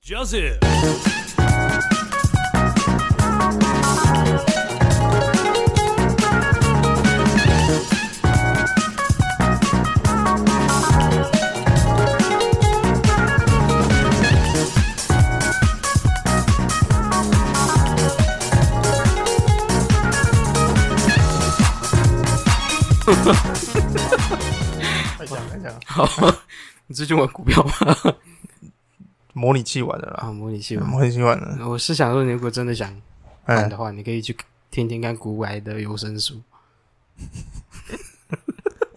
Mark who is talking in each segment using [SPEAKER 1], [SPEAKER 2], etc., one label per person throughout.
[SPEAKER 1] Joseph。
[SPEAKER 2] 快讲快 讲，
[SPEAKER 3] 好，你最近玩股票吗？
[SPEAKER 2] 模拟器玩的啦，
[SPEAKER 3] 啊，模拟器玩。
[SPEAKER 2] 模拟器玩的，
[SPEAKER 3] 我是想说，你如果真的想玩
[SPEAKER 2] 哎
[SPEAKER 3] 的，话，你可以去听听看古来的有声书。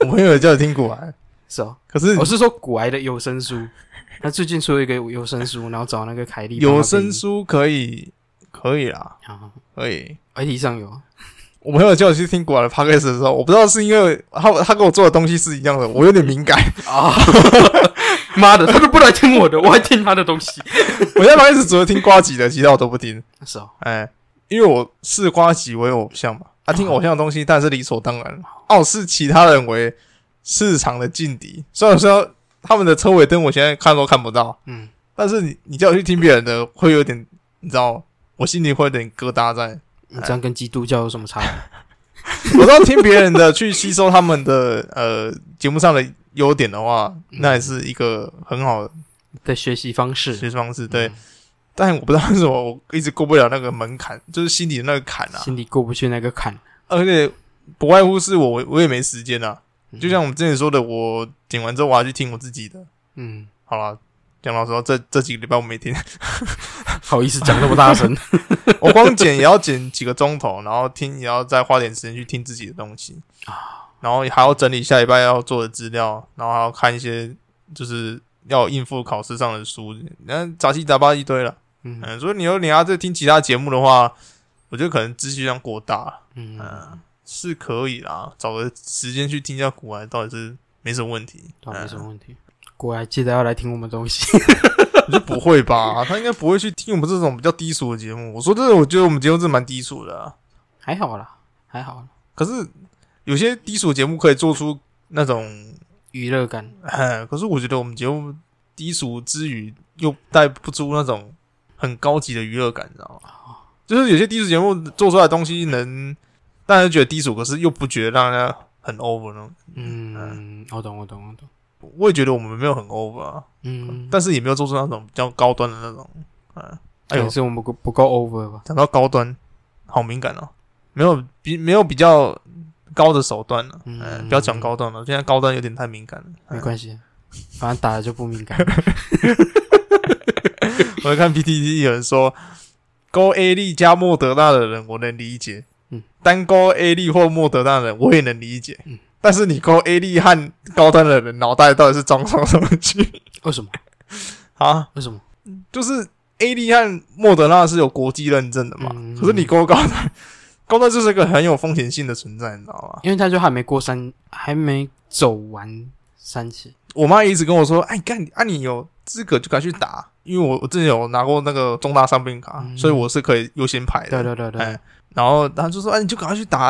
[SPEAKER 2] 我朋友也叫我听古玩，
[SPEAKER 3] 是哦，
[SPEAKER 2] 可是
[SPEAKER 3] 我是说古来的有声书。他最近出了一个有声书，然后找那个凯莉帮他
[SPEAKER 2] 有
[SPEAKER 3] 配
[SPEAKER 2] 声
[SPEAKER 3] 音
[SPEAKER 2] 书可以可以啦，
[SPEAKER 3] 啊
[SPEAKER 2] 可以。
[SPEAKER 3] ，IT 上有啊。
[SPEAKER 2] 我朋友叫我去听古玩的 podcast 的时候，我不知道是因为他他跟我做的东西是一样的，我有点敏感。
[SPEAKER 3] 啊 妈的，他都不来听我的，我还听他的东 西。
[SPEAKER 2] 我在 podcast 除了听瓜吉的，其他我都不听。
[SPEAKER 3] 是哦，
[SPEAKER 2] 哎，因为我视瓜吉为偶像嘛，啊，听偶像的东西，但是理所当然，傲视其他人为市场的劲敌。虽然说他们的车尾灯我现在看都看不到，
[SPEAKER 3] 嗯，
[SPEAKER 2] 但是你你叫我去听别人的，会有点，你知道，我心里会有点疙瘩在。
[SPEAKER 3] 你这样跟基督教有什么差 别？
[SPEAKER 2] 我知道听别人的去吸收他们的呃节目上的优点的话，那也是一个很好的
[SPEAKER 3] 的学习方
[SPEAKER 2] 学习
[SPEAKER 3] 式，
[SPEAKER 2] 方式，对
[SPEAKER 3] 嗯。
[SPEAKER 2] 但我不知道为什么我一直过不了那个门槛，就是心里的那个坎啊。
[SPEAKER 3] 心里过不去那个 坎。
[SPEAKER 2] 而且不外乎是我我也没时间啊。
[SPEAKER 3] 嗯
[SPEAKER 2] 就像我们之前说的，我剪完之后我还去听我自己的。
[SPEAKER 3] 嗯，
[SPEAKER 2] 好了，讲老实话，这这几个礼拜我没听，
[SPEAKER 3] 好意思讲那么大声。
[SPEAKER 2] 我光剪也要剪几个钟头，然后听也要再花点时间去听自己的东西啊，然后还要整理下礼拜要做的资料，然后还要看一些就是要应付考试上的书，那杂七杂八一堆了。
[SPEAKER 3] 嗯
[SPEAKER 2] 嗯，所以你要你要再听其他节目的话，我觉得可能资讯量过大了。
[SPEAKER 3] 嗯，
[SPEAKER 2] 嗯，是可以啦，找个时间去听一下古玩，到底是没什么问题。
[SPEAKER 3] 倒
[SPEAKER 2] 嗯
[SPEAKER 3] 啊没什么问题。果然记得要来听我们东西。
[SPEAKER 2] 我觉得不会吧？他应该不会去听我们这种比较低俗的节目。我说真的，我觉得我们节目是蛮低俗的、啊，
[SPEAKER 3] 还好啦，还好啦，
[SPEAKER 2] 可是有些低俗节目可以做出那种，
[SPEAKER 3] 娱乐感。
[SPEAKER 2] 哎，可是我觉得我们节目低俗之余又带不出那种很高级的娱乐感，你知道吗？就是有些低俗节目做出来的东西能，大家觉得低俗，可是又不觉得让人家很 over 那种。
[SPEAKER 3] 嗯，我懂，我懂，我懂。
[SPEAKER 2] 我也觉得我们没有很 over 啊。
[SPEAKER 3] 嗯，
[SPEAKER 2] 但是也没有做出那种比较高端的那种。嗯，哎
[SPEAKER 3] 可
[SPEAKER 2] 呦
[SPEAKER 3] 能，是我们不不够 over 吧？
[SPEAKER 2] 讲到高端，好敏感哦，没有比没有比较高的手段了、嗯、
[SPEAKER 3] 嗯
[SPEAKER 2] 不要讲高端了，现在高端有点太敏感了。
[SPEAKER 3] 没关系，反正打了就不 敏感。
[SPEAKER 2] 我在看 PTT 有人说，勾 A 利加莫德纳的人我能理解，
[SPEAKER 3] 嗯，
[SPEAKER 2] 单勾 A 利或莫德纳的人我也能理解，
[SPEAKER 3] 嗯
[SPEAKER 2] 但是你勾 A 利和高端的人脑袋到底是装上什么去
[SPEAKER 3] 为什么？
[SPEAKER 2] 啊？
[SPEAKER 3] 为什么？
[SPEAKER 2] 就是 A D 和莫德纳是有国际认证的嘛，
[SPEAKER 3] 嗯
[SPEAKER 2] 可是你勾高端，高端就是一个很有风险性的存在，你知道吗？
[SPEAKER 3] 因为他就还没过三，还没走完三期。
[SPEAKER 2] 我妈一直跟我说，哎，干啊，你有资格就该去打，因为我我之前有拿过那个重大伤病卡，
[SPEAKER 3] 嗯
[SPEAKER 2] 所以我是可以优先排的。
[SPEAKER 3] 对啊对对对
[SPEAKER 2] 哎，然后她就说，哎，你就赶快去打，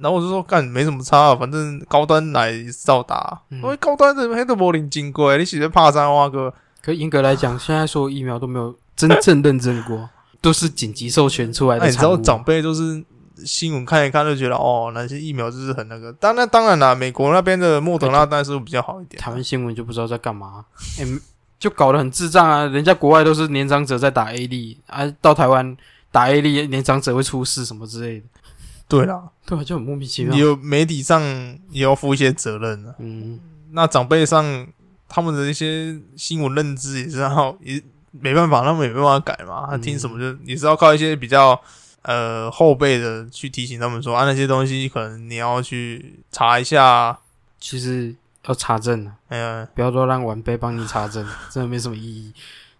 [SPEAKER 2] 然后我就说，干没什么差、啊，反正高端来照打，
[SPEAKER 3] 嗯
[SPEAKER 2] 因为高端的黑的柏林金龟，你喜欢怕山花哥，
[SPEAKER 3] 可严格来讲，现在所有疫苗都没有真正认证过， 都是紧急授权出来
[SPEAKER 2] 那
[SPEAKER 3] 的
[SPEAKER 2] 哎你知
[SPEAKER 3] 产物。
[SPEAKER 2] 道长辈就是新闻看一看就觉得哦，那些疫苗就是很那个。当然当然啦，美国那边的莫德纳当然是比较好一点。
[SPEAKER 3] 台湾新闻就不知道在干嘛，哎、就搞得很智障啊！人家国外都是年长者在打 A 力啊，到台湾打 A 力，年长者会出事什么之类的，
[SPEAKER 2] 对啦，
[SPEAKER 3] 对啊，就很莫名其妙
[SPEAKER 2] 也。有媒体上也要负一些责任啊。
[SPEAKER 3] 嗯，
[SPEAKER 2] 那长辈上他们的一些新闻认知也是要也没办法，他们也没办法改嘛。他听什么就也是要靠一些比较。呃，后辈的去提醒他们说啊，那些东西可能你要去查一下啊，
[SPEAKER 3] 其实要查证啊，
[SPEAKER 2] 嗯、
[SPEAKER 3] 不要说让晚辈帮你查 证，真的没什么意义。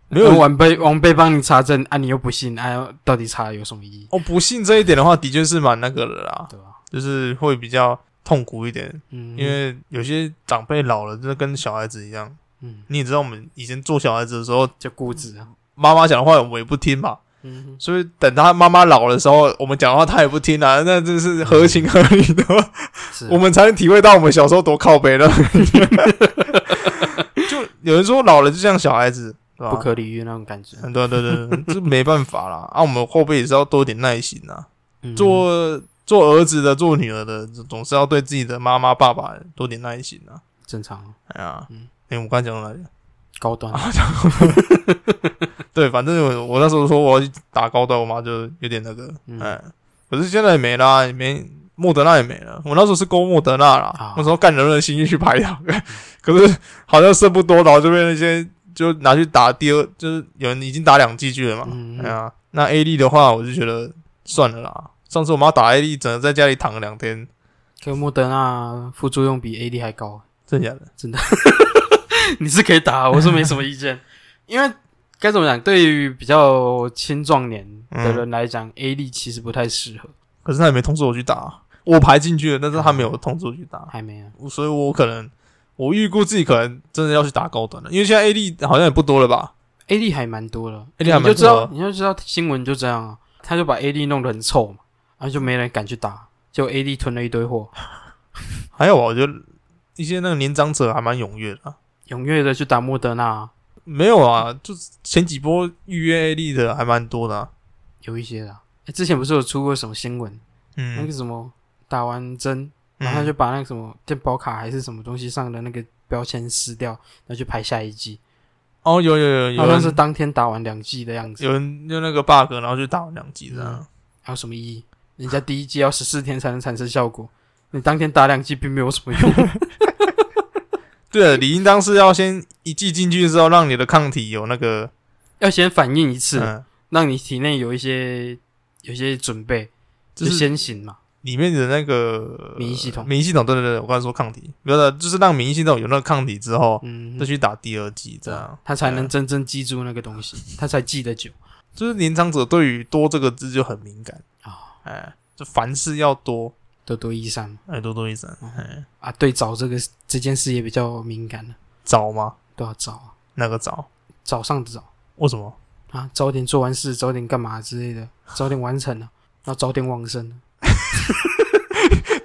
[SPEAKER 2] 没有
[SPEAKER 3] 让晚辈晚辈帮你查证啊，你又不信啊，到底查有什么意义？
[SPEAKER 2] 哦，不信这一点的话，的确是蛮那个的啦。
[SPEAKER 3] 对吧？
[SPEAKER 2] 就是会比较痛苦一点，
[SPEAKER 3] 嗯，
[SPEAKER 2] 因为有些长辈老了，真的跟小孩子一样。
[SPEAKER 3] 嗯，
[SPEAKER 2] 你也知道，我们以前做小孩子的时候，
[SPEAKER 3] 就固执啊。
[SPEAKER 2] 妈妈讲的话我们也不听嘛，
[SPEAKER 3] 嗯，
[SPEAKER 2] 所以等他妈妈老的时候，我们讲的话他也不听啊，那这是合情合理的，
[SPEAKER 3] 是啊
[SPEAKER 2] 我们才能体会到我们小 时候多靠背了。就有人说老了就像小孩子，对吧、
[SPEAKER 3] 不可理喻那种感觉。
[SPEAKER 2] 嗯对啊对对对，这没办法啦。啊，我们后辈也是要多一点耐心啊。
[SPEAKER 3] 嗯
[SPEAKER 2] 做做儿子的、做女儿的，总是要对自己的妈妈、爸爸多点耐心啊。
[SPEAKER 3] 正常
[SPEAKER 2] 哎呀，
[SPEAKER 3] 嗯
[SPEAKER 2] 哎、我刚才讲到哪里？
[SPEAKER 3] 高端，
[SPEAKER 2] 啊对，反正我我那时候说我要去打高端，我妈就有点那个，
[SPEAKER 3] 嗯
[SPEAKER 2] 哎、可是现在也没啦，也没莫德纳也没了。我那时候是勾莫德纳啦，
[SPEAKER 3] 啊嗯
[SPEAKER 2] 那时候干人的心意去排呀， 可是好像剩不多了，就被那些就拿去打第二，就是有人已经打两季去了嘛。
[SPEAKER 3] 嗯
[SPEAKER 2] 哎呀，那 A 力的话，我就觉得算了啦。上次我妈打 A 力，整个在家里躺了两天，
[SPEAKER 3] 跟莫德纳副作用比 AD 还高，
[SPEAKER 2] 真假的？
[SPEAKER 3] 你是可以打，我是没什么意见， 因为该怎么讲，对于比较青壮年的人来
[SPEAKER 2] 嗯
[SPEAKER 3] 讲、a d 其实不太适合，
[SPEAKER 2] 可是他也没通知我去打啊，我排进去了，但是他没有通知我去打，
[SPEAKER 3] 还没啊，
[SPEAKER 2] 所以我可能我预估自己可能真的要去打高端了，因为现在 A 力好像也不多了吧？
[SPEAKER 3] AD 还蛮多的
[SPEAKER 2] AD 还蛮多的
[SPEAKER 3] 你就知道，你就知道新闻就这样啊，他就把 AD 弄得很臭嘛，然后就没人敢去打，就 AD 吞了一堆货，
[SPEAKER 2] 还有啊，我觉得一些那个年长者还蛮踊跃的啊、
[SPEAKER 3] 踊跃的去打莫德纳啊，
[SPEAKER 2] 没有啊，就是前几波预约 A 力的还蛮多的、啊，
[SPEAKER 3] 有一些啦、诶之前不是有出过什么新闻，那
[SPEAKER 2] 嗯
[SPEAKER 3] 个，什么打完针，然后他
[SPEAKER 2] 嗯
[SPEAKER 3] 就把那个什么健保卡还是什么东西上的那个标签撕掉，然后去排下一季，
[SPEAKER 2] 哦，有有有有
[SPEAKER 3] 好像是
[SPEAKER 2] 人
[SPEAKER 3] 当天打完两季的样子，
[SPEAKER 2] 有人用那个 bug，然后去打完两集这
[SPEAKER 3] 嗯
[SPEAKER 2] 样，
[SPEAKER 3] 还有什么意义？人家第一季要十四天才能产生效果，你当天打两季并没有什么 用。
[SPEAKER 2] 对，啊理应当是要先一剂进去之后，让你的抗体有那个
[SPEAKER 3] 要先反应一次，
[SPEAKER 2] 嗯
[SPEAKER 3] 让你体内有一些有一些准备，
[SPEAKER 2] 就
[SPEAKER 3] 就是先行嘛。
[SPEAKER 2] 里面的那个
[SPEAKER 3] 免疫系统
[SPEAKER 2] 免疫系统，对对对，我刚才说抗体，不要就是让免疫系统有那个抗体之后，
[SPEAKER 3] 嗯
[SPEAKER 2] 再，去打第二剂，这样
[SPEAKER 3] 他才能
[SPEAKER 2] 嗯
[SPEAKER 3] 真正记住那个东西，他才记得久。
[SPEAKER 2] 就是年长者对于多这个字就很敏感
[SPEAKER 3] 啊
[SPEAKER 2] 哎，就凡事要多，
[SPEAKER 3] 多多益善
[SPEAKER 2] 哎，多多益善，哎，
[SPEAKER 3] 啊，对早这个这件事也比较敏感了，
[SPEAKER 2] 早吗？
[SPEAKER 3] 都要早啊
[SPEAKER 2] 那个早？
[SPEAKER 3] 早上的早
[SPEAKER 2] 为什么？
[SPEAKER 3] 啊，早点做完事，早点干嘛之类的，早点完成了，然后早点往生啊。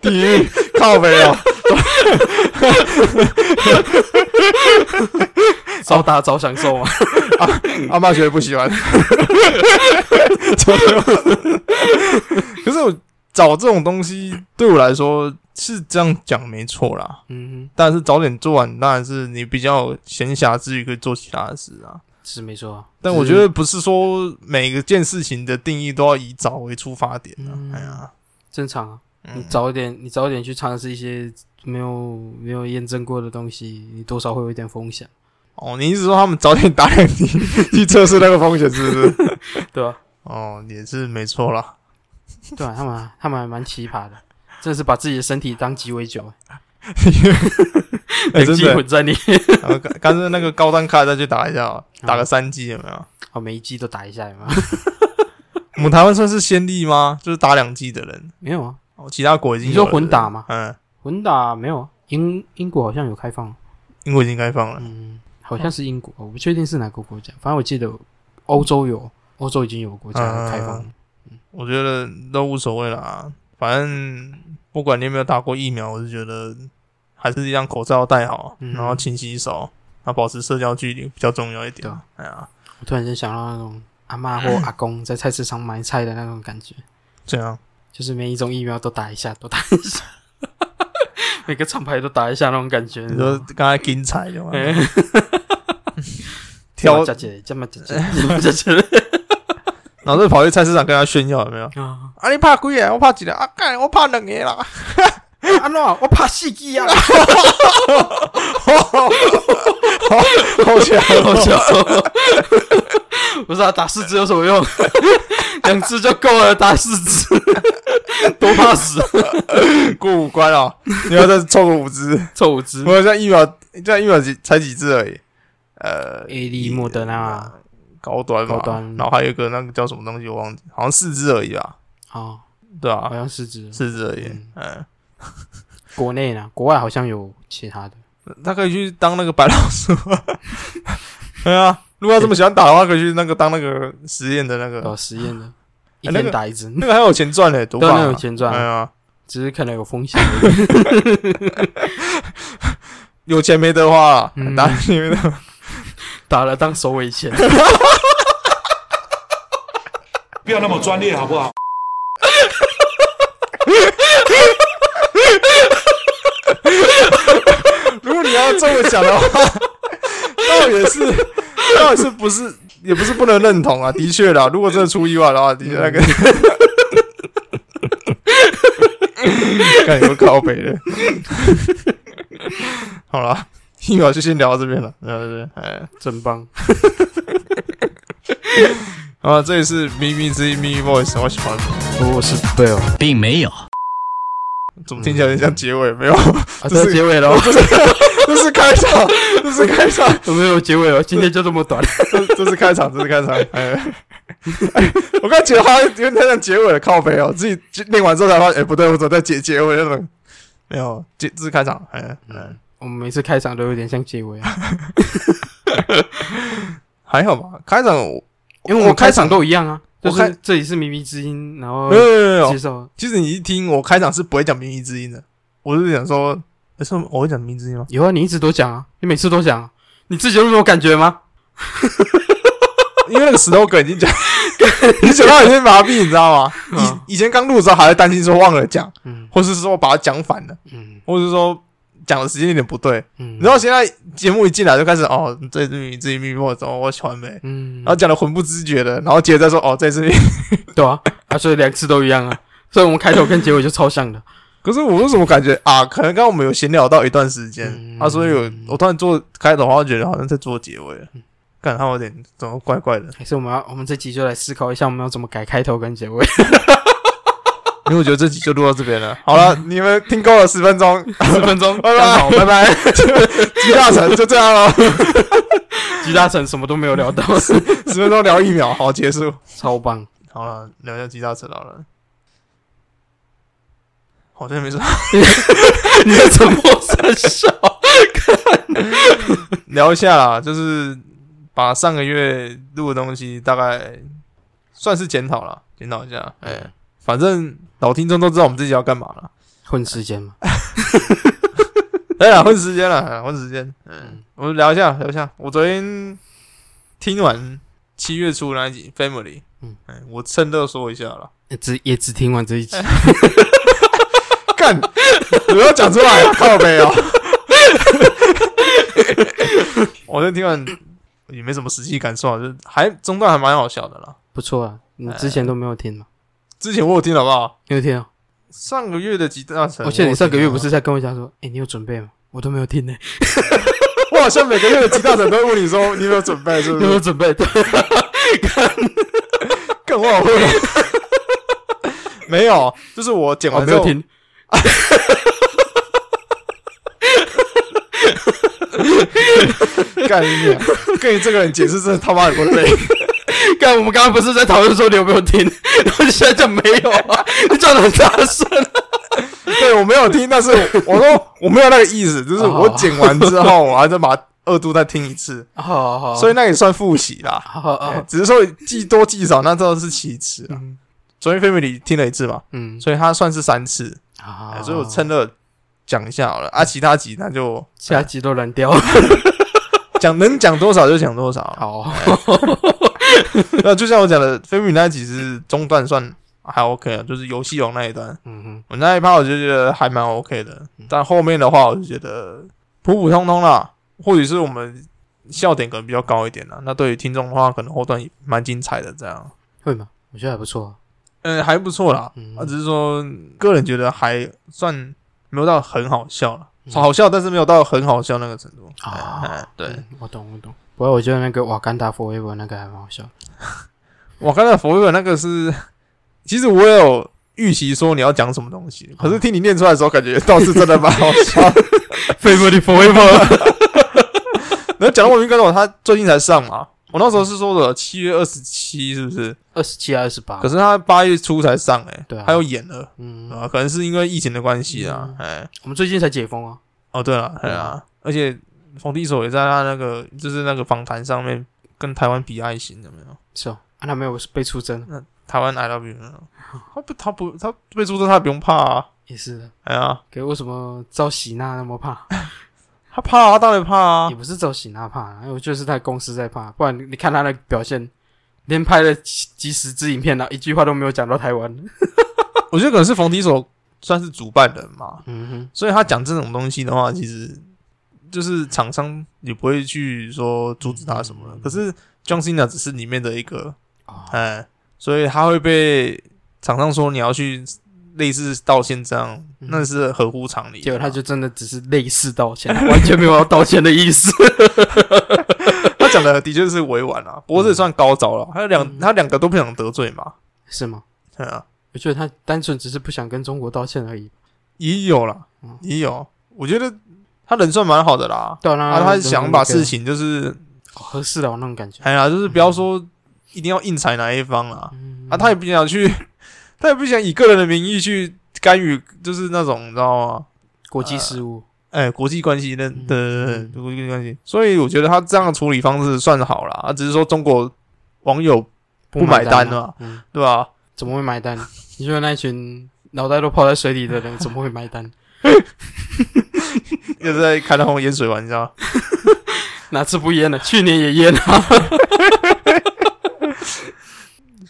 [SPEAKER 2] 地狱靠北 哦，
[SPEAKER 3] 早打早享受啊！
[SPEAKER 2] 阿妈觉得不喜欢。 可是我找这种东西对我来说是这样讲没错啦，
[SPEAKER 3] 嗯
[SPEAKER 2] 但是早点做完，当然是你比较有闲暇之余可以做其他的事啊。
[SPEAKER 3] 哼，是没错啊。
[SPEAKER 2] 但
[SPEAKER 3] 只
[SPEAKER 2] 我
[SPEAKER 3] 是
[SPEAKER 2] 觉得不是说每个件事情的定义都要以早为出发点啊。
[SPEAKER 3] 嗯
[SPEAKER 2] 哎呀，
[SPEAKER 3] 正常啊，你
[SPEAKER 2] 嗯，
[SPEAKER 3] 早一点，你早一点去尝试一些没有没有验证过的东西，你多少会有一点风险，
[SPEAKER 2] 哦，你一直说他们早点打脸你， 去测试那个风险是不是？
[SPEAKER 3] 对啊吧、
[SPEAKER 2] 哦，也是没错啦。
[SPEAKER 3] 对啊，他们他们还蛮奇葩的，真的是把自己的身体当鸡尾酒，
[SPEAKER 2] 哎、
[SPEAKER 3] 两
[SPEAKER 2] 真
[SPEAKER 3] 鸡
[SPEAKER 2] 的，
[SPEAKER 3] 混在里面。
[SPEAKER 2] 然后刚刚才那个高端卡再去打一下哦，
[SPEAKER 3] 啊
[SPEAKER 2] 打个三 G 有没有？
[SPEAKER 3] 好，每一季都打一下，有没有？
[SPEAKER 2] 我们台湾算是先例吗？就是打两 G 的人，
[SPEAKER 3] 没有啊，
[SPEAKER 2] 哦，其他国已经
[SPEAKER 3] 你
[SPEAKER 2] 有
[SPEAKER 3] 说
[SPEAKER 2] 了
[SPEAKER 3] 混打吗？
[SPEAKER 2] 嗯，
[SPEAKER 3] 混打没有啊，英英国好像有开放，
[SPEAKER 2] 英国已经开放了。
[SPEAKER 3] 嗯，好像是英国，我不确定是哪个国家，反正我记得欧洲有，欧洲已经有国家开放了。
[SPEAKER 2] 我觉得都无所谓啦，反正不管你有没有打过疫苗，我是觉得还是一样口罩戴好，
[SPEAKER 3] 嗯
[SPEAKER 2] 然后勤洗手，然后保持社交距离比较重要一点
[SPEAKER 3] 对啊。
[SPEAKER 2] 哎呀，
[SPEAKER 3] 我突然间想到那种阿嬷或阿公在菜市场买菜的那种感觉，
[SPEAKER 2] 这样
[SPEAKER 3] 就是每一种疫苗都打一下，都打一下，每个厂牌都打一下那种感觉。
[SPEAKER 2] 你说刚才精彩的嘛，
[SPEAKER 3] 哎
[SPEAKER 2] 挑，
[SPEAKER 3] 姐姐，这么姐姐，这么姐姐
[SPEAKER 2] 然后就跑去菜市场跟他炫耀有没有？
[SPEAKER 3] 啊！
[SPEAKER 2] 啊，你怕几个？我怕几个？啊，干，我怕两个啦！
[SPEAKER 3] 安诺，我怕死机 啊！
[SPEAKER 2] 好强，好强！
[SPEAKER 3] 不是啊，打四只有什么用？ 两只就够了，打四只， 多怕死，啊
[SPEAKER 2] 过五关哦，你要再凑个五支。
[SPEAKER 3] 凑五只。
[SPEAKER 2] 我像疫苗，像疫苗几才几支而已。呃
[SPEAKER 3] A D 啊莫德纳
[SPEAKER 2] 高端嘛，
[SPEAKER 3] 高端
[SPEAKER 2] 然后还有一个那个叫什么东西我忘记，好像四支而已吧，
[SPEAKER 3] 哦，
[SPEAKER 2] 对
[SPEAKER 3] 好
[SPEAKER 2] 啊，
[SPEAKER 3] 像四只。
[SPEAKER 2] 四支而已
[SPEAKER 3] 嗯，
[SPEAKER 2] 嗯，
[SPEAKER 3] 国内呢，国外好像有其他的。
[SPEAKER 2] 他可以去当那个白老鼠， 对啊，如果他这么喜欢打的话，可以去那个当那个实验的那个
[SPEAKER 3] 有，实验 的，一
[SPEAKER 2] 哎那个
[SPEAKER 3] 天打一 只，
[SPEAKER 2] 那个还有钱赚嘞，赌
[SPEAKER 3] 对，那
[SPEAKER 2] 法
[SPEAKER 3] 有，钱
[SPEAKER 2] 哎
[SPEAKER 3] 赚，
[SPEAKER 2] 呀，
[SPEAKER 3] 只是可能有风险。
[SPEAKER 2] 有钱没得花啦啊
[SPEAKER 3] 嗯，
[SPEAKER 2] 打你们的，
[SPEAKER 3] 打了当首尾钱。
[SPEAKER 1] 不要那么专业好不好？
[SPEAKER 2] 如果你要这么讲的话， 倒也是，倒也是不是，也不是不能认同啊。的确啦，如果真的出意外的话，的确那个，看有靠北的。好啦，疫苗就先聊到这边了，对不对？哎，
[SPEAKER 3] 真棒！
[SPEAKER 2] 啊，这里是咪咪之音咪咪 voice，我喜欢，
[SPEAKER 3] 我是贝尔，啊，
[SPEAKER 4] 并没有。
[SPEAKER 2] 怎么听起来有点像结尾？没有， 这
[SPEAKER 3] 啊这
[SPEAKER 2] 是
[SPEAKER 3] 是结尾 了，哦
[SPEAKER 2] 这是开场，这是开场。
[SPEAKER 3] 有没有结尾了？今天就这么 短。
[SPEAKER 2] 这这是开场，这是开场。哎，哎我刚才觉得他有点太像结尾了，靠背哦，自己念完之后才发现，哎、不对，我怎么在结结尾那种？没有，结这是开场。哎，哎
[SPEAKER 3] 我们每次开场都有点像结尾啊，
[SPEAKER 2] 还好吧？开场我，
[SPEAKER 3] 因为我们开场都一样啊，
[SPEAKER 2] 我
[SPEAKER 3] 就
[SPEAKER 2] 开
[SPEAKER 3] 是这里是靡靡之音，然后
[SPEAKER 2] 没有没有没有
[SPEAKER 3] 介，绍
[SPEAKER 2] 其实你一听我开场是不会讲《民意之音》的，我是想说，哎是我会讲《民意之音》吗？
[SPEAKER 3] 以后你一直都讲啊，你每次都讲啊，你自己有什么感觉吗？
[SPEAKER 2] 因为那个 slogan 已经讲， 你讲到有些麻痹，你知道吗？
[SPEAKER 3] 嗯
[SPEAKER 2] 以以前刚录的时候还在担心说忘了讲，
[SPEAKER 3] 嗯
[SPEAKER 2] 或是说把它讲反了，
[SPEAKER 3] 嗯
[SPEAKER 2] 或是说讲的时间有点不对。
[SPEAKER 3] 嗯，
[SPEAKER 2] 然后现在节目一进来就开始哦，这是你自己秘密，我我喜欢呗。
[SPEAKER 3] 嗯，
[SPEAKER 2] 然后讲的魂不知觉的，然后接着再说 哦，这是。
[SPEAKER 3] 对啊，啊，所以两次都一样啊，所以我们开头跟结尾就超像的。
[SPEAKER 2] 可是我为什么感觉啊？可能刚刚我们有闲聊到一段时间、
[SPEAKER 3] 嗯
[SPEAKER 2] 啊，所以有我突然做开头的话，觉得好像在做结尾
[SPEAKER 3] 嗯
[SPEAKER 2] 了，感他有点怎么怪 怪的，
[SPEAKER 3] 还是我们要，我们这集就来思考一下，我们要怎么改开头跟结尾。
[SPEAKER 2] 因为我觉得这集就录到这边了。好了，你们听够了十分钟，
[SPEAKER 3] 十分钟，
[SPEAKER 2] 拜拜
[SPEAKER 3] 嗯刚 好拜拜。
[SPEAKER 2] 集大成就这样 了，
[SPEAKER 3] 吉大成什么都没有聊到，
[SPEAKER 2] 十分钟聊一秒，好结束。
[SPEAKER 3] 超棒。
[SPEAKER 2] 好了，聊一下集大成好了，好像没什么。
[SPEAKER 3] 你在沉默三 笑，
[SPEAKER 2] 聊一下啦，就是把上个月录的东西大概算是检讨了，检讨一下。哎、
[SPEAKER 3] 嗯
[SPEAKER 2] 反正老听众都知道我们自己要干嘛了。
[SPEAKER 3] 混时间嘛。
[SPEAKER 2] 哎呀，混时间了，混时间。嗯，我们聊一下，聊一下。我昨天听完七月初那一集《Family》，嗯
[SPEAKER 3] 嗯，
[SPEAKER 2] 哎、我趁热说一下了。
[SPEAKER 3] 也只也只听完这一集，
[SPEAKER 2] 干， 我要讲出来了， 靠背哦。我就听完也没什么实际感受啊，就还中段还蛮好笑的啦。
[SPEAKER 3] 不错啊。你之前都没有听吗？
[SPEAKER 2] 之前我有听好不好？
[SPEAKER 3] 你有听哦。
[SPEAKER 2] 上个月的集大成，
[SPEAKER 3] 我记得你上个月不
[SPEAKER 2] 我
[SPEAKER 3] 是哦在跟我讲说，哎，你有准备吗？我都没有听呢。
[SPEAKER 2] 有听啊？我好像每个月的集大成都会问你说你有没有准备，是不
[SPEAKER 3] 有 没有
[SPEAKER 2] 是？
[SPEAKER 3] 准备？对，
[SPEAKER 2] 更我好问哦。 没有，就是我剪
[SPEAKER 3] 我
[SPEAKER 2] 完
[SPEAKER 3] 没
[SPEAKER 2] 之后
[SPEAKER 3] 有，听。
[SPEAKER 2] 干你 娘！跟你这个人解释真的他妈有多累。
[SPEAKER 3] 看，我们刚刚不是在讨论说你有没有听，然后你现在讲没有啊？你讲的很大声。
[SPEAKER 2] 对我没有听，但是我我说我没有那个意思，就是我
[SPEAKER 3] 哦
[SPEAKER 2] 剪完之后，我还再把它二度再听一次，
[SPEAKER 3] 好好，
[SPEAKER 2] 所以那也算复习啦。
[SPEAKER 3] 好好
[SPEAKER 2] 哎
[SPEAKER 3] 好，
[SPEAKER 2] 只是说记多记少，那都是其次啊。昨天 Family 听了一次嘛，
[SPEAKER 3] 嗯，
[SPEAKER 2] 所以他算是三次。哎
[SPEAKER 3] 好，
[SPEAKER 2] 所以我趁热讲一下好了。啊，其他集那就
[SPEAKER 3] 下集都蓝掉。
[SPEAKER 2] 讲能讲多少就讲多少。
[SPEAKER 3] 好，
[SPEAKER 2] 那就像我讲的，菲比那集是中段算还 OK 啊，就是游戏王那一段，
[SPEAKER 3] 嗯哼，
[SPEAKER 2] 我那一趴我就觉得还蛮 OK 的。但后面的话，我就觉得普普通通啦，或许是我们笑点可能比较高一点啦。那对于听众的话，可能后段也蛮精彩的这样。
[SPEAKER 3] 会吗？我觉得还不错啊。
[SPEAKER 2] 嗯，还不错啦。
[SPEAKER 3] 嗯
[SPEAKER 2] 啊，只是说个人觉得还算没有到很好笑了，
[SPEAKER 3] 嗯
[SPEAKER 2] 好笑，但是没有到很好笑那个程度。
[SPEAKER 3] 啊
[SPEAKER 2] 哎哎对，
[SPEAKER 3] 嗯我懂我懂。不过我觉得那个瓦干达 forever 那个还蛮好笑。
[SPEAKER 2] 我刚才佛友那个是，其实我有预期说你要讲什么东西，可
[SPEAKER 3] 哦
[SPEAKER 2] 是听你念出来的时候，感觉倒是真的蛮好笑。
[SPEAKER 3] Family forever。
[SPEAKER 2] 然后讲到莫名跟我，他最近才上嘛，我那时候是说的七月二十七，是不是？
[SPEAKER 3] 二十七二十八
[SPEAKER 2] 可。是他八月初才上、欸，
[SPEAKER 3] 啊对啊
[SPEAKER 2] 他又演了，
[SPEAKER 3] 嗯，
[SPEAKER 2] 啊，可能是因为疫情的关系啊，哎、
[SPEAKER 3] 我们最近才解封啊。
[SPEAKER 2] 哦，对了，哎啊，而且冯弟手也在他那个就是那个访谈上面跟台湾比爱心，有没有？
[SPEAKER 3] 是哦，啊，那没有被出征
[SPEAKER 2] 台湾 I love you，有没有 他不，他不，他被出征，他也不用怕啊，
[SPEAKER 3] 也是的。
[SPEAKER 2] 哎呀、
[SPEAKER 3] 可为什么遭喜娜那么怕？
[SPEAKER 2] 他怕啊，他当然怕啊
[SPEAKER 3] 也。不是只有喜纳怕啦，因为我就是他公司在怕，不然你看他的表现，连拍了几几十支影片了，一句话都没有讲到台湾。
[SPEAKER 2] 我觉得可能是冯提手算是主办人嘛，
[SPEAKER 3] 嗯哼，
[SPEAKER 2] 所以他讲这种东西的话，其实就是厂商也不会去说阻止他什么的。可是 John Cena 只是里面的一个，
[SPEAKER 3] 嗯哦
[SPEAKER 2] 哎、所以他会被厂商说你要去类似道歉这样，
[SPEAKER 3] 嗯
[SPEAKER 2] 那是合乎常理的嘛。
[SPEAKER 3] 结果他就真的只是类似道歉，完全没有要道歉的 意思。
[SPEAKER 2] 他讲的的确是委婉啊，不过这也算高招了。他两
[SPEAKER 3] 嗯
[SPEAKER 2] 他两个都不想得罪嘛，
[SPEAKER 3] 是吗？
[SPEAKER 2] 对啊，
[SPEAKER 3] 我觉得他单纯只是不想跟中国道歉而已。
[SPEAKER 2] 也有啦
[SPEAKER 3] 嗯，
[SPEAKER 2] 也有。我觉得他人算蛮好的啦，
[SPEAKER 3] 对啦，
[SPEAKER 2] 啊，他想把事情
[SPEAKER 3] 情
[SPEAKER 2] 就是
[SPEAKER 3] 合适了，我那种感觉。
[SPEAKER 2] 哎呀，就是不要说一定要硬踩哪一方啦，
[SPEAKER 3] 嗯
[SPEAKER 2] 啊，他也不想去， 他也不想以个人的名义去干预，就是那种你知道吗？
[SPEAKER 3] 国际事务，
[SPEAKER 2] 哎，国际关系的
[SPEAKER 3] 嗯
[SPEAKER 2] 的国际关系，所以我觉得他这样的处理方式算好啦，啊，只是说中国网友不买单
[SPEAKER 3] 了、
[SPEAKER 2] 啊
[SPEAKER 3] 嗯，
[SPEAKER 2] 对吧？
[SPEAKER 3] 怎么会买单？你说那一群脑袋都泡在水里 的人，怎么会买单？
[SPEAKER 2] 又在开那种盐水玩笑，
[SPEAKER 3] 哪次不淹了？去年也淹了。啊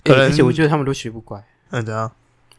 [SPEAKER 2] 可能
[SPEAKER 3] 哎而且我觉得他们都学不乖，
[SPEAKER 2] 嗯，怎样？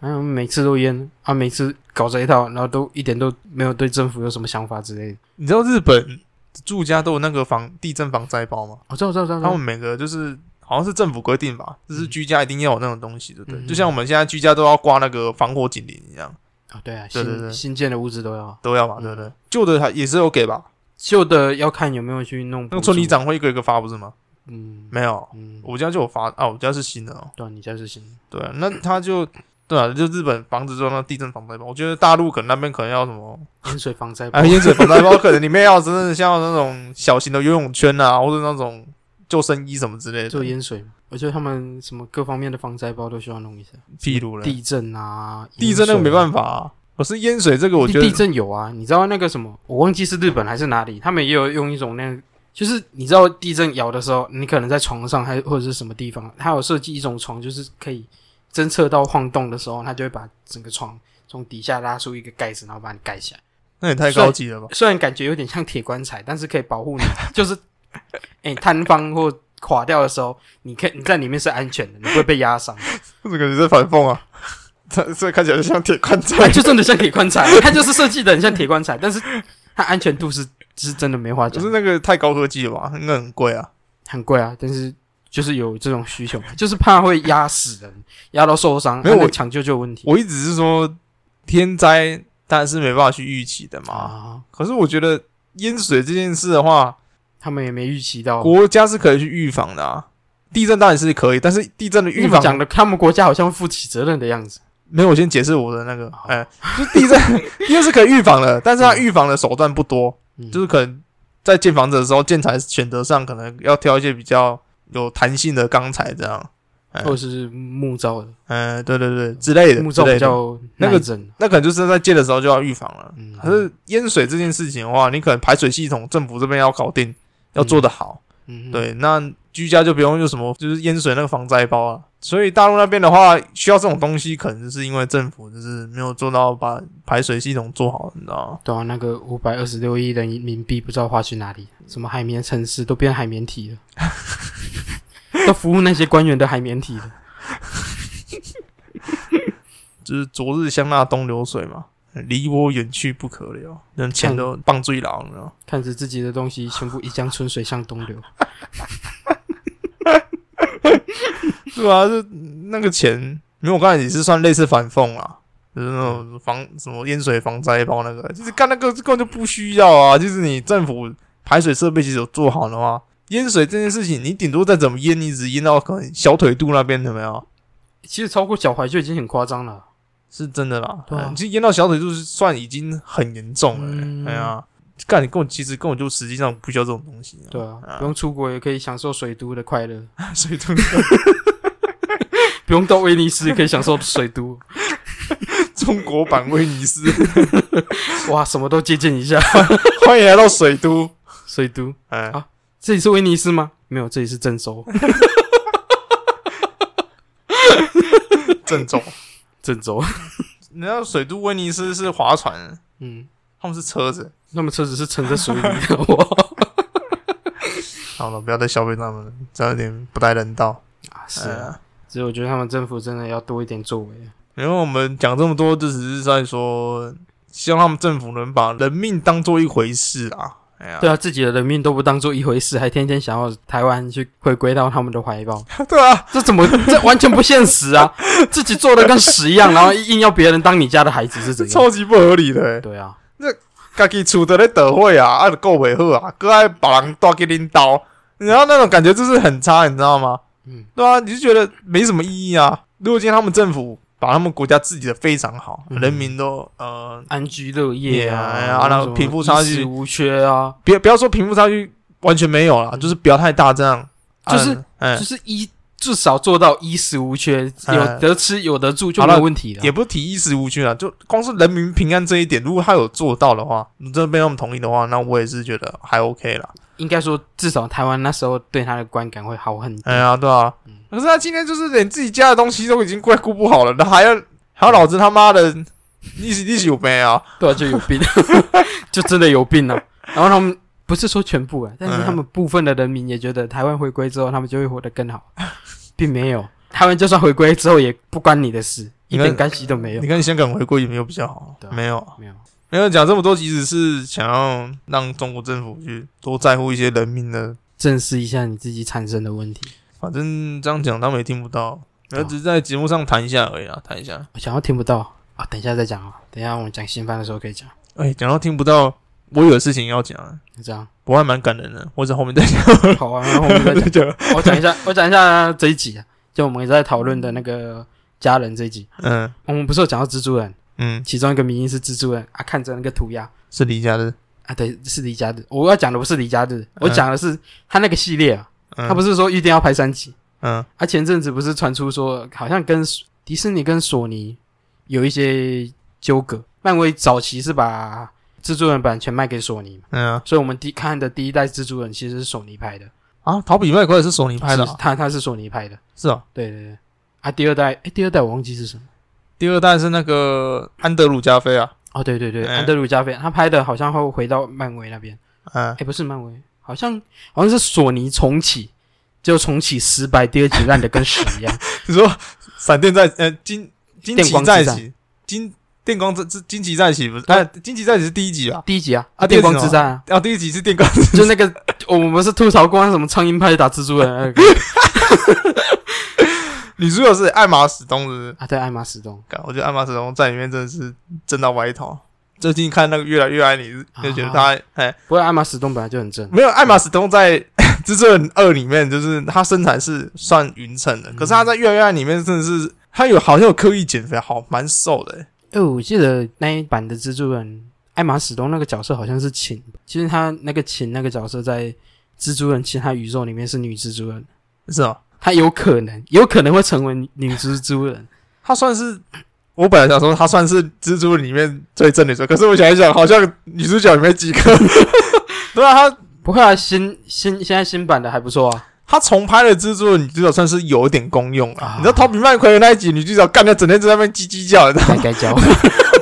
[SPEAKER 3] 然后每次都淹啊，每次搞这一套，然后都一点都没有对政府有什么想法之类的。
[SPEAKER 2] 你知道日本住家都有那个防地震防灾包吗？
[SPEAKER 3] 我哦知道，我知道，我知道。
[SPEAKER 2] 他们每个就是好像是政府规定吧，就是居家一定要有那种东西，对不对？
[SPEAKER 3] 嗯
[SPEAKER 2] 就像我们现在居家都要挂那个防火警铃一样，
[SPEAKER 3] 啊，对啊，
[SPEAKER 2] 对对对
[SPEAKER 3] 新新建的屋子都要，
[SPEAKER 2] 都要嘛，
[SPEAKER 3] 嗯
[SPEAKER 2] 对不对？旧的还也是有给吧？
[SPEAKER 3] 旧的要看有没有去弄。
[SPEAKER 2] 那个村里，长会一个一个发不是吗？
[SPEAKER 3] 嗯
[SPEAKER 2] 没有，
[SPEAKER 3] 嗯，
[SPEAKER 2] 我家就有发啊，我家是新的哦。
[SPEAKER 3] 对啊，你家是新，
[SPEAKER 2] 对啊，那他就对啊，就日本房子做那地震防灾包，我觉得大陆可能那边可能要什 么
[SPEAKER 3] 淹水防灾包
[SPEAKER 2] 啊，淹水防灾包可能里面要真的像那种小型的游泳圈 啊，或者那种救生衣什么之类
[SPEAKER 3] 做
[SPEAKER 2] 的。
[SPEAKER 3] 淹水嘛。我觉得他们什么各方面的防灾包都需要弄一下，
[SPEAKER 2] 譬如嘞，
[SPEAKER 3] 地震啊，
[SPEAKER 2] 地震那个没
[SPEAKER 3] 法。
[SPEAKER 2] 办法、啊，可是淹水这个我
[SPEAKER 3] 地
[SPEAKER 2] 觉
[SPEAKER 3] 地
[SPEAKER 2] 得
[SPEAKER 3] 震有啊，你知道那个什么，我忘记是日本还是哪里，他们也有用一种那样，就是你知道地震摇的时候，你可能在床上还或者是什么地方，它有设计一种床，就是可以侦测到晃动的时候，它就会把整个床从底下拉出一个盖子，然后把你盖起来。
[SPEAKER 2] 那也太高级了吧？
[SPEAKER 3] 虽然感觉有点像铁棺材，但是可以保护你，就是哎坍方或垮掉的时候，你可以你在里面是安全的，你不会被压伤。
[SPEAKER 2] 这个你在反讽啊？ 这这看起来就像铁棺材
[SPEAKER 3] 它。就真的像铁棺材，它就是设计的很像铁棺材，但是它安全度是是真的没话
[SPEAKER 2] 可
[SPEAKER 3] 讲
[SPEAKER 2] 是。那个太高科技了吧？那个很贵啊。
[SPEAKER 3] 很贵啊，但是就是有这种需求， 就是怕会压死人，压到受伤，
[SPEAKER 2] 没有
[SPEAKER 3] 啊那
[SPEAKER 2] 我
[SPEAKER 3] 抢救就有问题
[SPEAKER 2] 我一直是说天灾当然是没办法去预期的嘛。
[SPEAKER 3] 啊。
[SPEAKER 2] 可是我觉得淹水这件事的话，
[SPEAKER 3] 他们也没预期到，
[SPEAKER 2] 国家是可以去预防的啊。地震当然是可以，但是地震的预防
[SPEAKER 3] 讲的他们国家好像负起责任的样子。
[SPEAKER 2] 没有，我先解释我的那个，
[SPEAKER 3] 好
[SPEAKER 2] 哎、就地震， 地震是可以预防的，但是它预防的手段不多，
[SPEAKER 3] 嗯
[SPEAKER 2] 就是可能在建房子的时候，建材选择上可能要挑一些比较有弹性的钢材，这样，哎
[SPEAKER 3] 或者是木造的，
[SPEAKER 2] 嗯、对对对，之类的，
[SPEAKER 3] 木
[SPEAKER 2] 之
[SPEAKER 3] 造
[SPEAKER 2] 类的，
[SPEAKER 3] 比较
[SPEAKER 2] 那
[SPEAKER 3] 耐
[SPEAKER 2] 个
[SPEAKER 3] 震。啊
[SPEAKER 2] 那可能就是在建的时候就要预防了。
[SPEAKER 3] 嗯，
[SPEAKER 2] 可是淹水这件事情的话，你可能排水系统政府这边要搞定，要做得好，
[SPEAKER 3] 嗯，
[SPEAKER 2] 对，那居家就不用用什么，就是淹水那个防灾包啊。所以大陆那边的话，需要这种东西，可能就是因为政府就是没有做到把排水系统做好，你知道吗？
[SPEAKER 3] 对啊，那个五百二十六亿人民币不知道花去哪里，什么海绵城市都变海绵 体了，都服务那些官员的海绵体了。
[SPEAKER 2] 就是昨日香纳东流水嘛，离我远去不可了，人钱都
[SPEAKER 3] 嗯
[SPEAKER 2] 棒追牢，你知道吗？
[SPEAKER 3] 看着自己的东西全部一江春水向东流，
[SPEAKER 2] 对啊，就那个钱，因为我刚才也是算类似反讽啦，就是那种防什么淹水防灾包那个，就是干那个根本就不需要啊。就是你政府排水设备其实有做好的话，淹水这件事情，你顶多再怎么淹，你只淹到可能小腿肚那边，有没有？
[SPEAKER 3] 其实超过脚踝就已经很夸张了。
[SPEAKER 2] 是真的啦，
[SPEAKER 3] 对啊
[SPEAKER 2] 嗯其实淹到小腿肚是算已经很严重了、
[SPEAKER 3] 嗯
[SPEAKER 2] 哎呀，干你根本其实根本就实际上不需要这种东西、啊
[SPEAKER 3] 对啊，不用出国也可以享受水都的快乐，
[SPEAKER 2] 水肚
[SPEAKER 3] 不用到威尼斯也可以享受 水都，
[SPEAKER 2] 中国版威尼斯，
[SPEAKER 3] 哇，什么都借鉴一下
[SPEAKER 2] 欢迎来到水都，
[SPEAKER 3] 水都。
[SPEAKER 2] 哎，
[SPEAKER 3] 啊这里是威尼斯吗？没有，这里是郑州，
[SPEAKER 2] 郑重。
[SPEAKER 3] 郑州。
[SPEAKER 2] 你知道水都威尼斯是划船，
[SPEAKER 3] 嗯，
[SPEAKER 2] 他他们是车子。
[SPEAKER 3] 那么车子是沉 在水里 的，哇，
[SPEAKER 2] 好了，不要再消费他们了，这样有点不太人道。
[SPEAKER 3] 啊是
[SPEAKER 2] 哎
[SPEAKER 3] 啊，所以我觉得他们政府真的要多一点作为。啊
[SPEAKER 2] 因为我们讲这么多，就只是在说，希望他们政府能把人命当做一回事啊。哎呀，
[SPEAKER 3] 对啊，自己的人命都不当做一回事，还天天想要台湾去回归到他们的怀抱，
[SPEAKER 2] 对啊，
[SPEAKER 3] 这怎么 这完全不现实啊！自己做的跟屎一样，然后硬要别人当你家的孩子是
[SPEAKER 2] 这
[SPEAKER 3] 怎样？
[SPEAKER 2] 超级不合理的、欸。
[SPEAKER 3] 对啊，
[SPEAKER 2] 家己厝在咧倒会啊，啊就够袂好啊，搁爱把人带去恁兜，然后那种感觉就是很差，你知道吗？
[SPEAKER 3] 嗯，
[SPEAKER 2] 对啊，你就觉得没什么意义啊。如果今天他们政府把他们国家治理的非常好，
[SPEAKER 3] 嗯
[SPEAKER 2] 人民都呃，
[SPEAKER 3] 安居乐业啊，
[SPEAKER 2] Yeah，啊然后
[SPEAKER 3] 什么
[SPEAKER 2] 贫富差距
[SPEAKER 3] 衣食无缺啊，
[SPEAKER 2] 别不要说贫富差距完全没有啦，就是不要太大这样，
[SPEAKER 3] 嗯就是
[SPEAKER 2] 嗯哎、
[SPEAKER 3] 就是衣至少做到衣食无缺，有得吃有得住就
[SPEAKER 2] 好
[SPEAKER 3] 没
[SPEAKER 2] 了
[SPEAKER 3] 有问题了。
[SPEAKER 2] 也不是提衣食无缺啦，就光是人民平安这一点，如果他有做到的话，你真的被他们同意的话，那我也是觉得还 OK 啦。
[SPEAKER 3] 应该说，至少台湾那时候对他的观感会好很多。
[SPEAKER 2] 哎呀，对啊，
[SPEAKER 3] 嗯
[SPEAKER 2] 可是他今天就是连自己家的东西都已经快顾不好了，那还要还要老子他妈的，你 是你是有病啊！
[SPEAKER 3] 对啊，就有病， 就真的有病了、啊然后他们不是说全部啊，但
[SPEAKER 2] 嗯
[SPEAKER 3] 是他们部分的人民也觉得台湾回归之后，他们就会活得更好，并没有。台湾就算回归之后，也不关你的事，
[SPEAKER 2] 你
[SPEAKER 3] 一
[SPEAKER 2] 看
[SPEAKER 3] 点干系都没有
[SPEAKER 2] 你。看香港回归有没有比较好？
[SPEAKER 3] 对啊
[SPEAKER 2] 没有，
[SPEAKER 3] 没有，
[SPEAKER 2] 没有讲这么多，其实是想要让中国政府去多在乎一些人民的。
[SPEAKER 3] 正视一下你自己产生的问题。
[SPEAKER 2] 反正这样讲他们也听不到，
[SPEAKER 3] 对啊
[SPEAKER 2] 然后只是在节目上谈一下而已啊，谈一下。
[SPEAKER 3] 我想要听不到啊，等一下再讲啊，等一下我们讲新番的时候可以讲。
[SPEAKER 2] 哎，讲到听不到，我有事情要讲，啊
[SPEAKER 3] 就这样，
[SPEAKER 2] 我还蛮感人的，我在后面再 讲。
[SPEAKER 3] 好啊，然后我们再讲。
[SPEAKER 2] 讲，
[SPEAKER 3] 我讲一下， 我讲一下这一集啊，就我们在讨论的那个家人这一集，
[SPEAKER 2] 嗯
[SPEAKER 3] 我们不是有讲到蜘蛛人，
[SPEAKER 2] 嗯，
[SPEAKER 3] 其中一个迷因是蜘蛛人啊，看着那个涂鸦
[SPEAKER 2] 是离家的，
[SPEAKER 3] 啊，对，是离家日。我要讲的不是离家日，我讲的是他那个系列啊，
[SPEAKER 2] 嗯
[SPEAKER 3] 他不是说预定要拍三集，
[SPEAKER 2] 嗯
[SPEAKER 3] 啊，前阵子不是传出说好像跟迪士尼跟索尼有一些纠葛，漫威早期是把蜘蛛人版权卖给索尼嘛，
[SPEAKER 2] 嗯啊
[SPEAKER 3] 所以我们第看的第一代蜘蛛人其实是索尼拍的，
[SPEAKER 2] 啊，逃比麦奎尔是索尼拍的
[SPEAKER 3] 是
[SPEAKER 2] 啊，
[SPEAKER 3] 他他是索尼拍的，
[SPEAKER 2] 是啊。
[SPEAKER 3] 对对对。啊，第二代，哎，第二代我忘记是什么。
[SPEAKER 2] 第二代是那个安德鲁加菲啊，
[SPEAKER 3] 哦，对对对，
[SPEAKER 2] 哎
[SPEAKER 3] 安德鲁加菲他拍的好像会回到漫威那边，
[SPEAKER 2] 嗯
[SPEAKER 3] 哎，不是漫威，好像好像是索尼重启，就重启失败，第二集烂的跟屎一样。
[SPEAKER 2] 你说闪电在呃金金
[SPEAKER 3] 电
[SPEAKER 2] 奇
[SPEAKER 3] 光
[SPEAKER 2] 在
[SPEAKER 3] 之
[SPEAKER 2] 起，金电光这这金奇在起不是？哎，金奇在起是第一集啊，
[SPEAKER 3] 第一集啊，
[SPEAKER 2] 啊
[SPEAKER 3] 电光
[SPEAKER 2] 第二
[SPEAKER 3] 之
[SPEAKER 2] 集
[SPEAKER 3] 战啊，
[SPEAKER 2] 啊第一集是电光，
[SPEAKER 3] 就那个我们不是吐槽过那什么苍蝇拍打蜘蛛人 呃那个
[SPEAKER 2] 女主角是艾玛史东是不是
[SPEAKER 3] 啊，对，艾玛史东，
[SPEAKER 2] 干我觉得艾玛史东在里面真的是正到歪头。最近看那个《越来越爱你》，就觉得她哎、
[SPEAKER 3] 不过艾玛史东本来就很正，
[SPEAKER 2] 没有艾玛史东在 《蜘蛛人二》里面，就是她身材是算匀称的，可是她在《越来越爱你》里面真的是她有好像有刻意减肥，好蛮瘦的、欸。
[SPEAKER 3] 哎，我记得那一版的蜘蛛人，艾玛史东那个角色好像是琴，其实他那个琴那个角色在蜘蛛人其他宇宙里面是女蜘蛛人，
[SPEAKER 2] 是吗？
[SPEAKER 3] 她有可能有可能会成为女女蜘蛛人。
[SPEAKER 2] 他算是，我本来想说他算是蜘蛛里面最正的角色，可是我想一想，好像女主角里面几个，对啊，他
[SPEAKER 3] 不会啊，新新现在新版的还不错啊。
[SPEAKER 2] 他重拍了蜘蛛的女主角算是有点功用啊
[SPEAKER 3] 啊。
[SPEAKER 2] 你知道逃比麦奎的那一集女主角干的整天在那边叽叽叫，你知道吗
[SPEAKER 3] 该该教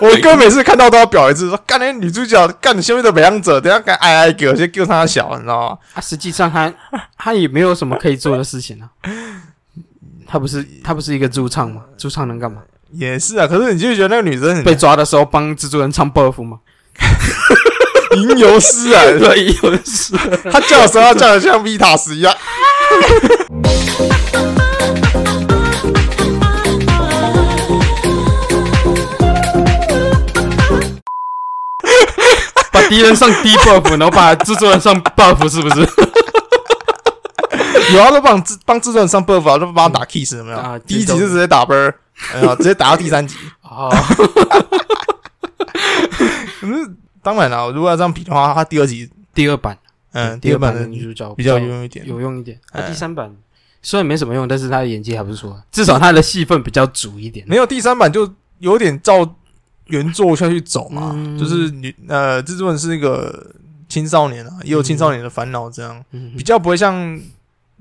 [SPEAKER 2] 我哥每次看到都要表一次，说干那女主角干你下面的北洋者，等一下该挨挨给我先救她小，你知道吗？
[SPEAKER 3] 啊，实际上他他也没有什么可以做的事情啊。他不是他不是一个驻唱吗？驻唱能干嘛？
[SPEAKER 2] 也是啊，可是你就觉得那个女生很
[SPEAKER 3] 被抓的时候帮蜘蛛人唱 buff 吗？
[SPEAKER 2] 吟游诗 啊，
[SPEAKER 3] 所以 有的是
[SPEAKER 2] 她叫的时候她叫的像维塔斯一样，
[SPEAKER 3] 把敌人上低 buff，然后把蜘蛛人上 buff，是不是？
[SPEAKER 2] 有啊，都帮制帮制作人上 buff 啊，都帮他打 kiss 有没有？
[SPEAKER 3] 啊
[SPEAKER 2] 第一集就直接打 b u r 哎呀，直接打到第三集。
[SPEAKER 3] 哦，
[SPEAKER 2] 当然啦，如果要这样比的话，他第二集，
[SPEAKER 3] 第二版，
[SPEAKER 2] 嗯，
[SPEAKER 3] 第
[SPEAKER 2] 第
[SPEAKER 3] 二
[SPEAKER 2] 二版
[SPEAKER 3] 版
[SPEAKER 2] 的
[SPEAKER 3] 的女主角
[SPEAKER 2] 比较有用一点。
[SPEAKER 3] 有用一点。那、
[SPEAKER 2] 哎
[SPEAKER 3] 第三版虽然没什么用，但是他的演技还不错啊，至少他的戏份比较足一点。
[SPEAKER 2] 没有第三版就有点照原作下去走嘛，
[SPEAKER 3] 嗯
[SPEAKER 2] 就是女呃，制作人是一个青少年啊，也有青少年的烦恼，这样、
[SPEAKER 3] 嗯
[SPEAKER 2] 比较不会像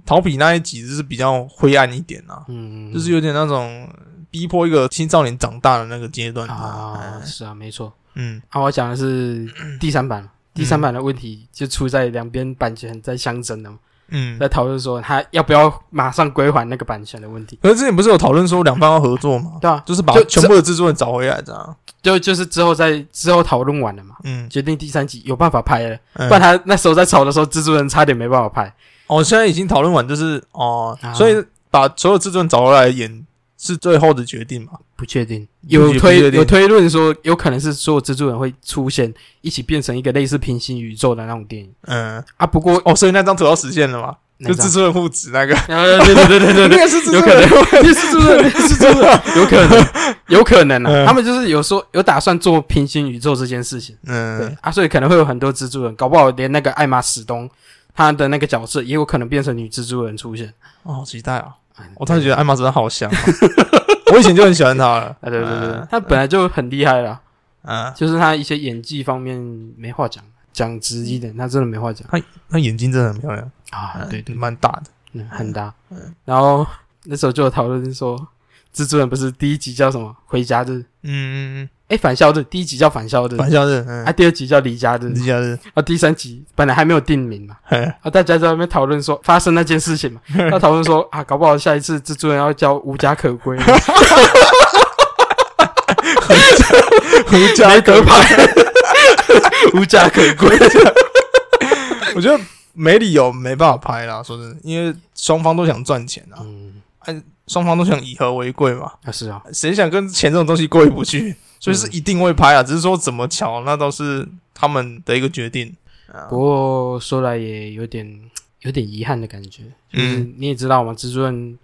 [SPEAKER 2] 逃避那一集就是比较灰暗一点啊，
[SPEAKER 3] 嗯，
[SPEAKER 2] 就是有点那种逼迫一个青少年长大的那个阶段
[SPEAKER 3] 啊，
[SPEAKER 2] 哎
[SPEAKER 3] 是啊，没错。
[SPEAKER 2] 嗯，
[SPEAKER 3] 啊，我讲的 是第三版，第三版的问题就出在两边版权在相争了嘛，
[SPEAKER 2] 嗯，
[SPEAKER 3] 在讨论说他要不要马上归还那个版权的问题。
[SPEAKER 2] 可是之前不是有讨论说两方要合作吗？
[SPEAKER 3] 对啊，
[SPEAKER 2] 就是把
[SPEAKER 3] 就
[SPEAKER 2] 全部的制作人找回来，这样。
[SPEAKER 3] 就就是之后在之后讨论完了嘛，
[SPEAKER 2] 嗯，
[SPEAKER 3] 决定第三集有办法拍了，
[SPEAKER 2] 不
[SPEAKER 3] 不然他那时候在吵的时候，蜘蛛人差点没办法拍。
[SPEAKER 2] 哦，现在已经讨论完，就是哦
[SPEAKER 3] 啊，
[SPEAKER 2] 所以把所有制作人找回来演是最后的决定嘛？
[SPEAKER 3] 不确定，
[SPEAKER 2] 不确
[SPEAKER 3] 有
[SPEAKER 2] 不确
[SPEAKER 3] 推
[SPEAKER 2] 定
[SPEAKER 3] 有推论说，有可能是所有蜘蛛人会出现，一起变成一个类似平行宇宙的那种电影
[SPEAKER 2] 嗯，
[SPEAKER 3] 啊。不过，
[SPEAKER 2] 哦，所以那张图要实现了嘛？
[SPEAKER 3] 哪
[SPEAKER 2] 就
[SPEAKER 3] 一
[SPEAKER 2] 制
[SPEAKER 3] 张
[SPEAKER 2] 作人互指那个，
[SPEAKER 3] 呃对对对对 对
[SPEAKER 2] 那
[SPEAKER 3] 对，
[SPEAKER 2] 个是 制作
[SPEAKER 3] 有可
[SPEAKER 2] 人
[SPEAKER 3] 能，那是蜘蛛人，那是蜘蛛人， 有可能，有可能
[SPEAKER 2] 嗯
[SPEAKER 3] 啊。他们就是有说有打算做平行宇宙这件事情，对
[SPEAKER 2] 嗯，
[SPEAKER 3] 啊，所以可能会有很多蜘蛛人，搞不好连那个艾玛史东她的那个角色也有可能变成女蜘蛛人出现。
[SPEAKER 2] 哦，好期待啊！
[SPEAKER 3] 哎
[SPEAKER 2] 我突然觉得艾玛真的好香 啊，我以前就很喜欢她了。
[SPEAKER 3] 啊，对对对对
[SPEAKER 2] 嗯，
[SPEAKER 3] 他本来就很厉害啦，
[SPEAKER 2] 嗯，
[SPEAKER 3] 就是他一些演技方面没话讲，讲直一点，他真的没话讲
[SPEAKER 2] 她眼睛真的很漂亮，
[SPEAKER 3] 啊
[SPEAKER 2] 嗯，
[SPEAKER 3] 对对，
[SPEAKER 2] 蛮大的。
[SPEAKER 3] 嗯很搭。然后那时候就有讨论说，蜘蛛人不是第一集叫什么回家日？
[SPEAKER 2] 嗯，嗯
[SPEAKER 3] 哎，返校日，第一集叫返校日
[SPEAKER 2] 嗯，反校日，
[SPEAKER 3] 啊，
[SPEAKER 2] 嗯，
[SPEAKER 3] 第二集叫离家日，
[SPEAKER 2] 李家日，
[SPEAKER 3] 啊，第三集本来还没有定名嘛，
[SPEAKER 2] 嘿
[SPEAKER 3] 啊，大家在那边讨论说发生那件事情 嘛，要讨论说啊，搞不好下一次蜘蛛人要叫无家可归，
[SPEAKER 2] 回家
[SPEAKER 3] 没得拍， 无家可 归，
[SPEAKER 2] 我觉得没理由没办法拍啦，说真的，因为双方都想赚钱啊，
[SPEAKER 3] 嗯，
[SPEAKER 2] 双方都想以和为贵嘛，
[SPEAKER 3] 啊是啊，
[SPEAKER 2] 谁想跟钱这种东西过意不去？所
[SPEAKER 3] 嗯
[SPEAKER 2] 以是一定会拍啊，只是说怎么巧，那都是他们的一个决定。
[SPEAKER 3] 不过说来也有点有点遗憾的感觉，就是
[SPEAKER 2] 嗯
[SPEAKER 3] 你也知道嘛，蜘蛛人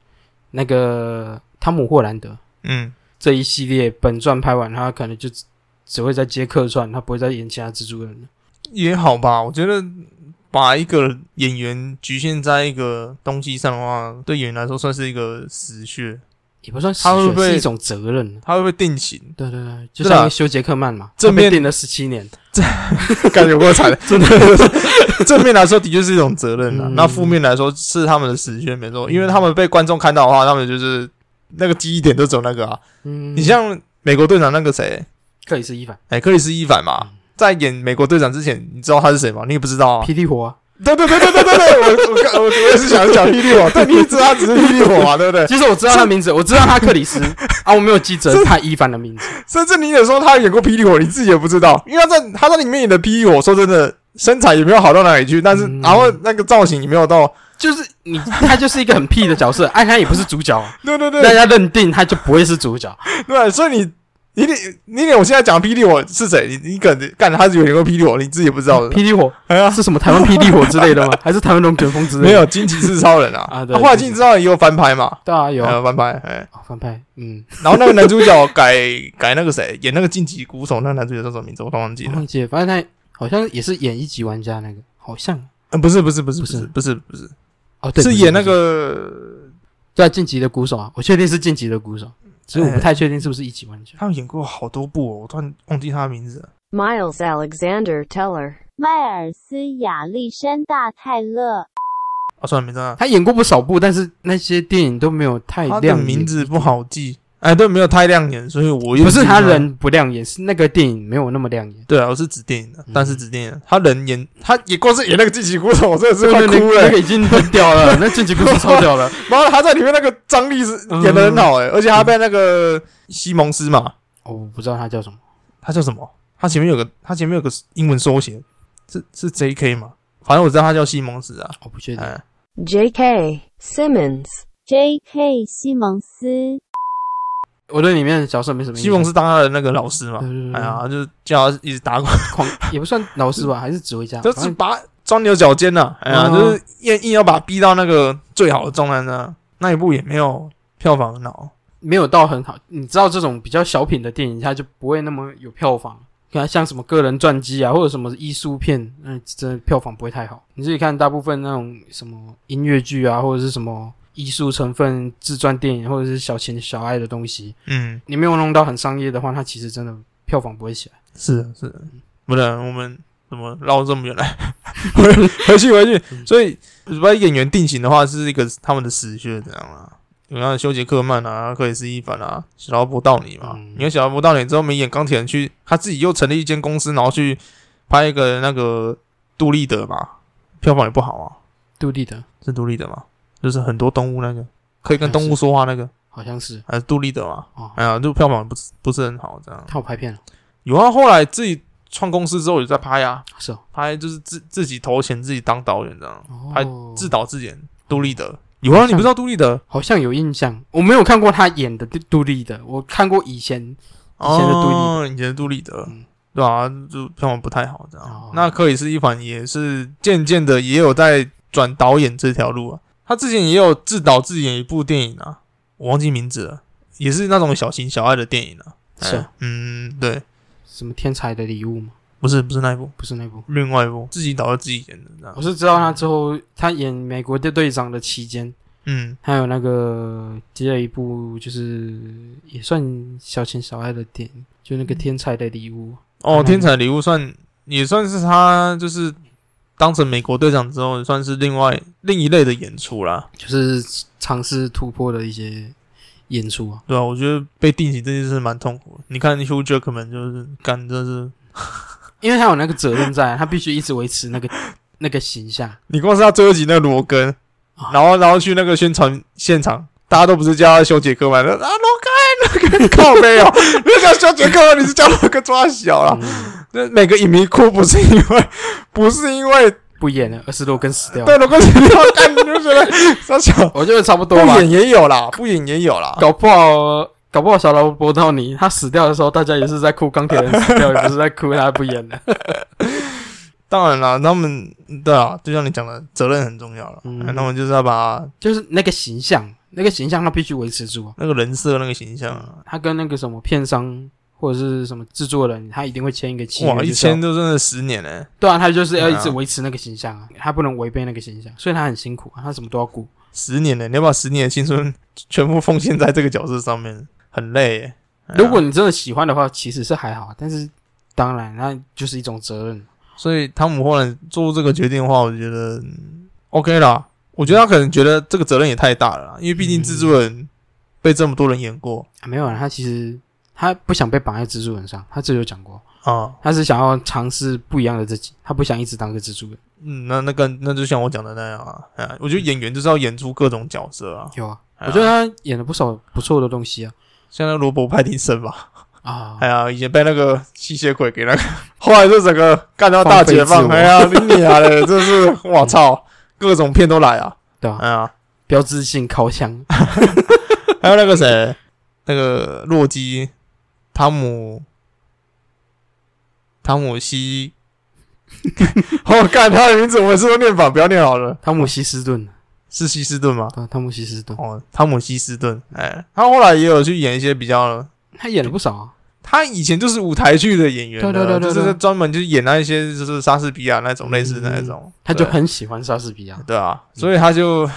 [SPEAKER 3] 那个汤姆霍兰德
[SPEAKER 2] 嗯，
[SPEAKER 3] 这一系列本传拍完，他可能就只只会在接客串，他不会再演其他蜘蛛人了，
[SPEAKER 2] 也好吧，我觉得把一个演员局限在一个东西上的话，对演员来说算是一个死穴，
[SPEAKER 3] 也不算死
[SPEAKER 2] 他会
[SPEAKER 3] 穴
[SPEAKER 2] 不会
[SPEAKER 3] 是一种责任。
[SPEAKER 2] 他会不会定型？
[SPEAKER 3] 对对对，就
[SPEAKER 2] 对啊
[SPEAKER 3] 像修杰克曼嘛，
[SPEAKER 2] 正
[SPEAKER 3] 他被
[SPEAKER 2] 面
[SPEAKER 3] 定了十七年，
[SPEAKER 2] 感觉有够惨，真的。正面来说的确是一种责任啊，
[SPEAKER 3] 嗯
[SPEAKER 2] 那负面来说是他们的死穴，没错，因为他们被观众看到的话，他们就是那个记忆点都只有那个啊。
[SPEAKER 3] 嗯，
[SPEAKER 2] 你像美国队长那个谁，
[SPEAKER 3] 克里斯伊凡，
[SPEAKER 2] 哎、克里斯伊凡嘛，在演美国队长之前，你知道他是谁吗？你也不知道啊。
[SPEAKER 3] 霹雳火啊，
[SPEAKER 2] 对对对对对对对，我我刚我我也是想讲霹雳火，但你也知道他只是霹雳火嘛，对不对？
[SPEAKER 3] 其实我知道他名字，我知道他克 里斯啊，我没有记着他伊凡的名字，
[SPEAKER 2] 甚至你也说他演过霹雳火，你自己也不知道，因为他在他在里面演的霹雳火，说真的，身材也没有好到哪里去，但是、
[SPEAKER 3] 嗯
[SPEAKER 2] 然后那个造型也没有到，
[SPEAKER 3] 就是你他就是一个很屁的角色，哎，他也不是主角啊，
[SPEAKER 2] 对对对
[SPEAKER 3] 大家认定他就不会是主 角，
[SPEAKER 2] 对，所以你。你得你得，我现在讲霹雳火是谁？你你可能干他是有演过霹雳火，你自己也不知道的。
[SPEAKER 3] 嗯霹雳火
[SPEAKER 2] 哎呀，
[SPEAKER 3] 是什么 台湾霹雳火之类的吗？还是台湾龙卷风之类的？
[SPEAKER 2] 没，有惊奇四超人啊！
[SPEAKER 3] 啊对
[SPEAKER 2] 后来
[SPEAKER 3] 对
[SPEAKER 2] 惊奇四超人也有翻拍嘛，
[SPEAKER 3] 对啊，有
[SPEAKER 2] 还
[SPEAKER 3] 啊
[SPEAKER 2] 有翻拍，哎，
[SPEAKER 3] 哦翻拍，嗯，
[SPEAKER 2] 然后那个男主角改改那个谁演那个晋级鼓手，那个男主角叫什么名字？我都忘记
[SPEAKER 3] 我
[SPEAKER 2] 了。
[SPEAKER 3] 忘记了，反正他好像也是演一级玩家那个，好像
[SPEAKER 2] 嗯，不是不是不是不
[SPEAKER 3] 不
[SPEAKER 2] 是
[SPEAKER 3] 是
[SPEAKER 2] 不是不是，
[SPEAKER 3] 哦，对，
[SPEAKER 2] 是
[SPEAKER 3] 不
[SPEAKER 2] 演那
[SPEAKER 3] 不
[SPEAKER 2] 个
[SPEAKER 3] 对啊，晋级的鼓手啊，我确定是晋级的鼓手，只是我不
[SPEAKER 2] 哎
[SPEAKER 3] 太确定是不是一级玩家。
[SPEAKER 2] 他有演过好多部、哦，我突然忘记他的名字了。
[SPEAKER 4] Miles Alexander Teller，
[SPEAKER 5] 迈尔斯亚历山大泰勒。
[SPEAKER 2] 啊，算了，没在。
[SPEAKER 3] 他演过不少部，但是那些电影都没有太
[SPEAKER 2] 他
[SPEAKER 3] 亮
[SPEAKER 2] 的
[SPEAKER 3] 眼。
[SPEAKER 2] 名字不好记，哎，对，没有太亮眼，所以我又
[SPEAKER 3] 不是他
[SPEAKER 2] 记
[SPEAKER 3] 人不亮眼，是那个电影没有那么亮眼。
[SPEAKER 2] 对啊，我是指电影的，
[SPEAKER 3] 嗯
[SPEAKER 2] 但是指电影的，他人演他也光是演那个晋级鼓手，我真的是快
[SPEAKER 3] 那
[SPEAKER 2] 哭
[SPEAKER 3] 个
[SPEAKER 2] 了、
[SPEAKER 3] 那个已经很 屌了，那晋级故事超屌了。
[SPEAKER 2] 然后他在里面那个张力是
[SPEAKER 3] 嗯
[SPEAKER 2] 演的很好哎、而且他被那个西蒙斯嘛，
[SPEAKER 3] 哦，我不知道他叫什么，
[SPEAKER 2] 他叫什么？他前面有个他前面有个英文缩写，是是 J.K. 吗？反正我知道他叫西蒙斯啊。
[SPEAKER 3] 我不确定。
[SPEAKER 2] 哎，
[SPEAKER 4] J.K. Simmons。
[SPEAKER 5] J.K. 西蒙斯、
[SPEAKER 3] 我对里面的角色没什么印
[SPEAKER 2] 西
[SPEAKER 3] 象。
[SPEAKER 2] 蒙是当他的那个老师嘛
[SPEAKER 3] 对对对，对
[SPEAKER 2] 哎呀，就叫他一直打滚，
[SPEAKER 3] 狂 也不算老师吧，还是指挥家，
[SPEAKER 2] 就是
[SPEAKER 3] 啊反正
[SPEAKER 2] 把钻牛角尖呐，哎呀，
[SPEAKER 3] 嗯
[SPEAKER 2] 就是硬硬要把他逼到那个最好的状态呢。啊那一部也没有票房很好，
[SPEAKER 3] 没有到很好。你知道这种比较小品的电影，它就不会那么有票房。看像什么个人传记啊，或者什么艺术片，那、真的票房不会太好。你自己看，大部分那种什么音乐剧啊，或者是什么艺术成分自传电影，或者是小情小爱的东西，
[SPEAKER 2] 嗯，
[SPEAKER 3] 你没有弄到很商业的话，它其实真的票房不会起来。
[SPEAKER 2] 是的，是的，不然我们怎么绕这么远来？ 回
[SPEAKER 3] 嗯
[SPEAKER 2] 回去回去，所以把演员定型的话，是一个他们的死穴这样啦。啊你看修杰克曼啊、克里斯伊凡啊、小劳勃道尼嘛。
[SPEAKER 3] 嗯
[SPEAKER 2] 你看小劳勃道尼之后没演钢铁人去，他自己又成立一间公司，然后去拍一个那个杜立德嘛，票房也不好啊，
[SPEAKER 3] 杜立德
[SPEAKER 2] 是杜立德嘛，就是很多动物那个可以跟动物说话那个，
[SPEAKER 3] 好像是
[SPEAKER 2] 还是杜立德嘛。
[SPEAKER 3] 哦，
[SPEAKER 2] 哎呀，就票房不是不是很好，这样
[SPEAKER 3] 他有拍片了，
[SPEAKER 2] 有啊。后来自己创公司之后，有在拍啊，
[SPEAKER 3] 是哦，
[SPEAKER 2] 拍就是自自己投钱，自己当导演这样，拍
[SPEAKER 3] 哦
[SPEAKER 2] 自导自演。杜立德有啊，你不知道杜立德？
[SPEAKER 3] 好像有印象，我没有看过他演的杜杜立德，我看过以前以前的杜立德
[SPEAKER 2] 哦，以前的杜立德
[SPEAKER 3] 嗯，
[SPEAKER 2] 对啊，就票房不太好这
[SPEAKER 3] 哦
[SPEAKER 2] 样。那克里斯蒂凡也是渐渐的也有在转导演这条路啊，他之前也有自导自演一部电影啊，我忘记名字了，也是那种小情小爱的电影啊。
[SPEAKER 3] 是
[SPEAKER 2] 哎嗯，对，
[SPEAKER 3] 什么天才的礼物吗？
[SPEAKER 2] 不是不是那一部，
[SPEAKER 3] 不是那部，
[SPEAKER 2] 另外一部自己导的自己演的这样
[SPEAKER 3] 我。是知道他之后他演美国队队长的期间，
[SPEAKER 2] 嗯，
[SPEAKER 3] 还有那个接了一部就是也算小情小爱的电影，就那个天才的礼物，
[SPEAKER 2] 哦，
[SPEAKER 3] 嗯
[SPEAKER 2] 天才礼物算也算是他就是当成美国队长之后，算是另外另一类的演出啦，
[SPEAKER 3] 就是尝试突破的一些演出啊。
[SPEAKER 2] 对吧、我觉得被定型这件事蛮痛苦的。你看 Hugh Jackman 就是干，真是
[SPEAKER 3] 因为他有那个责任在，他必须一直维持那个那个形象。
[SPEAKER 2] 你光是他最后一集那个罗根
[SPEAKER 3] 啊，
[SPEAKER 2] 然后然后去那个宣传现场。大家都不是叫他修杰克曼的啊，罗根，罗 根靠没有，你叫修杰克曼，你是叫罗根抓小了。
[SPEAKER 3] 嗯、
[SPEAKER 2] 那每个影迷哭不是因为，不是因为
[SPEAKER 3] 不演了，而是罗根死掉
[SPEAKER 2] 对，
[SPEAKER 3] 了。
[SPEAKER 2] 如果你要看，你就觉 得傻小。
[SPEAKER 3] 我觉得差不
[SPEAKER 2] 不
[SPEAKER 3] 多吧。
[SPEAKER 2] 演也有啦，不演也有啦。
[SPEAKER 3] 搞不好，搞不好小劳勃道尼他死掉的时候，大家也是在哭钢铁人死掉，也不是在哭他不演了。
[SPEAKER 2] 当然啦，他们对啊，就像你讲的，责任很重要了。哎
[SPEAKER 3] 嗯
[SPEAKER 2] 那他们就是要把
[SPEAKER 3] 就是那个形象，那个形象他必须维持住啊。
[SPEAKER 2] 那个人设、那个形象啊，
[SPEAKER 3] 他跟那个什么片商或者是什么制作人，他一定会签一个契约。
[SPEAKER 2] 哇，
[SPEAKER 3] 就
[SPEAKER 2] 一
[SPEAKER 3] 是要
[SPEAKER 2] 千都真的十年呢。
[SPEAKER 3] 对啊，他就是要一直
[SPEAKER 2] 对啊
[SPEAKER 3] 维持那个形象啊，他不能违背那个形象，所以他很辛苦啊，他什么都要顾。
[SPEAKER 2] 十年呢，你要把十年的青春全部奉献在这个角色上面，很累耶。哎呀
[SPEAKER 3] 如果你真的喜欢的话，其实是还好，但是当然那就是一种责任。
[SPEAKER 2] 所以汤姆·霍兰做出这个决定的话，我觉得、嗯 OK 啦。我觉得他可能觉得这个责任也太大了啦，因为毕竟蜘蛛人被这么多人演过
[SPEAKER 3] 啊、没有啊，他其实他不想被绑在蜘蛛人上，他这有讲过，
[SPEAKER 2] 啊。
[SPEAKER 3] 他是想要尝试不一样的自己，他不想一直当个蜘蛛人。
[SPEAKER 2] 嗯，那那个那就像我讲的那样啊，哎呀，我觉得演员就是要演出各种角色啊。
[SPEAKER 3] 有啊，
[SPEAKER 2] 哎
[SPEAKER 3] 我
[SPEAKER 2] 呀
[SPEAKER 3] 觉得他演了不少不错的东西啊
[SPEAKER 2] 像那罗伯·派丁森吧，
[SPEAKER 3] 啊，
[SPEAKER 2] 哎呀，以前被那个吸血鬼给那个， 后来就整个干到大解
[SPEAKER 3] 放飞
[SPEAKER 2] 放，
[SPEAKER 3] 自
[SPEAKER 2] 哎
[SPEAKER 3] 我
[SPEAKER 2] 呀，你娘嘞，真是我操，各种片都来啊，
[SPEAKER 3] 对啊，
[SPEAKER 2] 哎呀，
[SPEAKER 3] 标志性靠墙，
[SPEAKER 2] 还有那个谁，那个洛基，汤姆，汤姆 西，我哦干他的名字，我是不是念反，不要念好了，
[SPEAKER 3] 汤姆希斯顿，
[SPEAKER 2] 是希斯顿吗？
[SPEAKER 3] 对啊，汤姆希斯顿，
[SPEAKER 2] 哦，汤姆希斯顿，哎，他后来也有去演一些比较
[SPEAKER 3] 他演了不少啊，
[SPEAKER 2] 他以前就是舞台剧的演员的，
[SPEAKER 3] 对对对对对
[SPEAKER 2] 就是专门就是演那一些就是莎士比亚那种类似的那种，
[SPEAKER 3] 他就
[SPEAKER 2] 对
[SPEAKER 3] 很喜欢莎士比亚，
[SPEAKER 2] 对啊，所以他就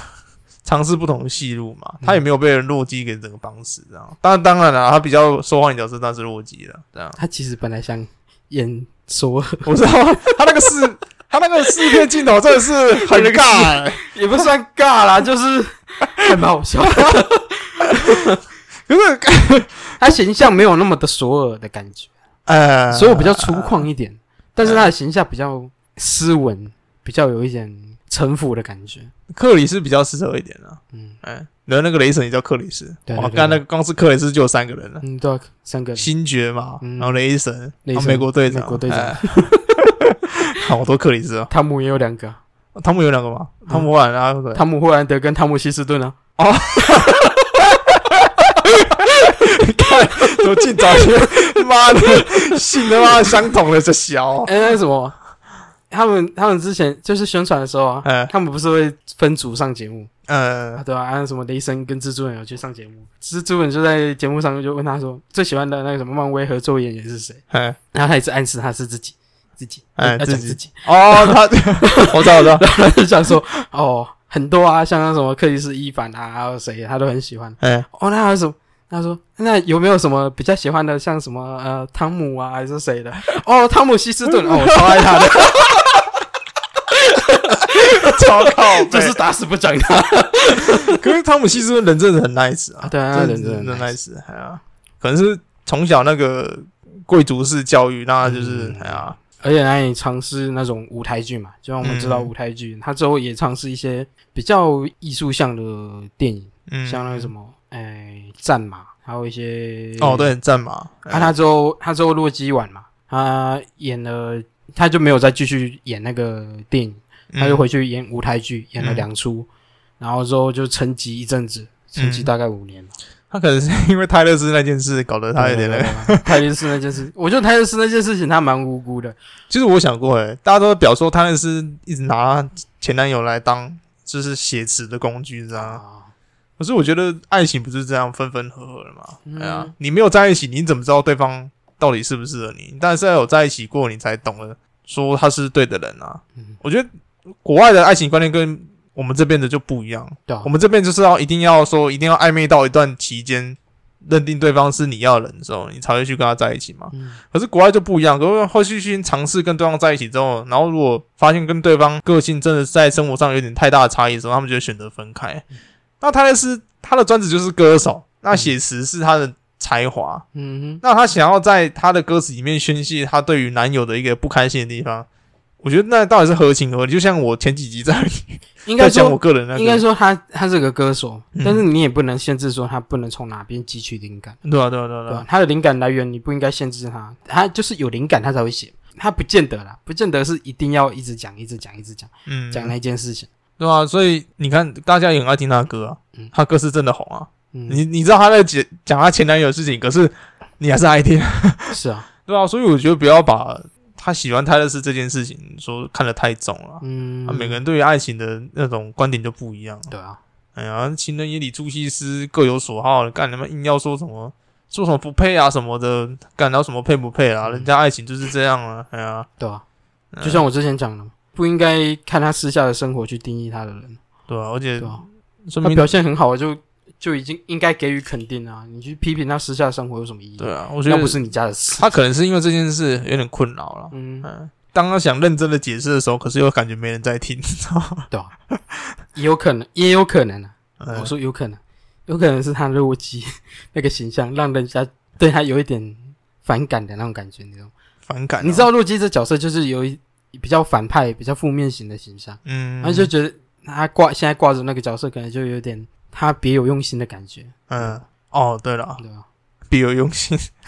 [SPEAKER 2] 尝试不同的戏路嘛，他也
[SPEAKER 3] 嗯
[SPEAKER 2] 没有被人洛基给整个绑死这样。当然当然了，他比较受欢迎角色当然是洛基了，这 样
[SPEAKER 3] 他其实本来想演索尔，
[SPEAKER 2] 我知道他那个是。他那个四片镜头真的是很尬、欸，
[SPEAKER 3] 也不算尬啦，就是 很好 笑，
[SPEAKER 2] 可是
[SPEAKER 3] 他形象没有那么的索尔的感觉，
[SPEAKER 2] 呃，
[SPEAKER 3] 欸 所以我比较粗犷一点，但是他的形象比较斯文，比较有一点城府的感觉。
[SPEAKER 2] 克里斯比较适合一点啊。
[SPEAKER 3] 嗯
[SPEAKER 2] 哎、然后那个雷神也叫克里斯，
[SPEAKER 3] 对对
[SPEAKER 2] 哇，
[SPEAKER 3] 对
[SPEAKER 2] 刚
[SPEAKER 3] 对
[SPEAKER 2] 那个光是克里斯就有三个人了，
[SPEAKER 3] 嗯，对、啊，三个人
[SPEAKER 2] 星爵嘛，
[SPEAKER 3] 嗯
[SPEAKER 2] 然后雷神，
[SPEAKER 3] 雷
[SPEAKER 2] 然后
[SPEAKER 3] 神
[SPEAKER 2] 美国队长，
[SPEAKER 3] 美国队长
[SPEAKER 2] 哎 好多克里斯哦。
[SPEAKER 3] 汤姆也有两个，
[SPEAKER 2] 汤姆有两个吗？
[SPEAKER 3] 嗯
[SPEAKER 2] 汤姆兰啊，对
[SPEAKER 3] 汤姆·霍兰德跟汤姆·希斯顿啊，
[SPEAKER 2] 都尽早些，妈的，姓他妈相同的这小，
[SPEAKER 3] 哎、那什么，他们他们之前就是宣传的时候啊，
[SPEAKER 2] 哎
[SPEAKER 3] 他们不是会分组上节目啊，
[SPEAKER 2] 呃，
[SPEAKER 3] 对吧、啊？还有什么雷神跟蜘蛛人有去上节目，蜘蛛人就在节目上就问他说最喜欢的那个什么漫威合作演员是谁，
[SPEAKER 2] 哎
[SPEAKER 3] 然后他一直暗示他是自己自己，
[SPEAKER 2] 哎
[SPEAKER 3] 要讲
[SPEAKER 2] 自己
[SPEAKER 3] 自己，
[SPEAKER 2] 哦，他，我知道，我知 道，
[SPEAKER 3] 他就想说哦很多啊，像那什么克里斯·伊凡啊，还有谁他都很喜欢。
[SPEAKER 2] 哎，
[SPEAKER 3] 哦，那还有什么？他说：“那有没有什么比较喜欢的，像什么呃汤姆啊，还是哦 谁的？哦，汤姆希斯顿，哦，我超爱他的。
[SPEAKER 2] 超靠
[SPEAKER 3] 就
[SPEAKER 2] 背
[SPEAKER 3] 是。打死不讲他。
[SPEAKER 2] 可是汤姆希斯顿人真的很 nice 啊，
[SPEAKER 3] 啊对啊
[SPEAKER 2] 真的
[SPEAKER 3] 人真的很
[SPEAKER 2] 真的 nice，哎呀，可能是从小那个贵族式教育，那他就是
[SPEAKER 3] 嗯
[SPEAKER 2] 哎呀，
[SPEAKER 3] 而且他也尝试那种舞台剧嘛，就像我们知道
[SPEAKER 2] 嗯
[SPEAKER 3] 舞台剧，他之后也尝试一些比较艺术向的电影，
[SPEAKER 2] 嗯，
[SPEAKER 3] 像那个什么，哎，战马，还有一些
[SPEAKER 2] 哦，对，战马，
[SPEAKER 3] 啊，他之后他之后洛基完嘛，他演了，他就没有再继续演那个电影，他就回去演舞台剧，演了
[SPEAKER 2] 嗯
[SPEAKER 3] 两出，然后之后就沉寂一阵子，沉寂
[SPEAKER 2] 嗯
[SPEAKER 3] 大概五年。
[SPEAKER 2] 他可能是因为泰勒斯那件事搞得他有点那个。
[SPEAKER 3] 个泰勒斯那件事，我觉得泰勒斯那件事情他蛮无辜的，
[SPEAKER 2] 其实我想过，哎，大家都表说泰勒斯一直拿前男友来当就是写词的工具，这样。
[SPEAKER 3] 啊，
[SPEAKER 2] 可是我觉得爱情不是这样分分合合的嘛？
[SPEAKER 3] 嗯
[SPEAKER 2] 哎呀，你没有在一起，你怎么知道对方到底适不适合你？但是要有在一起过，你才懂得说他是对的人啊。
[SPEAKER 3] 嗯
[SPEAKER 2] 我觉得国外的爱情观念跟我们这边的就不一样。
[SPEAKER 3] 对啊
[SPEAKER 2] 我，们这边就是要一定要说，一定要暧昧到一段期间，认定对方是你要的人的时候，你才会去跟他在一起嘛。
[SPEAKER 3] 嗯
[SPEAKER 2] 可是国外就不一样，国外后续去尝试跟对方在一起之后，然后如果发现跟对方个性真的在生活上有点太大的差异的时候，他们就会选择分开。
[SPEAKER 3] 嗯
[SPEAKER 2] 那泰勒斯他的专职就是歌手，那写词是他的才华，
[SPEAKER 3] 嗯哼，
[SPEAKER 2] 那他想要在他的歌词里面宣泄他对于男友的一个不开心的地方。我觉得那到底是合情合理，就像我前几集在
[SPEAKER 3] 应
[SPEAKER 2] 在
[SPEAKER 3] 该
[SPEAKER 2] 讲我
[SPEAKER 3] 说。
[SPEAKER 2] 个人那个，
[SPEAKER 3] 应该说他他是个歌手，
[SPEAKER 2] 嗯
[SPEAKER 3] 但是你也不能限制说他不能从哪边汲取灵感，
[SPEAKER 2] 对啊对啊对啊
[SPEAKER 3] 对
[SPEAKER 2] 对
[SPEAKER 3] 吧、
[SPEAKER 2] 啊，
[SPEAKER 3] 他的灵感来源你不应该限制他，他就是有灵感他才会写，他不见得啦，不见得是一定要一直讲一直讲一直讲
[SPEAKER 2] 嗯，
[SPEAKER 3] 讲那件事情。
[SPEAKER 2] 对啊，所以你看大家也很爱听他的歌啊
[SPEAKER 3] 嗯，
[SPEAKER 2] 他歌是真的红啊。
[SPEAKER 3] 嗯，
[SPEAKER 2] 你你知道他在讲讲他前男友的事情，可是你还是爱听，
[SPEAKER 3] 是啊，
[SPEAKER 2] 对啊，所以我觉得不要把他喜欢泰勒斯这件事情说看得太重了。
[SPEAKER 3] 嗯，
[SPEAKER 2] 啊，每个人对于爱情的那种观点就不一样。
[SPEAKER 3] 对啊，
[SPEAKER 2] 哎呀，情人眼里出西施，各有所好。干你们硬要说什么说什么不配啊什么的，干然后什么配不配啊？
[SPEAKER 3] 嗯
[SPEAKER 2] 人家爱情就是这样啊。哎呀，
[SPEAKER 3] 对啊，
[SPEAKER 2] 嗯
[SPEAKER 3] 就像我之前讲的，不应该看他私下的生活去定义他的人，
[SPEAKER 2] 对啊，而且
[SPEAKER 3] 对吧？
[SPEAKER 2] 说
[SPEAKER 3] 他
[SPEAKER 2] 明
[SPEAKER 3] 表现很好，就就已经应该给予肯定啊。你去批评他私下的生活有什么意义？
[SPEAKER 2] 对啊，我觉
[SPEAKER 3] 那
[SPEAKER 2] 得
[SPEAKER 3] 不是你家的事。
[SPEAKER 2] 他可能是因为这件事有点困扰了。
[SPEAKER 3] 嗯，
[SPEAKER 2] 嗯，当他想认真的解释的时候，可是又感觉没人在听，你 知道吗？
[SPEAKER 3] 对啊，也有可能，也有可能啊。
[SPEAKER 2] 嗯
[SPEAKER 3] 我说有可能，有可能是他洛基 那个形象让人家对他有一点反感的那种感觉，你知道吗？
[SPEAKER 2] 反感、哦
[SPEAKER 3] 你知？道洛基这角色就是有一比较反派、比较负面型的形象，
[SPEAKER 2] 嗯，
[SPEAKER 3] 然后就觉得他挂现在挂着那个角色，可能就有点他别有用心的感觉，
[SPEAKER 2] 嗯，哦，对了，
[SPEAKER 3] 对吧？
[SPEAKER 2] 别有用心。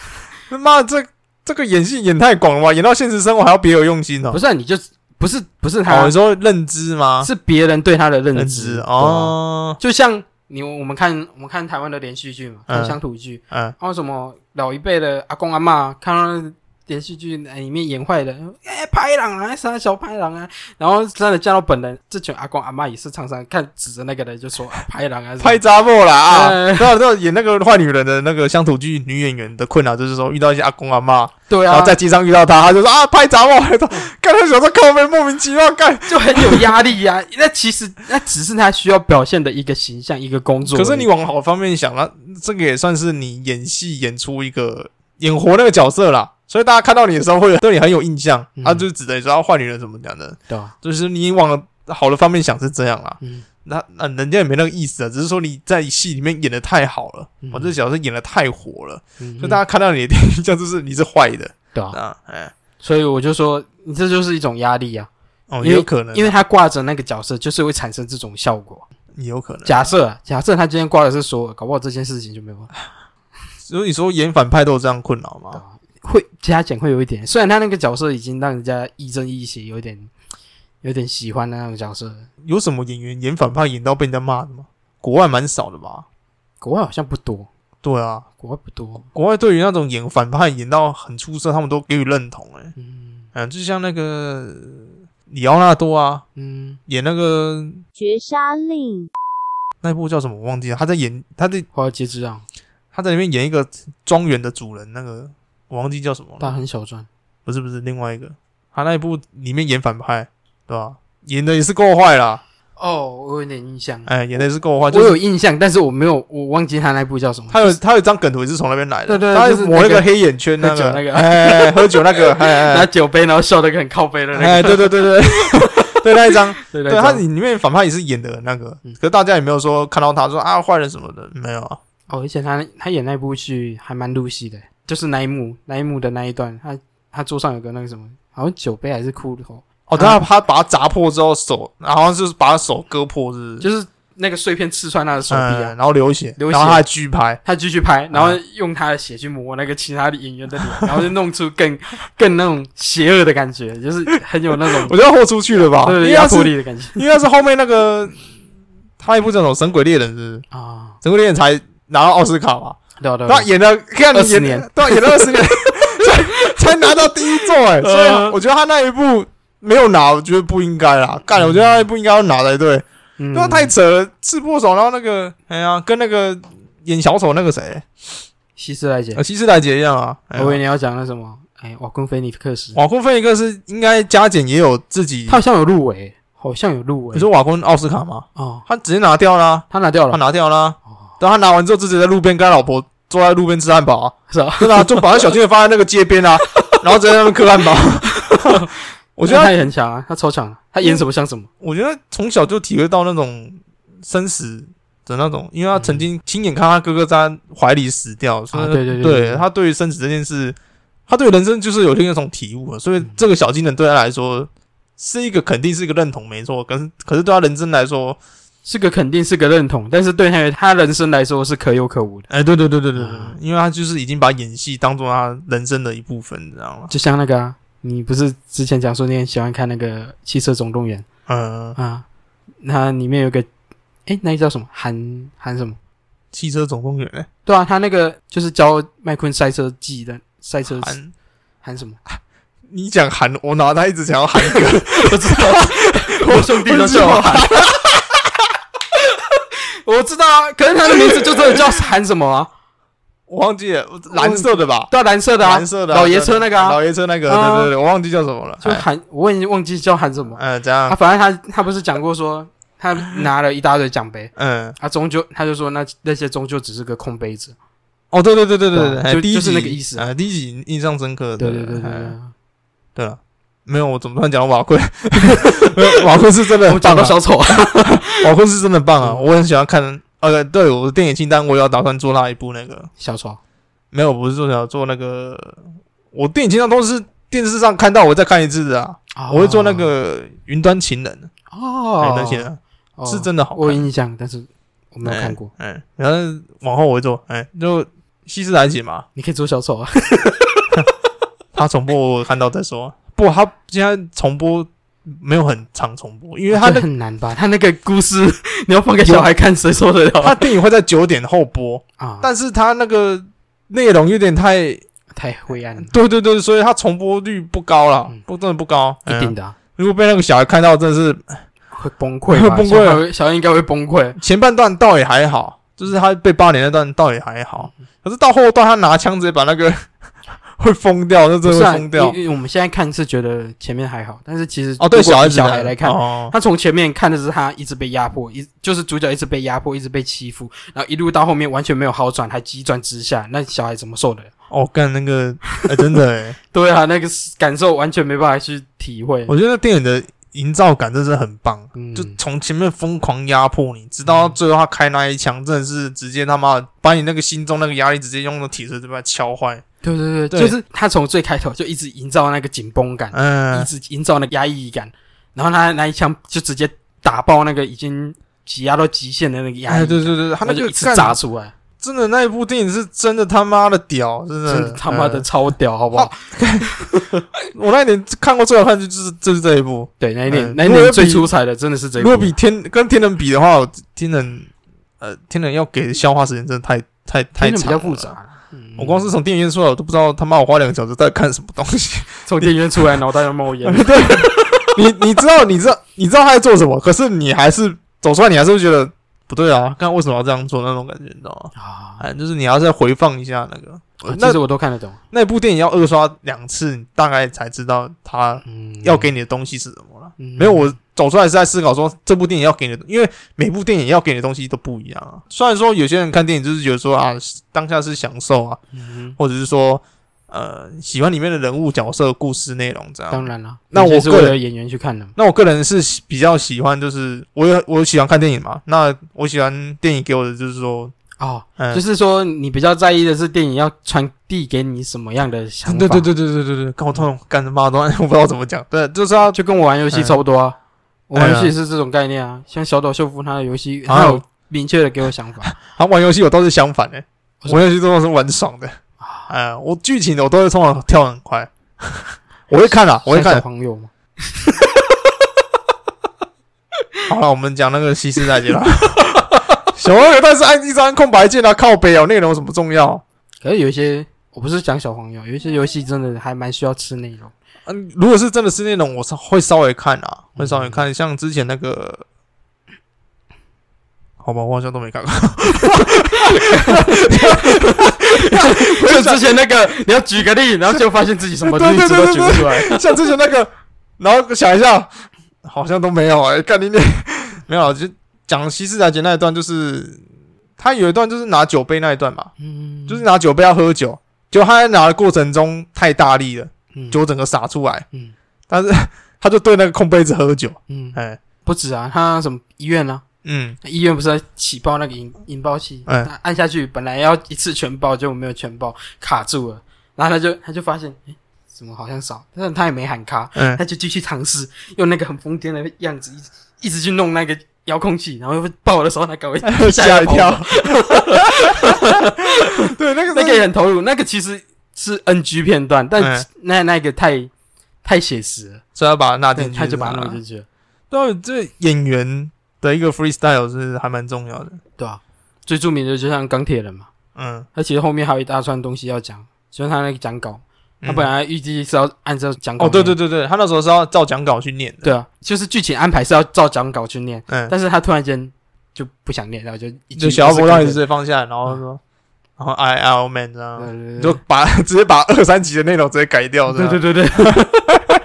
[SPEAKER 2] 他妈，这这个演戏演太广了吧？演到现实生活还要别有用心哦
[SPEAKER 3] 不。是啊、你就不是不是
[SPEAKER 2] 哦，
[SPEAKER 3] 他
[SPEAKER 2] 你，说认知吗？
[SPEAKER 3] 是别人对他的认
[SPEAKER 2] 认
[SPEAKER 3] 知
[SPEAKER 2] 知
[SPEAKER 3] 对啊
[SPEAKER 2] 哦，
[SPEAKER 3] 就像你我们看我们看台湾的连续剧嘛，看
[SPEAKER 2] 嗯
[SPEAKER 3] 乡土剧，
[SPEAKER 2] 嗯，
[SPEAKER 3] 然后啊什么老一辈的阿公阿妈看到那连续剧哎里面演坏的，哎、拍狼啊，杀小拍狼啊，然后真的见到本人，这群阿公阿妈也是常常看指着那个人就说、啊、拍狼啊，
[SPEAKER 2] 拍杂货啦啊！
[SPEAKER 3] 嗯
[SPEAKER 2] 对啊，对啊，演那个坏女人的那个乡土剧女演员的困扰就是说，遇到一些阿公阿妈，
[SPEAKER 3] 对
[SPEAKER 2] 然后
[SPEAKER 3] 啊，
[SPEAKER 2] 在街上遇到她，她就说啊拍杂货，她说干他小时候靠背莫名其妙干。
[SPEAKER 3] 就很有压力呀、啊。那其实那只是他需要表现的一个形象，一个工作
[SPEAKER 2] 可
[SPEAKER 3] 而已。
[SPEAKER 2] 是你往好方面想了，这个也算是你演戏演出一个演活那个角色啦。所以大家看到你的时候会对你很有印象，
[SPEAKER 3] 嗯
[SPEAKER 2] 他、就指着你说啊坏女人怎么讲的，
[SPEAKER 3] 对吧？
[SPEAKER 2] 就是你往好的方面想是这样啦。
[SPEAKER 3] 嗯
[SPEAKER 2] 那那人家也没那个意思啊，只是说你在戏里面演的太好了，
[SPEAKER 3] 嗯
[SPEAKER 2] 我、这角色演的太火了，
[SPEAKER 3] 嗯，
[SPEAKER 2] 所以大家看到你的印象就是你是坏的
[SPEAKER 3] 对啊，
[SPEAKER 2] 啊，哎，
[SPEAKER 3] 所以我就说，你这就是一种压力啊，
[SPEAKER 2] 哦，
[SPEAKER 3] 因为
[SPEAKER 2] 也有可能啊，
[SPEAKER 3] 因为他挂着那个角色，就是会产生这种效果。
[SPEAKER 2] 也有可能。
[SPEAKER 3] 假设啊假设他今天挂的是索尔，搞不好这件事情就没有了，
[SPEAKER 2] 所以你说演反派都有这样困扰
[SPEAKER 3] 对
[SPEAKER 2] 吗？
[SPEAKER 3] 吧？会加减会有一点，虽然他那个角色已经让人家亦正亦邪，有点有点喜欢的那种角色了。
[SPEAKER 2] 有什么演员演反派演到被人家骂的吗？国外蛮少的吧？
[SPEAKER 3] 国外好像不多，
[SPEAKER 2] 对啊，
[SPEAKER 3] 国外不多。
[SPEAKER 2] 国外对于那种演反派演到很出色，他们都给予认同、欸。哎，
[SPEAKER 3] 嗯
[SPEAKER 2] 嗯，就像那个呃里奥纳多啊，
[SPEAKER 3] 嗯，
[SPEAKER 2] 演那个
[SPEAKER 5] 绝杀令，
[SPEAKER 2] 那一部叫什么我忘记了，他在演他在
[SPEAKER 3] 华尔街之狼，
[SPEAKER 2] 他在里面演一个庄园的主人，那个我忘记叫什么
[SPEAKER 3] 大
[SPEAKER 2] 了，
[SPEAKER 3] 亨小传。
[SPEAKER 2] 不是不是另外一个，他那一部里面演反派，对吧、演的也是够坏啦，
[SPEAKER 3] 哦，我有点印象，
[SPEAKER 2] 哎、演的也是够坏，
[SPEAKER 3] 我
[SPEAKER 2] 就
[SPEAKER 3] 有
[SPEAKER 2] 是
[SPEAKER 3] 印象，但是我没有，我忘记他那部叫什么。
[SPEAKER 2] 他有他有一张梗图也是从那边来的，
[SPEAKER 3] 对对对
[SPEAKER 2] 他
[SPEAKER 3] 就是
[SPEAKER 2] 抹
[SPEAKER 3] 那
[SPEAKER 2] 那
[SPEAKER 3] 个
[SPEAKER 2] 个黑眼圈那
[SPEAKER 3] 喝酒那个
[SPEAKER 2] 哎，哎哎喝酒那个，哎哎
[SPEAKER 3] 拿
[SPEAKER 2] 哎
[SPEAKER 3] 酒杯然后笑得很靠背的那个。
[SPEAKER 2] 哎，对对对对，对那一张，
[SPEAKER 3] 对嗯
[SPEAKER 2] 对他里面反派也是演的那个，可是大家也没有说看到他说啊坏人什么的，没有啊。
[SPEAKER 3] 哦，而且他他演那部剧还蛮入戏的，就是那一幕那一幕的那一段，他他桌上有个那个什么，好像酒杯还是骷髅，
[SPEAKER 2] 哦，他他把他砸破之后手，然后就是把他手割破，是不是？
[SPEAKER 3] 就是那个碎片刺穿他的手臂啊，
[SPEAKER 2] 嗯然后流血，
[SPEAKER 3] 流血
[SPEAKER 2] 然后他还拒拍，
[SPEAKER 3] 他继续拍，然后
[SPEAKER 2] 啊
[SPEAKER 3] 用他的血去抹那个其他的演员的脸， 然后就弄出更 更那种邪恶的感觉，就是很有那 种
[SPEAKER 2] 我就要豁出去了吧？因
[SPEAKER 3] 对
[SPEAKER 2] 为
[SPEAKER 3] 压
[SPEAKER 2] 他
[SPEAKER 3] 迫
[SPEAKER 2] 是
[SPEAKER 3] 力的感觉
[SPEAKER 2] 因为他是后面那个他一部这种神鬼猎人是不是
[SPEAKER 3] 啊，
[SPEAKER 2] 神鬼猎人才拿到奥斯卡嘛，
[SPEAKER 3] 对啊对啊
[SPEAKER 2] 他
[SPEAKER 3] 对啊，
[SPEAKER 2] 演了看你
[SPEAKER 3] 20
[SPEAKER 2] 演
[SPEAKER 3] 年，
[SPEAKER 2] 对啊，演了二十 年才才拿到第一座哎，所
[SPEAKER 3] 嗯
[SPEAKER 2] 以我觉得他那一部。没有拿，我觉得不应该啦。干，我觉得他那一部应该要拿才对。
[SPEAKER 3] 嗯
[SPEAKER 2] 对啊，太扯了，刺破手，然后那个，哎呀，跟那个演小丑那个谁，
[SPEAKER 3] 西斯莱杰
[SPEAKER 2] 呃，，希斯莱杰一样啊。哎呀
[SPEAKER 3] 我以为你要讲那什么，哎，瓦昆菲尼克斯，
[SPEAKER 2] 瓦昆菲尼克斯应该加减也有自己
[SPEAKER 3] 他，好像有入围，好像有入围
[SPEAKER 2] 你，说瓦昆奥斯卡吗？
[SPEAKER 3] 哦，
[SPEAKER 2] 他直接拿掉啦，
[SPEAKER 3] 他拿掉
[SPEAKER 2] 他
[SPEAKER 3] 了，
[SPEAKER 2] 拿掉啦
[SPEAKER 3] 哦。
[SPEAKER 2] 然后他拿完之后，自己在路边跟他老婆坐在路边吃汉堡啊，
[SPEAKER 3] 是吧？
[SPEAKER 2] 真的啊就把那小金人放在那个街边 啊，然后在那边嗑汉堡。我觉得
[SPEAKER 3] 那他
[SPEAKER 2] 他，
[SPEAKER 3] 也很强啊，他超强啊，他演什么像什么，
[SPEAKER 2] 我觉得从小就体会到那种生死的那种，因为他曾经亲眼看他哥哥在他怀里死掉，所以
[SPEAKER 3] 啊对对对对对
[SPEAKER 2] 他对于生死这件事，他对人生就是有另一种体悟了。所以这个小金人对他来说是一个肯定是一个认同，没错。可是可是对他人生来说，
[SPEAKER 3] 是个肯定，是个认同，但是对他他人生来说是可有可无的，
[SPEAKER 2] 哎，对对对对对对
[SPEAKER 3] 啊，
[SPEAKER 2] 因为他就是已经把演戏当做他人生的一部分，你知道吗？
[SPEAKER 3] 就像那个啊，你不是之前讲说你很喜欢看那个《汽车总动员》。
[SPEAKER 2] 嗯，
[SPEAKER 3] 啊，那里面有个，哎，那个叫什么？韩韩什么？
[SPEAKER 2] 汽车总动员，哎
[SPEAKER 3] 对啊，他那个就是教麦昆赛车技的赛车
[SPEAKER 2] 韩，
[SPEAKER 3] 韩什么？
[SPEAKER 2] 你讲韩，我脑袋一直想要韩 哥，
[SPEAKER 3] 我知道，我兄弟都叫我
[SPEAKER 2] 啊
[SPEAKER 3] 韩。我知道啊，可是他的名字就真 的叫韩什么啊？
[SPEAKER 2] 我忘记了，蓝色的吧？
[SPEAKER 3] 对啊，蓝色的啊，
[SPEAKER 2] 蓝色的啊
[SPEAKER 3] 老爷车那个啊，
[SPEAKER 2] 老爷车那个，
[SPEAKER 3] 啊
[SPEAKER 2] 对对对，我忘记叫什么了。
[SPEAKER 3] 就
[SPEAKER 2] 哎
[SPEAKER 3] 韩，我已经忘记叫韩什么
[SPEAKER 2] 嗯，这
[SPEAKER 3] 啊。
[SPEAKER 2] 样，
[SPEAKER 3] 反正他他不是讲过说他拿了一大堆奖杯。
[SPEAKER 2] 嗯，
[SPEAKER 3] 啊，终究他就说那那些终究只是个空杯子，
[SPEAKER 2] 哦，对对对对
[SPEAKER 3] 对
[SPEAKER 2] 对
[SPEAKER 3] 啊
[SPEAKER 2] 哎
[SPEAKER 3] 就
[SPEAKER 2] 第一
[SPEAKER 3] 就是
[SPEAKER 2] 集
[SPEAKER 3] 那个意思
[SPEAKER 2] 啊，第一集印象深刻。
[SPEAKER 3] 对对对对对
[SPEAKER 2] 哎
[SPEAKER 3] 对，
[SPEAKER 2] 对了，没有，我怎么突然讲到瓦 昆？没有瓦昆是真的
[SPEAKER 3] 我
[SPEAKER 2] 很
[SPEAKER 3] 们讲
[SPEAKER 2] 棒啊，
[SPEAKER 3] 到 小嗯丑，
[SPEAKER 2] 瓦昆是真的棒啊，我很喜欢看。呃，对，我的电影清单我也要打算做那一部那个，
[SPEAKER 3] 小丑，
[SPEAKER 2] 没有，不是做小做那个，我电影清单都是电视上看到我再看一次的啊，我会做那个云端情人，
[SPEAKER 3] 哦
[SPEAKER 2] 云，端情人
[SPEAKER 3] 哦
[SPEAKER 2] 是真的好看
[SPEAKER 3] 我有印象，但是我没有看过。
[SPEAKER 2] 嗯，然后往后我会做，哎，就西斯莱杰嘛，
[SPEAKER 3] 你可以做小丑啊，
[SPEAKER 2] 他重播我有看到再说。啊不，他现在重播没有很常重播，因为他
[SPEAKER 3] 这
[SPEAKER 2] 那
[SPEAKER 3] 很难吧？他那个故 事你要放给小孩看，谁受得了
[SPEAKER 2] 他
[SPEAKER 3] 啊
[SPEAKER 2] 电影会在九点后播，
[SPEAKER 3] 啊？
[SPEAKER 2] 但是他那个内容有点太，
[SPEAKER 3] 太灰暗了，
[SPEAKER 2] 对对对，所以他重播率不高啦
[SPEAKER 3] 嗯，
[SPEAKER 2] 不真的不高。
[SPEAKER 3] 一定
[SPEAKER 2] 嗯
[SPEAKER 3] 的啊
[SPEAKER 2] 如果被那个小孩看到，真的是
[SPEAKER 3] 会崩溃
[SPEAKER 2] 会
[SPEAKER 3] 吧，
[SPEAKER 2] 崩溃啊
[SPEAKER 3] 小孩会，小孩应该会崩溃。
[SPEAKER 2] 前半段倒也还好，就是他被霸凌那段倒也还好，
[SPEAKER 3] 嗯
[SPEAKER 2] 可是到后段他拿枪直接把那个 会疯掉，那真
[SPEAKER 3] 不
[SPEAKER 2] 的
[SPEAKER 3] 是啊，
[SPEAKER 2] 会疯
[SPEAKER 3] 因
[SPEAKER 2] 掉。
[SPEAKER 3] 因为我们现在看是觉得前面还好，但是其实
[SPEAKER 2] 哦，对，
[SPEAKER 3] 如果
[SPEAKER 2] 小孩
[SPEAKER 3] 以
[SPEAKER 2] 子
[SPEAKER 3] 小孩来看。
[SPEAKER 2] 哦，
[SPEAKER 3] 他从前面看的是他一直被压迫，一就是主角一直被压迫，一直被欺负，然后一路到后面完全没有好转，还急转直下，那小孩怎么受得了？
[SPEAKER 2] 哦，干那个，哎，真的哎，
[SPEAKER 3] 对啊，那个感受完全没办法去体会。
[SPEAKER 2] 我觉得那电影的营造感真是很棒，
[SPEAKER 3] 嗯
[SPEAKER 2] 就从前面疯狂压迫你，直到最后他开那一枪，真的是直接他妈把你那个心中那个压力直接用那铁锤就把它敲坏。
[SPEAKER 3] 对对对，
[SPEAKER 2] 对
[SPEAKER 3] 就是他从最开头就一直营造那个紧绷感，一
[SPEAKER 2] 嗯，
[SPEAKER 3] 直营造那个压抑感，然后他那一枪就直接打爆那个已经挤压到极限的那个压
[SPEAKER 2] 哎，
[SPEAKER 3] 抑，
[SPEAKER 2] 对对对，他那
[SPEAKER 3] 然后就
[SPEAKER 2] 个
[SPEAKER 3] 一次
[SPEAKER 2] 干
[SPEAKER 3] 炸出来，
[SPEAKER 2] 真的那一部电影是真的他妈的屌，真的
[SPEAKER 3] 真的他妈的
[SPEAKER 2] 嗯
[SPEAKER 3] 超屌，好不好？
[SPEAKER 2] 我那一年看过最好看就就是就是这一部。
[SPEAKER 3] 对，那一年
[SPEAKER 2] 嗯
[SPEAKER 3] 那一
[SPEAKER 2] 如果
[SPEAKER 3] 年
[SPEAKER 2] 比
[SPEAKER 3] 最出彩的真的是这一
[SPEAKER 2] 如
[SPEAKER 3] 部
[SPEAKER 2] 果，比天跟天人比的话，我天人呃天人要给的消化时间真的太太太
[SPEAKER 3] 真的
[SPEAKER 2] 长
[SPEAKER 3] 比较
[SPEAKER 2] 了
[SPEAKER 3] 复。杂。嗯
[SPEAKER 2] 我光是从电影院出来，我都不知道他妈我花两个小时在看什么东西。
[SPEAKER 3] 从电影院出来，脑袋就冒烟，
[SPEAKER 2] 你你知道你知道你知道他在做什么，可是你还是走出来，你还是会觉得不对啊，看为什么要这样做那种感觉，你知道吗？
[SPEAKER 3] 啊！
[SPEAKER 2] 哎，就是你还要再回放一下那个
[SPEAKER 3] 啊其
[SPEAKER 2] 那
[SPEAKER 3] 实我都看得懂，
[SPEAKER 2] 那部电影要二刷两次，你大概才知道他
[SPEAKER 3] 嗯，
[SPEAKER 2] 要给你的东西是什么了。
[SPEAKER 3] 嗯
[SPEAKER 2] 没有，我走出来是在思考说这部电影要给你的，因为每部电影要给你的东西都不一样啊。虽然说有些人看电影就是觉得说啊，当下是享受啊，
[SPEAKER 3] 嗯
[SPEAKER 2] 或者是说，呃喜欢里面的人物角色、故事内容这样。
[SPEAKER 3] 当然啦，
[SPEAKER 2] 啊那
[SPEAKER 3] 人家
[SPEAKER 2] 我
[SPEAKER 3] 是
[SPEAKER 2] 个
[SPEAKER 3] 为
[SPEAKER 2] 人
[SPEAKER 3] 了演员去看的嘛。
[SPEAKER 2] 那我个人是喜比较喜欢，就是我有我喜欢看电影嘛，那我喜欢电影给我的就是说，
[SPEAKER 3] 哦，
[SPEAKER 2] 嗯，
[SPEAKER 3] 就是说你比较在意的是电影要传递给你什么样的想法？
[SPEAKER 2] 对对对对对对对，搞痛干他妈的，我不知道怎么讲，对，就是要
[SPEAKER 3] 就跟我玩游戏
[SPEAKER 2] 嗯
[SPEAKER 3] 差不多啊。我
[SPEAKER 2] 哎
[SPEAKER 3] 玩
[SPEAKER 2] 呀
[SPEAKER 3] 游戏也是这种概念啊，像小岛秀夫他的游戏，
[SPEAKER 2] 啊
[SPEAKER 3] 他有明确的给我想 法。
[SPEAKER 2] 他玩游戏我倒是相反的、
[SPEAKER 3] 我
[SPEAKER 2] 我玩游戏都是玩爽的，呃，我剧情的我都会通常跳很快，我会看啊，我会
[SPEAKER 3] 像小
[SPEAKER 2] 看。
[SPEAKER 3] 朋友嘛，
[SPEAKER 2] 好了，我们讲那个西斯再见了。小朋友，但是按一张空白键啊，靠背哦，内容有什么重要？
[SPEAKER 3] 可是有一些我不是讲小朋友，有一些游戏真的还蛮需要吃内 容。
[SPEAKER 2] 嗯，如果是真的是那种，我稍会稍微看啊，
[SPEAKER 3] 嗯
[SPEAKER 2] 会稍微看，像之前那个，好吧，我好像都没看过。
[SPEAKER 3] 就之前那个，你要举个例，然后就发现自己什么 例子都举不出来。
[SPEAKER 2] 像之前那个，然后想一下，好像都没有哎、干你脸没有，啊就讲西斯达杰那一段，就是他有一段就是拿酒杯那一段嘛，
[SPEAKER 3] 嗯，
[SPEAKER 2] 就是拿酒杯要喝酒，就他在拿的过程中太大力了，
[SPEAKER 3] 嗯
[SPEAKER 2] 酒整个洒出来，
[SPEAKER 3] 嗯，
[SPEAKER 2] 但是 他就对那个空杯子喝酒，
[SPEAKER 3] 嗯，
[SPEAKER 2] 哎、
[SPEAKER 3] 不止啊，他什么医院啊，
[SPEAKER 2] 嗯，
[SPEAKER 3] 医院不是在起爆那个引引爆器，
[SPEAKER 2] 哎
[SPEAKER 3] 他按下去本来要一次全爆，结果没有全爆，卡住了，然后他就他就发现，哎、怎么好像少，但是他也没喊卡，
[SPEAKER 2] 嗯
[SPEAKER 3] 他就继续尝试用那个很疯癫的样子，一直一直去弄那个遥控器，然后爆的时候他搞一
[SPEAKER 2] 吓一
[SPEAKER 3] 跑
[SPEAKER 2] 跳，对，那个
[SPEAKER 3] 那个也很投入，那个其实是 NG 片段，但
[SPEAKER 2] 哎
[SPEAKER 3] 那那个太太写实了，
[SPEAKER 2] 所以要把它纳进
[SPEAKER 3] 对，
[SPEAKER 2] 去，
[SPEAKER 3] 他就把它
[SPEAKER 2] 它
[SPEAKER 3] 弄进去了，
[SPEAKER 2] 对，啊这演员的一个 freestyle 是还蛮重要的，
[SPEAKER 3] 对啊，最著名的就像钢铁人嘛，
[SPEAKER 2] 嗯，
[SPEAKER 3] 他其实后面还有一大串东西要讲，就像他那个讲稿。他
[SPEAKER 2] 嗯
[SPEAKER 3] 本来预计是要按照讲稿
[SPEAKER 2] 哦，对
[SPEAKER 3] 念，
[SPEAKER 2] 对对对，他那时候是要照讲稿去念的。
[SPEAKER 3] 对啊，就是剧情安排是要照讲稿去念，
[SPEAKER 2] 嗯，
[SPEAKER 3] 但是他突然间就不想念，然后就一句
[SPEAKER 2] 就小
[SPEAKER 3] 不
[SPEAKER 2] 波
[SPEAKER 3] 是
[SPEAKER 2] 让你
[SPEAKER 3] 跟
[SPEAKER 2] 直
[SPEAKER 3] 着
[SPEAKER 2] 接放下，然后说，然后 I L man 这
[SPEAKER 3] 对
[SPEAKER 2] 样，
[SPEAKER 3] 对对
[SPEAKER 2] 就把 直接把二三集的内容直接改掉。
[SPEAKER 3] 对对
[SPEAKER 2] 对。
[SPEAKER 3] 对对，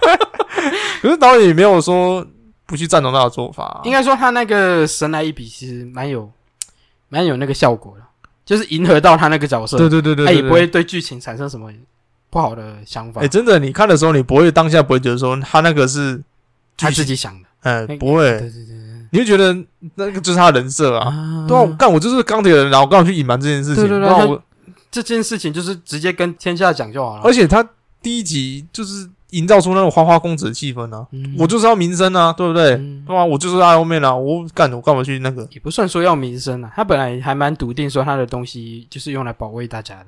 [SPEAKER 2] 可是导演也没有说不去赞同他的做法啊，
[SPEAKER 3] 应该说他那个神来一笔其实蛮有蛮有那个效果的，就是迎合到他那个角色，
[SPEAKER 2] 对对对对，
[SPEAKER 3] 他
[SPEAKER 2] 对
[SPEAKER 3] 也不会。对剧情产生什么不好的想法
[SPEAKER 2] 哎，，真的，你看的时候，你不会当下不会觉得说他那个是
[SPEAKER 3] 他
[SPEAKER 2] 剧情
[SPEAKER 3] 自己想的，
[SPEAKER 2] 呃
[SPEAKER 3] 那个
[SPEAKER 2] 不
[SPEAKER 3] 对
[SPEAKER 2] 会，
[SPEAKER 3] 对对对
[SPEAKER 2] 你会觉得那个就是他的人设啊。
[SPEAKER 3] 啊
[SPEAKER 2] 对啊，我干我就是钢铁人，然后我干嘛去隐瞒这件事情？
[SPEAKER 3] 对对对
[SPEAKER 2] 不然
[SPEAKER 3] 他
[SPEAKER 2] 我
[SPEAKER 3] 这件事情就是直接跟天下讲就好了
[SPEAKER 2] 而，且他第一集就是营造出那种花花公子的气氛啊，
[SPEAKER 3] 嗯
[SPEAKER 2] 我就是要名声啊，对不对？
[SPEAKER 3] 嗯
[SPEAKER 2] 对啊，我就是在后面啦，我干我干嘛去那个？
[SPEAKER 3] 也不算说要名声啊，他本来还蛮笃定说他的东西就是用来保卫大家的，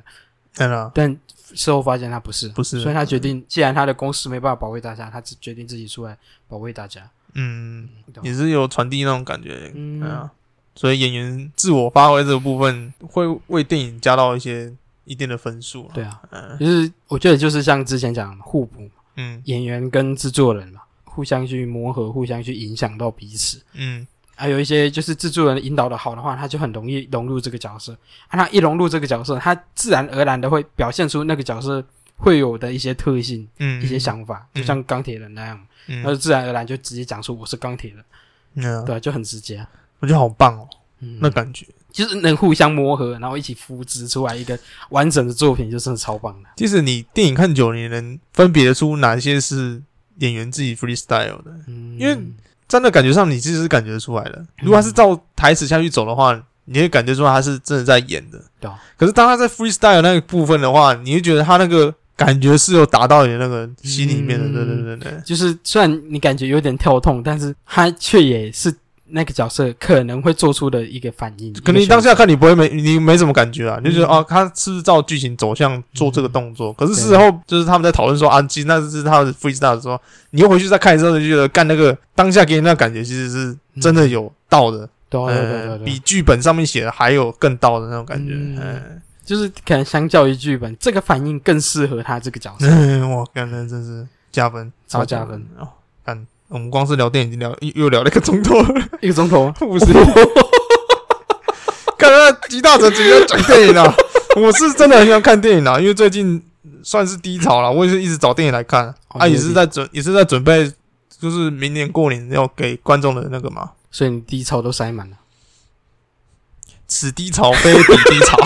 [SPEAKER 2] 对啦，
[SPEAKER 3] 但事后发现他不是，
[SPEAKER 2] 哎不是
[SPEAKER 3] 所以他决定，既然他的公司没办法保卫大家，他只决定自己出来保卫大家。
[SPEAKER 2] 嗯，
[SPEAKER 3] 你懂吗
[SPEAKER 2] 也是有传递那种感觉，
[SPEAKER 3] 嗯
[SPEAKER 2] 对啊。所以演员自我发挥这个部分会为电影加到一些一定的分数啊。
[SPEAKER 3] 对啊，
[SPEAKER 2] 嗯
[SPEAKER 3] 就是我觉得就是像之前讲的嘛互补嘛，
[SPEAKER 2] 嗯
[SPEAKER 3] 演员跟制作人嘛，互相去磨合，互相去影响到彼此。
[SPEAKER 2] 嗯，
[SPEAKER 3] 还、有一些就是制作人引导的好的话，他就很容易融入这个角色。啊、他一融入这个角色，他自然而然的会表现出那个角色会有的一些特性、
[SPEAKER 2] 嗯
[SPEAKER 3] 一些想呃法，
[SPEAKER 2] 嗯
[SPEAKER 3] 就像钢铁人那样，
[SPEAKER 2] 嗯
[SPEAKER 3] 他就自然而然就直接讲出我是钢铁人，
[SPEAKER 2] 嗯，
[SPEAKER 3] 对啊、就很直接啊、
[SPEAKER 2] 我觉得好棒哦，
[SPEAKER 3] 嗯
[SPEAKER 2] 那感觉。
[SPEAKER 3] 就是能互相磨合，然后一起扶植出来一个完整的作品，就真的超棒的。
[SPEAKER 2] 即使你电影看久了，你能分别出哪些是演员自己 freestyle 的，
[SPEAKER 3] 嗯，
[SPEAKER 2] 因为真的感觉上你其实是感觉出来的。如果他是照台词下去走的话，你会感觉出来他是真的在演的。
[SPEAKER 3] 对啊
[SPEAKER 2] 可是当他在 freestyle 那个部分的话，你会觉得他那个感觉是有达到你的那个心里面的，
[SPEAKER 3] 嗯
[SPEAKER 2] 对对对对，
[SPEAKER 3] 就是虽然你感觉有点跳痛，但是他却也是那个角色可能会做出的一个反应。
[SPEAKER 2] 可能你
[SPEAKER 3] 一个选
[SPEAKER 2] 当
[SPEAKER 3] 择
[SPEAKER 2] 下看你不会没你没什么感觉啊，你就觉得
[SPEAKER 3] 嗯
[SPEAKER 2] 哦，他是不是照剧情走向做这个动作？可是事后就是他们在讨论说啊，其实那是他的 freestyle 的时候，你又回去再看的时候就觉得干那个当下给你那感觉其实是真的有到的，
[SPEAKER 3] 嗯哦对啊对对
[SPEAKER 2] 呃
[SPEAKER 3] 对对，
[SPEAKER 2] 比剧本上面写的还有更到的那种感觉，
[SPEAKER 3] 嗯
[SPEAKER 2] 嗯。
[SPEAKER 3] 就是可能相较于剧本，这个反应更适合他这个角色。
[SPEAKER 2] 嗯，我感觉 真是加分，
[SPEAKER 3] 超
[SPEAKER 2] 加
[SPEAKER 3] 加分
[SPEAKER 2] 哦！看我们光是聊电影已经聊又又聊了一个钟头了，
[SPEAKER 3] 一个钟 头，
[SPEAKER 2] 不是？看那集大成直接讲电影啊！我是真的很喜欢看电影啊，因为最近算是低潮了，我也是一直找电影来看
[SPEAKER 3] 哦
[SPEAKER 2] 啊，
[SPEAKER 3] 你
[SPEAKER 2] 也
[SPEAKER 3] 有
[SPEAKER 2] 是
[SPEAKER 3] 低
[SPEAKER 2] 在准也是在准备，就是明年过年要给观众的那个嘛，
[SPEAKER 3] 所以你低潮都塞满了。
[SPEAKER 2] 此低潮非彼低潮。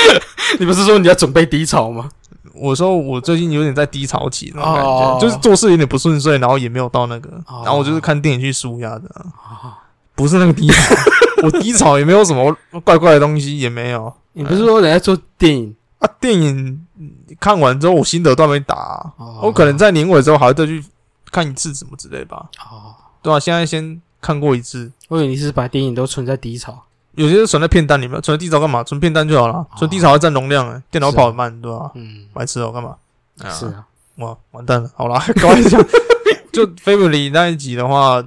[SPEAKER 3] 你不是说你要准备低潮吗？
[SPEAKER 2] 我说我最近有点在低潮期那种感觉
[SPEAKER 3] 哦
[SPEAKER 2] 就是做事有点不顺遂，然后也没有到那个
[SPEAKER 3] 哦
[SPEAKER 2] 然后我就是看电影去舒压的啊、不是那个低潮， 我低潮也没有什么怪怪的东西，也没有
[SPEAKER 3] 你不是说人家做电影？
[SPEAKER 2] 啊。电影嗯看完之后，我心得都还没打啊、
[SPEAKER 3] 哦
[SPEAKER 2] 我可能在年尾之后还会再去看一次，什么之类吧，
[SPEAKER 3] 哦，
[SPEAKER 2] 对吧、啊现在先看过一次，
[SPEAKER 3] 我以为你是把电影都存在低潮。
[SPEAKER 2] 有些是存在片单里面，存在地槽干嘛？存片单就好
[SPEAKER 3] 哦
[SPEAKER 2] 了，存地槽要占容量、欸，电脑跑得慢，对吧、
[SPEAKER 3] 嗯，
[SPEAKER 2] 白痴哦，干嘛？
[SPEAKER 3] 是啊，
[SPEAKER 2] 哇，完蛋了！好啦， 搞一下，就 Family 那一集的话，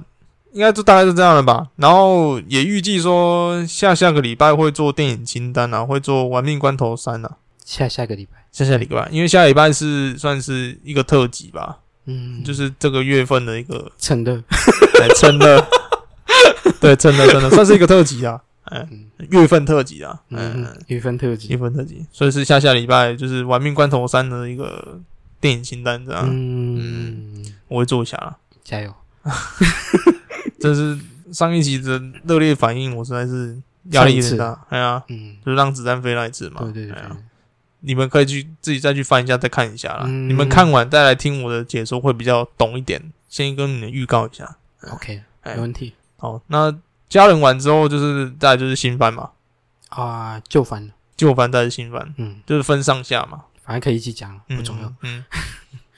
[SPEAKER 2] 应该就大概是这样了吧。然后也预计说下下个礼拜会做电影清单啊，会做《玩命关头三》啊，
[SPEAKER 3] 下下个礼拜，
[SPEAKER 2] 下下礼拜，因为下礼拜是算是一个特辑吧，
[SPEAKER 3] 嗯，
[SPEAKER 2] 就是是这个月份的一个
[SPEAKER 3] 真的，
[SPEAKER 2] 来撑的， 对，撑的真的算是一个特辑啊，哎
[SPEAKER 3] 嗯，
[SPEAKER 2] 月份特辑啊，嗯，
[SPEAKER 3] 嗯，雨分特
[SPEAKER 2] 月
[SPEAKER 3] 辑，
[SPEAKER 2] 份特辑，所以是下下礼拜就是《玩命关头三》的一个电影清单这样，
[SPEAKER 3] 嗯，
[SPEAKER 2] 我会做一下啦。
[SPEAKER 3] 加油，
[SPEAKER 2] 这是上一集的热烈反应，我实在是压力有点大。哎呀，
[SPEAKER 3] 嗯，
[SPEAKER 2] 就是让子弹飞那一次嘛。
[SPEAKER 3] 对对对
[SPEAKER 2] 哎呀
[SPEAKER 3] 对，
[SPEAKER 2] 你们可以去自己再去翻一下，再看一下啦。
[SPEAKER 3] 嗯
[SPEAKER 2] 你们看完再来听我的解说，会比较懂一点。先跟你们预告一下。
[SPEAKER 3] ，OK，
[SPEAKER 2] 哎
[SPEAKER 3] 没问题
[SPEAKER 2] 好，那家人完之后，就是再来就是新番嘛，
[SPEAKER 3] 啊，就烦了，
[SPEAKER 2] 旧番再来新番，
[SPEAKER 3] 嗯，
[SPEAKER 2] 就是分上下嘛。
[SPEAKER 3] 反正可以一起讲了，
[SPEAKER 2] 嗯
[SPEAKER 3] 不重要。。
[SPEAKER 2] 嗯。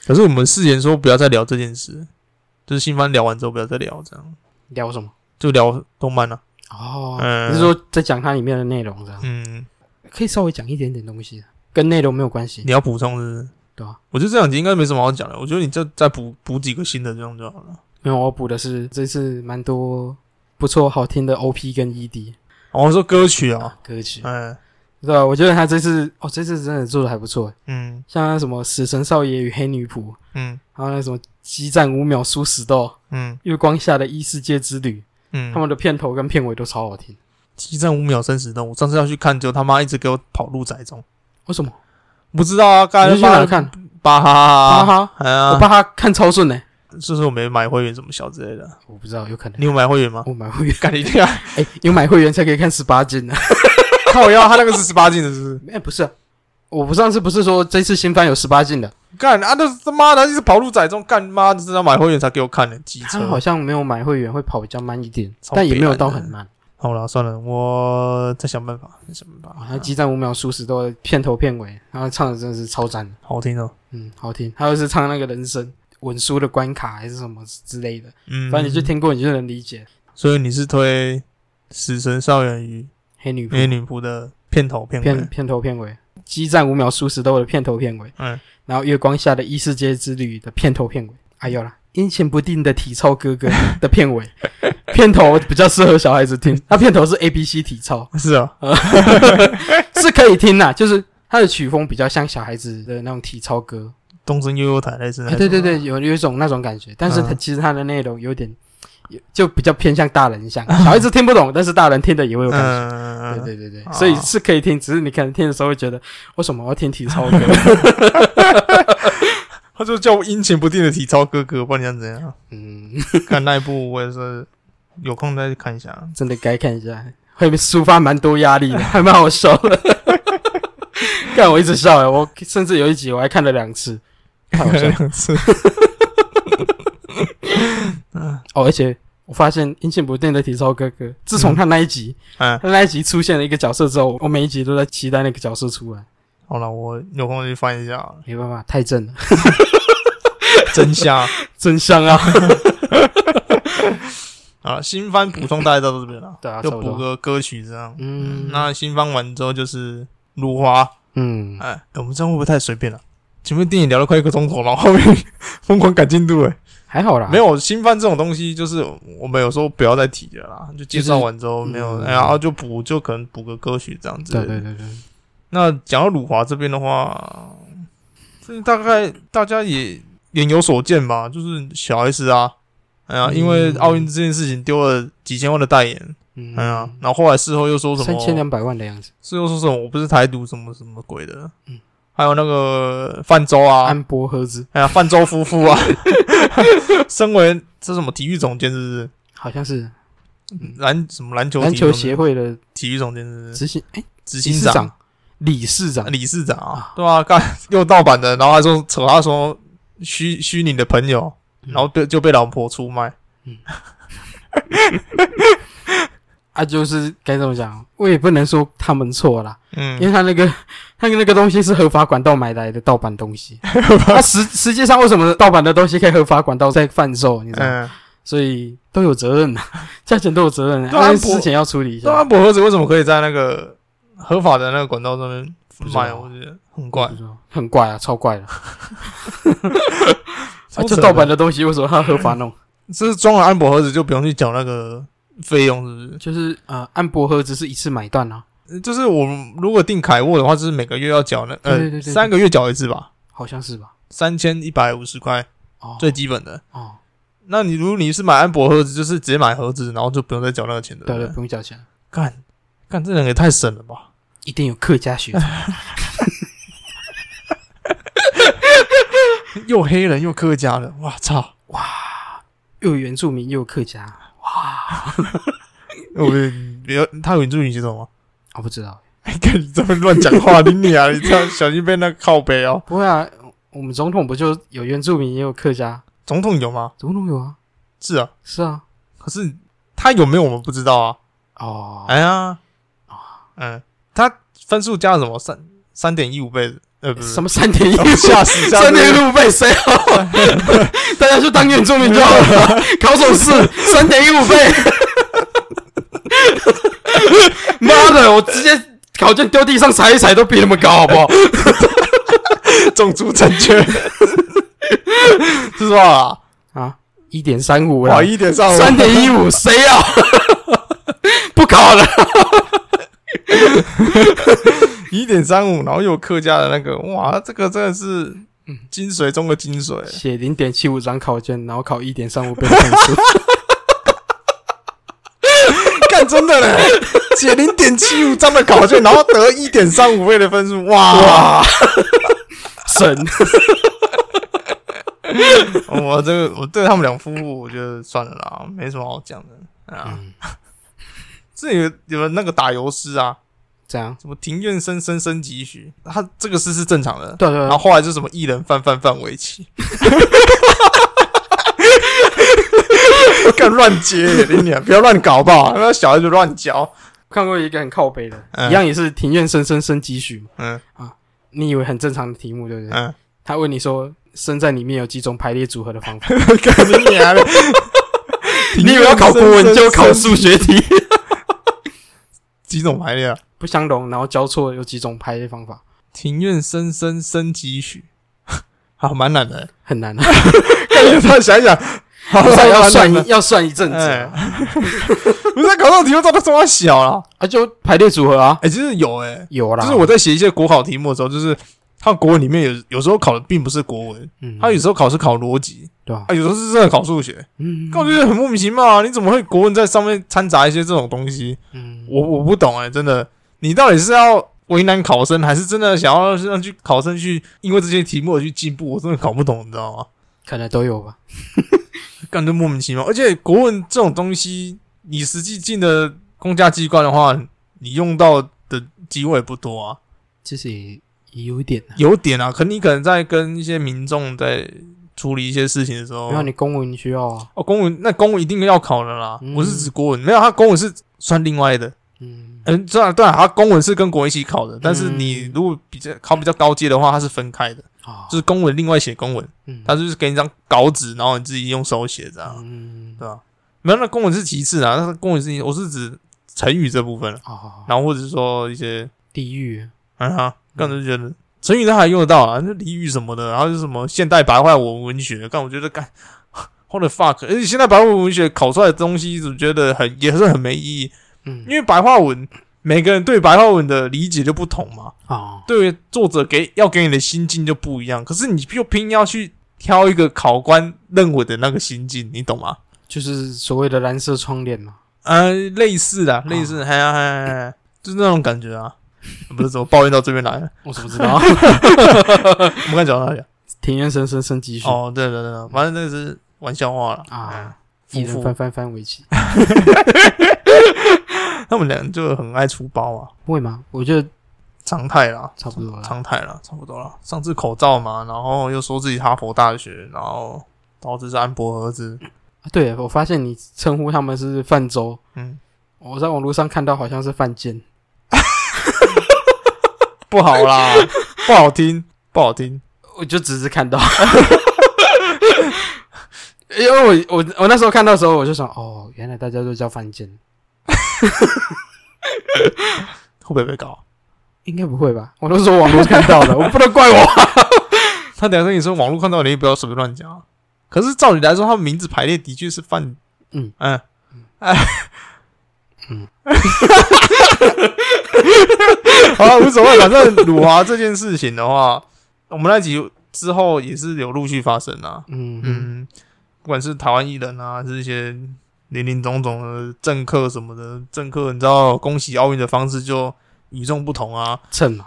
[SPEAKER 2] 可是我们誓言说不要再聊这件事，就是新番聊完之后不要再聊，这样
[SPEAKER 3] 聊什么？
[SPEAKER 2] 就聊动漫了、
[SPEAKER 3] 哦，
[SPEAKER 2] 嗯
[SPEAKER 3] 你是说在讲它里面的内容这样？
[SPEAKER 2] 嗯，
[SPEAKER 3] 可以稍微讲一点点东西，啊跟内容没有关系
[SPEAKER 2] 你。要补充是不是？
[SPEAKER 3] 对啊，
[SPEAKER 2] 我觉得这两集应该没什么好讲的。我觉得你再再补补几个新的这样就好了。
[SPEAKER 3] 因为我补的是这次蛮多不错好听的 OP 跟 ED
[SPEAKER 2] 哦，我说歌曲啊，
[SPEAKER 3] 歌曲，
[SPEAKER 2] 哎，
[SPEAKER 3] 对啊，我觉得他这次哦，这次真的做的还不错，
[SPEAKER 2] 嗯
[SPEAKER 3] 像那什么《死神少爷与黑女仆》，
[SPEAKER 2] 嗯
[SPEAKER 3] 还有那什么《激战五秒殊死斗》《
[SPEAKER 2] 嗯
[SPEAKER 3] 月光下的异世界之旅》，
[SPEAKER 2] 嗯，
[SPEAKER 3] 他们的片头跟片尾都超好听。
[SPEAKER 2] 激战五秒生死斗，我上次要去看，结果他妈一直给我跑路仔中，
[SPEAKER 3] 为什么？
[SPEAKER 2] 不知道啊，刚
[SPEAKER 3] 你
[SPEAKER 2] 才
[SPEAKER 3] 是去哪
[SPEAKER 2] 妈
[SPEAKER 3] 看？
[SPEAKER 2] 巴哈哈，
[SPEAKER 3] 哈哈，
[SPEAKER 2] 哎
[SPEAKER 3] 我
[SPEAKER 2] 呀，
[SPEAKER 3] 把它看超顺呢。
[SPEAKER 2] 就是我没买会员什么小之类的。
[SPEAKER 3] 我不知道，有可能
[SPEAKER 2] 你有买会 员吗？
[SPEAKER 3] 我买会员，
[SPEAKER 2] 干你这样，
[SPEAKER 3] 哎，有买会员才可以看十八禁呢。
[SPEAKER 2] 靠腰，他那个是十八禁的，是不是？
[SPEAKER 3] 哎，不是啊，我不上次不是说这次新番有十八禁的，
[SPEAKER 2] 干啊，那他妈的一直跑路仔中，干妈的，真的买会员才给我看的，机
[SPEAKER 3] 他
[SPEAKER 2] 车。
[SPEAKER 3] 好像没有买会员会跑比较慢一点，
[SPEAKER 2] 超
[SPEAKER 3] 但也没有到
[SPEAKER 2] 北蓝
[SPEAKER 3] 很
[SPEAKER 2] 的
[SPEAKER 3] 慢。
[SPEAKER 2] 好了，算了，我再想办法，再想办
[SPEAKER 3] 啊
[SPEAKER 2] 法。，
[SPEAKER 3] 他激战五秒殊死斗的片头片尾，然后唱的真的是超赞的，
[SPEAKER 2] 好听哦，
[SPEAKER 3] 嗯，好听。还有是唱那个人生文书的关卡还是什么之类的，
[SPEAKER 2] 嗯，
[SPEAKER 3] 反正你就听过你就能理解。
[SPEAKER 2] 所以你是推《死神少年与
[SPEAKER 3] 黑女仆
[SPEAKER 2] 美女仆》的片头片
[SPEAKER 3] 片
[SPEAKER 2] 尾？
[SPEAKER 3] 片头片尾，激战五秒殊死斗的片头片尾，
[SPEAKER 2] 嗯，
[SPEAKER 3] 然后月光下的异世界之旅的片头片尾，还、有啦。阴晴不定的体操哥哥的片尾， 片头比较适合小孩子听。那片头是 A B C 体操，
[SPEAKER 2] 是啊，
[SPEAKER 3] 是可以听啦，就是它的曲风比较像小孩子的那种体操歌，
[SPEAKER 2] 东森悠悠台类似那
[SPEAKER 3] 哎，
[SPEAKER 2] 种。哦
[SPEAKER 3] 对对对，有有一种那种感觉，但是它
[SPEAKER 2] 嗯
[SPEAKER 3] 其实它的内容有点，有就比较偏向大人 向，小孩子听不懂，但是大人听的也会有感觉。
[SPEAKER 2] 嗯，
[SPEAKER 3] 对对对
[SPEAKER 2] 啊
[SPEAKER 3] 对，所以是可以听，只是你可能听的时候会觉得，为什么我要听体操歌？
[SPEAKER 2] 他就叫我阴晴不定的体操哥哥，不然你想怎样？
[SPEAKER 3] 嗯，
[SPEAKER 2] 看那一部我也是有空再去看一下。
[SPEAKER 3] 真的该看一下，会抒发蛮多压力的， 还蛮好笑的。 看我一直笑哎，我甚至有一集我还看了两次，太 好笑了
[SPEAKER 2] 两次，
[SPEAKER 3] 哦！而且我发现阴晴不定的体操哥哥，自
[SPEAKER 2] 嗯
[SPEAKER 3] 从他那一集，
[SPEAKER 2] 哎，
[SPEAKER 3] 他那一集出现了一个角色之后，我每一集都在期待那个角色出来。
[SPEAKER 2] 好了，我有空再去翻一下
[SPEAKER 3] 没办法，太正了，
[SPEAKER 2] 真 香
[SPEAKER 3] 真香啊！
[SPEAKER 2] 啊！新番补充大概到这边了，
[SPEAKER 3] 对啊
[SPEAKER 2] 就
[SPEAKER 3] 差不多
[SPEAKER 2] 补个歌曲这样。
[SPEAKER 3] 嗯
[SPEAKER 2] 那新番完之后就是如花。
[SPEAKER 3] 嗯，
[SPEAKER 2] 哎，我们这样会不会太随便了？前面电影聊了快一个钟头，然后后面 疯狂赶进度，哎，
[SPEAKER 3] 还好啦，
[SPEAKER 2] 没有新番这种东西，就是我们有时候不要再提了啦，就介绍完之后
[SPEAKER 3] 就是
[SPEAKER 2] 没有，
[SPEAKER 3] 嗯
[SPEAKER 2] 哎然后就补，就可能补个歌曲这样子。
[SPEAKER 3] 对，对对对，
[SPEAKER 2] 那讲到辱华这边的话，这大概大家也眼有所见吧，就是小 S 啊，哎呀，
[SPEAKER 3] 嗯
[SPEAKER 2] 因为奥运这件事情丢了几千万的代言，
[SPEAKER 3] 嗯
[SPEAKER 2] 哎呀，然后后来事后又说什么
[SPEAKER 3] 三千两百万的样子，
[SPEAKER 2] 事后说什么我不是台独什么什么鬼的，
[SPEAKER 3] 嗯
[SPEAKER 2] 还有那个泛舟啊，
[SPEAKER 3] 安波赫兹
[SPEAKER 2] 哎呀，泛舟夫妇啊， 身为这什么体育总监是
[SPEAKER 3] 好像是
[SPEAKER 2] 不是篮什么篮球
[SPEAKER 3] 篮
[SPEAKER 2] 体育总
[SPEAKER 3] 球
[SPEAKER 2] 监
[SPEAKER 3] 协会的
[SPEAKER 2] 体育总监是不是
[SPEAKER 3] 执行哎
[SPEAKER 2] 执
[SPEAKER 3] 理
[SPEAKER 2] 行
[SPEAKER 3] 事
[SPEAKER 2] 长
[SPEAKER 3] 长，理事长，
[SPEAKER 2] 理事长啊，对啊，干又盗版的，然后还说扯他说虚虚拟的朋友，
[SPEAKER 3] 嗯
[SPEAKER 2] 然后被就被老婆出卖，
[SPEAKER 3] 啊，就是该怎么讲，我也不能说他们错啦，
[SPEAKER 2] 嗯
[SPEAKER 3] 因，为他那个 他那个东西是合法管道买来的盗版 东西，那实实际上为什么盗版的东西可以合法管道在贩售？你知道吗，
[SPEAKER 2] 嗯，
[SPEAKER 3] 所以都有责任的，啊价钱都有责任的，
[SPEAKER 2] 对啊
[SPEAKER 3] 但
[SPEAKER 2] 不
[SPEAKER 3] 事情要处理一
[SPEAKER 2] 对啊，
[SPEAKER 3] 下。
[SPEAKER 2] 薄荷子为什么可以在那个合法的那个管道上面
[SPEAKER 3] 不知道
[SPEAKER 2] 卖？我觉得很怪
[SPEAKER 3] 不，知道，很怪啊，超怪的， 啊
[SPEAKER 2] 超扯
[SPEAKER 3] 就啊盗版的东西为什么要合法弄？
[SPEAKER 2] 是装了安博盒子就不用去缴那个费用，是不
[SPEAKER 3] 就是呃，按薄荷只是一次买断啊，
[SPEAKER 2] 是？就是我们如果订凯沃的话，就是每个月要缴那
[SPEAKER 3] 对对
[SPEAKER 2] 呃
[SPEAKER 3] 对对
[SPEAKER 2] 三个月缴一次吧，
[SPEAKER 3] 好像是吧？
[SPEAKER 2] 三千一百五十块
[SPEAKER 3] 哦，
[SPEAKER 2] 最基本的。
[SPEAKER 3] 哦，
[SPEAKER 2] 那你如果你是买安博盒子，就是直接买盒子，然后就不用再缴那个钱的。
[SPEAKER 3] 对对，
[SPEAKER 2] 不
[SPEAKER 3] 不用交钱，
[SPEAKER 2] 干干这人也太省了吧！
[SPEAKER 3] 一定有客家 血统，
[SPEAKER 2] 又黑人又客家的，哇操！
[SPEAKER 3] 又有原住民又有客家，
[SPEAKER 2] 我比较他有原住民血统吗？
[SPEAKER 3] 我哦不知道。
[SPEAKER 2] 哎，看你这么乱讲话，你你啊，你这样小心被那个靠背哦。
[SPEAKER 3] 不会啊，我们总统不就有原住民也有客家？
[SPEAKER 2] 总统有吗？
[SPEAKER 3] 总统有啊，
[SPEAKER 2] 是啊，
[SPEAKER 3] 是啊，
[SPEAKER 2] 可是他有没有我们不知道啊。
[SPEAKER 3] 哦，
[SPEAKER 2] 哎呀，
[SPEAKER 3] 啊
[SPEAKER 2] 嗯，他分数加了什么三三点一五倍？呃，不是
[SPEAKER 3] 什么三点 一啊
[SPEAKER 2] 哦，吓死吓
[SPEAKER 3] 三点
[SPEAKER 2] 死！
[SPEAKER 3] 一五倍谁好？ 大家去当原住民就好 了，考手试三点一五 倍。妈的，我直接考卷丢地上踩一踩都比他们高，好不好？
[SPEAKER 2] 种族正确，是吧？
[SPEAKER 3] 啊，一点三五啦
[SPEAKER 2] 哇，，一点上
[SPEAKER 3] 三点一五谁要？ 不考了，
[SPEAKER 2] 一点三五，然后又有客家的那个，哇，这个真的是精髓中的精髓。
[SPEAKER 3] 写零点七五张考卷，然后考一点三五倍的分数。
[SPEAKER 2] 干真 的嘞，写零点七五张的考卷，然后得一点三五倍的分数，哇！
[SPEAKER 3] 神，
[SPEAKER 2] 我这个我对他们两夫妇，我觉得算了啦，没什么好讲的啊。 这有有那个打油诗啊，
[SPEAKER 3] 这样
[SPEAKER 2] 什么庭院深深深几许，他这个诗是正常的。
[SPEAKER 3] 对对对
[SPEAKER 2] 然后后来就什么一人范范范围 棋，干乱接，你俩不要乱搞吧，那小孩就乱教。
[SPEAKER 3] 看过一个很靠北的，
[SPEAKER 2] 嗯
[SPEAKER 3] 一样也是庭院深深深几许嘛，啊
[SPEAKER 2] 嗯
[SPEAKER 3] 你以为很正常的题目对不对？
[SPEAKER 2] 嗯，
[SPEAKER 3] 他问你说生在里面有几种排列组合的方法，
[SPEAKER 2] 干你娘 的！
[SPEAKER 3] 你以为要考国文就考数学题，
[SPEAKER 2] 几种排列啊？
[SPEAKER 3] 不相容，然后交错有几种排列方法，
[SPEAKER 2] 庭院深深深几许， 好蛮难的。
[SPEAKER 3] 很 难啊，
[SPEAKER 2] 干他想一想， 好
[SPEAKER 3] 不
[SPEAKER 2] 像
[SPEAKER 3] 是要算
[SPEAKER 2] 一
[SPEAKER 3] 一要算一阵子啊，
[SPEAKER 2] 哎 不是考到题目，到底说他小了。
[SPEAKER 3] 啊就排列组合啊，
[SPEAKER 2] 哎、其实有哎、
[SPEAKER 3] 有啦，
[SPEAKER 2] 就是我在写一些国考题目的时候，就是它国文里面有有时候考的并不是国文，
[SPEAKER 3] 嗯，
[SPEAKER 2] 它有时候考是考逻辑，
[SPEAKER 3] 对吧
[SPEAKER 2] 啊，？有时候是真的考数学，
[SPEAKER 3] 嗯
[SPEAKER 2] 那我觉得很莫名其妙啊！你怎么会国文在上面掺杂一些这种东西？
[SPEAKER 3] 嗯，
[SPEAKER 2] 我我不懂哎、真的，你到底是要为难考生，还是真的想要让去考生去因为这些题目而去进步？我真的搞不懂，你知道吗？
[SPEAKER 3] 可能都有吧，
[SPEAKER 2] 感觉莫名其妙。而且国文这种东西，你实际进的公家机关的话，你用到的机会也不多啊。
[SPEAKER 3] 其实也也有一点啊，
[SPEAKER 2] 有点啊，可你可能在跟一些民众在处理一些事情的时候，
[SPEAKER 3] 然后你公文需要啊，
[SPEAKER 2] 哦，公文那公文一定要考的啦。
[SPEAKER 3] 嗯
[SPEAKER 2] 我是指国文，没有他公文是算另外的。
[SPEAKER 3] 嗯，
[SPEAKER 2] 嗯，对啊，对啊，他公文是跟国文一起考的，但是
[SPEAKER 3] 嗯
[SPEAKER 2] 你如果比较考比较高阶的话，它是分开的，
[SPEAKER 3] 啊
[SPEAKER 2] 就是公文另外写公文，
[SPEAKER 3] 嗯
[SPEAKER 2] 他就是给你一张稿纸，然后你自己用手写这样。
[SPEAKER 3] 嗯，
[SPEAKER 2] 对吧、啊没有，那公文是其次啊，那公文是我是指成语这部分了，
[SPEAKER 3] 哦，
[SPEAKER 2] 然后或者是说一些
[SPEAKER 3] 地狱
[SPEAKER 2] 啊哈，干就觉得成语它还用得到啊，那俚语什么的，然后是什么现代白话文文学，干我觉得干 what the fuck，而且现代白话文文学考出来的东西，我觉得很也是很没意义，
[SPEAKER 3] 嗯
[SPEAKER 2] 因为白话文每个人对白话文的理解就不同嘛，
[SPEAKER 3] 啊，
[SPEAKER 2] 对于作者给要给你的心境就不一样，可是你又偏要去挑一个考官认为的那个心境，你懂吗？
[SPEAKER 3] 就是所谓的蓝色窗帘嘛，
[SPEAKER 2] 呃，类似的，类似，还呀还呀还呀，就是那种感觉啊。不是怎么抱怨到这边来了？
[SPEAKER 3] 我怎么知 道？
[SPEAKER 2] 我们刚才讲到哪里啊？
[SPEAKER 3] 庭院深深深几许
[SPEAKER 2] 哦，对对对对，反正那是玩笑话了。
[SPEAKER 3] 啊，
[SPEAKER 2] 夫
[SPEAKER 3] 一人
[SPEAKER 2] 妇
[SPEAKER 3] 翻翻翻围棋，
[SPEAKER 2] 他们俩就很爱出包啊。
[SPEAKER 3] 会吗？我觉得
[SPEAKER 2] 常态啦，
[SPEAKER 3] 差不多了
[SPEAKER 2] 常态啦，差不多啦。上次口罩嘛，然后又说自己哈佛大学，然后导致是安博儿子，
[SPEAKER 3] 啊对，我发现你称呼他们是泛舟，
[SPEAKER 2] 嗯，
[SPEAKER 3] 我在网络上看到好像是犯贱，
[SPEAKER 2] 不好啦， 不好听，不好听。
[SPEAKER 3] 我就只是看到。因为我我我那时候看到的时候，我就想，哦，原来大家都叫犯贱，
[SPEAKER 2] 会不会被啊搞？
[SPEAKER 3] 应该不会吧？我都说网络看到的，我不能怪我。
[SPEAKER 2] 他等下跟你说网络看到你，也不要随便乱讲啊。可是照理来说，他们名字排列的确是犯，
[SPEAKER 3] 嗯
[SPEAKER 2] 嗯，
[SPEAKER 3] 嗯
[SPEAKER 2] 嗯， 好了，无所谓，反正辱华这件事情的话，我们那集之后也是有陆续发生啊。
[SPEAKER 3] 嗯嗯，
[SPEAKER 2] 嗯，不管是台湾艺人啊，还是一些林林总总的政客什么的，政客你知道，恭喜奥运的方式就与众不同啊。
[SPEAKER 3] 蹭嘛，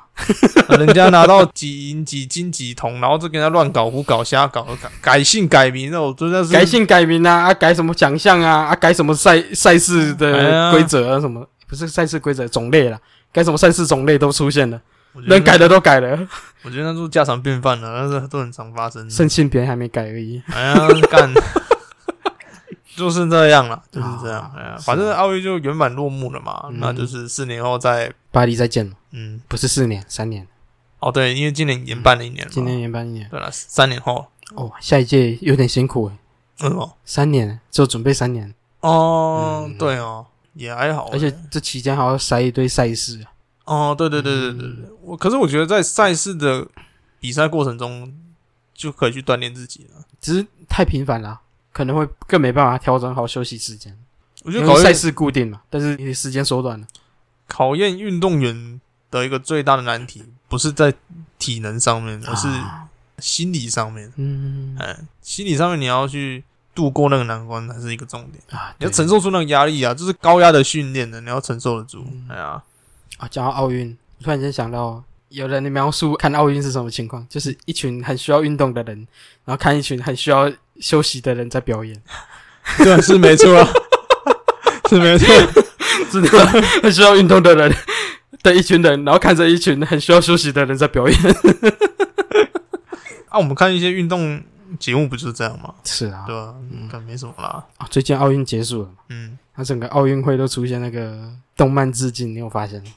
[SPEAKER 2] 人家拿到几银几金几铜，然后就跟人家乱搞、胡搞、瞎搞、改改姓改名，那我真的是
[SPEAKER 3] 改姓改名啊，啊改什么奖项啊，啊改什么赛赛事
[SPEAKER 2] 哎
[SPEAKER 3] 的
[SPEAKER 2] 呀
[SPEAKER 3] 规则啊，什么不是赛事规则种类啦，改什么赛事种类都出现了，
[SPEAKER 2] 我觉得
[SPEAKER 3] 能改的都改了，
[SPEAKER 2] 我觉得那都是家常便饭了，那是都很常发 生。
[SPEAKER 3] 申请别人还没改而已。
[SPEAKER 2] 哎呀，干， 就是这样啦，就是这样
[SPEAKER 3] 啊。
[SPEAKER 2] 哎呀，
[SPEAKER 3] 是
[SPEAKER 2] 反正奥运就圆满落幕了嘛，
[SPEAKER 3] 嗯
[SPEAKER 2] 那就是四年后再
[SPEAKER 3] 巴黎再见嘛，
[SPEAKER 2] 嗯，
[SPEAKER 3] 不是四年，三年，
[SPEAKER 2] 哦对，因为今年延办了一年嘛，
[SPEAKER 3] 嗯今年延办一年。
[SPEAKER 2] 对了，三年后，
[SPEAKER 3] 哦，下一届有点辛苦诶，欸
[SPEAKER 2] 为什么？
[SPEAKER 3] 三年就准备三年，
[SPEAKER 2] 哦，
[SPEAKER 3] 嗯
[SPEAKER 2] 对哦，也还好欸，
[SPEAKER 3] 而且这期间还要塞一堆赛事，啊
[SPEAKER 2] 哦，对对对对对
[SPEAKER 3] 嗯
[SPEAKER 2] 对，我可是我觉得在赛事的比赛过程中就可以去锻炼自己了。
[SPEAKER 3] 只是太频繁了，啊可能会更没办法调整好休息时间，
[SPEAKER 2] 我觉
[SPEAKER 3] 因
[SPEAKER 2] 得考
[SPEAKER 3] 为赛
[SPEAKER 2] 验
[SPEAKER 3] 事固定嘛，但是你时间缩短了。
[SPEAKER 2] 考验运动员的一个最大的难题，不是在体能上面，而是
[SPEAKER 3] 啊
[SPEAKER 2] 心理上面。
[SPEAKER 3] 嗯
[SPEAKER 2] 嗯，心理上面你要去度过那个难关，才是一个重点。
[SPEAKER 3] 啊，
[SPEAKER 2] 你要
[SPEAKER 3] 对
[SPEAKER 2] 承受住那个压力啊，就是高压的训练的，你要承受得住。
[SPEAKER 3] 嗯
[SPEAKER 2] 哎呀，
[SPEAKER 3] 啊，讲到奥运，我突然间想到，有人的描述看奥运是什么情况，就是一群很需要运动的人，然后看一群很需要休息的人在表演，
[SPEAKER 2] 对，是没 错啊，是没错。
[SPEAKER 3] 真的很 需要运动的人的一群人，然后看着一群很需要休息的人在表演。
[SPEAKER 2] 啊，我们看一些运动节目不就是这样吗？
[SPEAKER 3] 是啊
[SPEAKER 2] 对，吧？嗯，没什么啦。
[SPEAKER 3] 啊，最近奥运结束了嘛，
[SPEAKER 2] 嗯，
[SPEAKER 3] 它整个奥运会都出现那个动漫致敬，你有发现吗？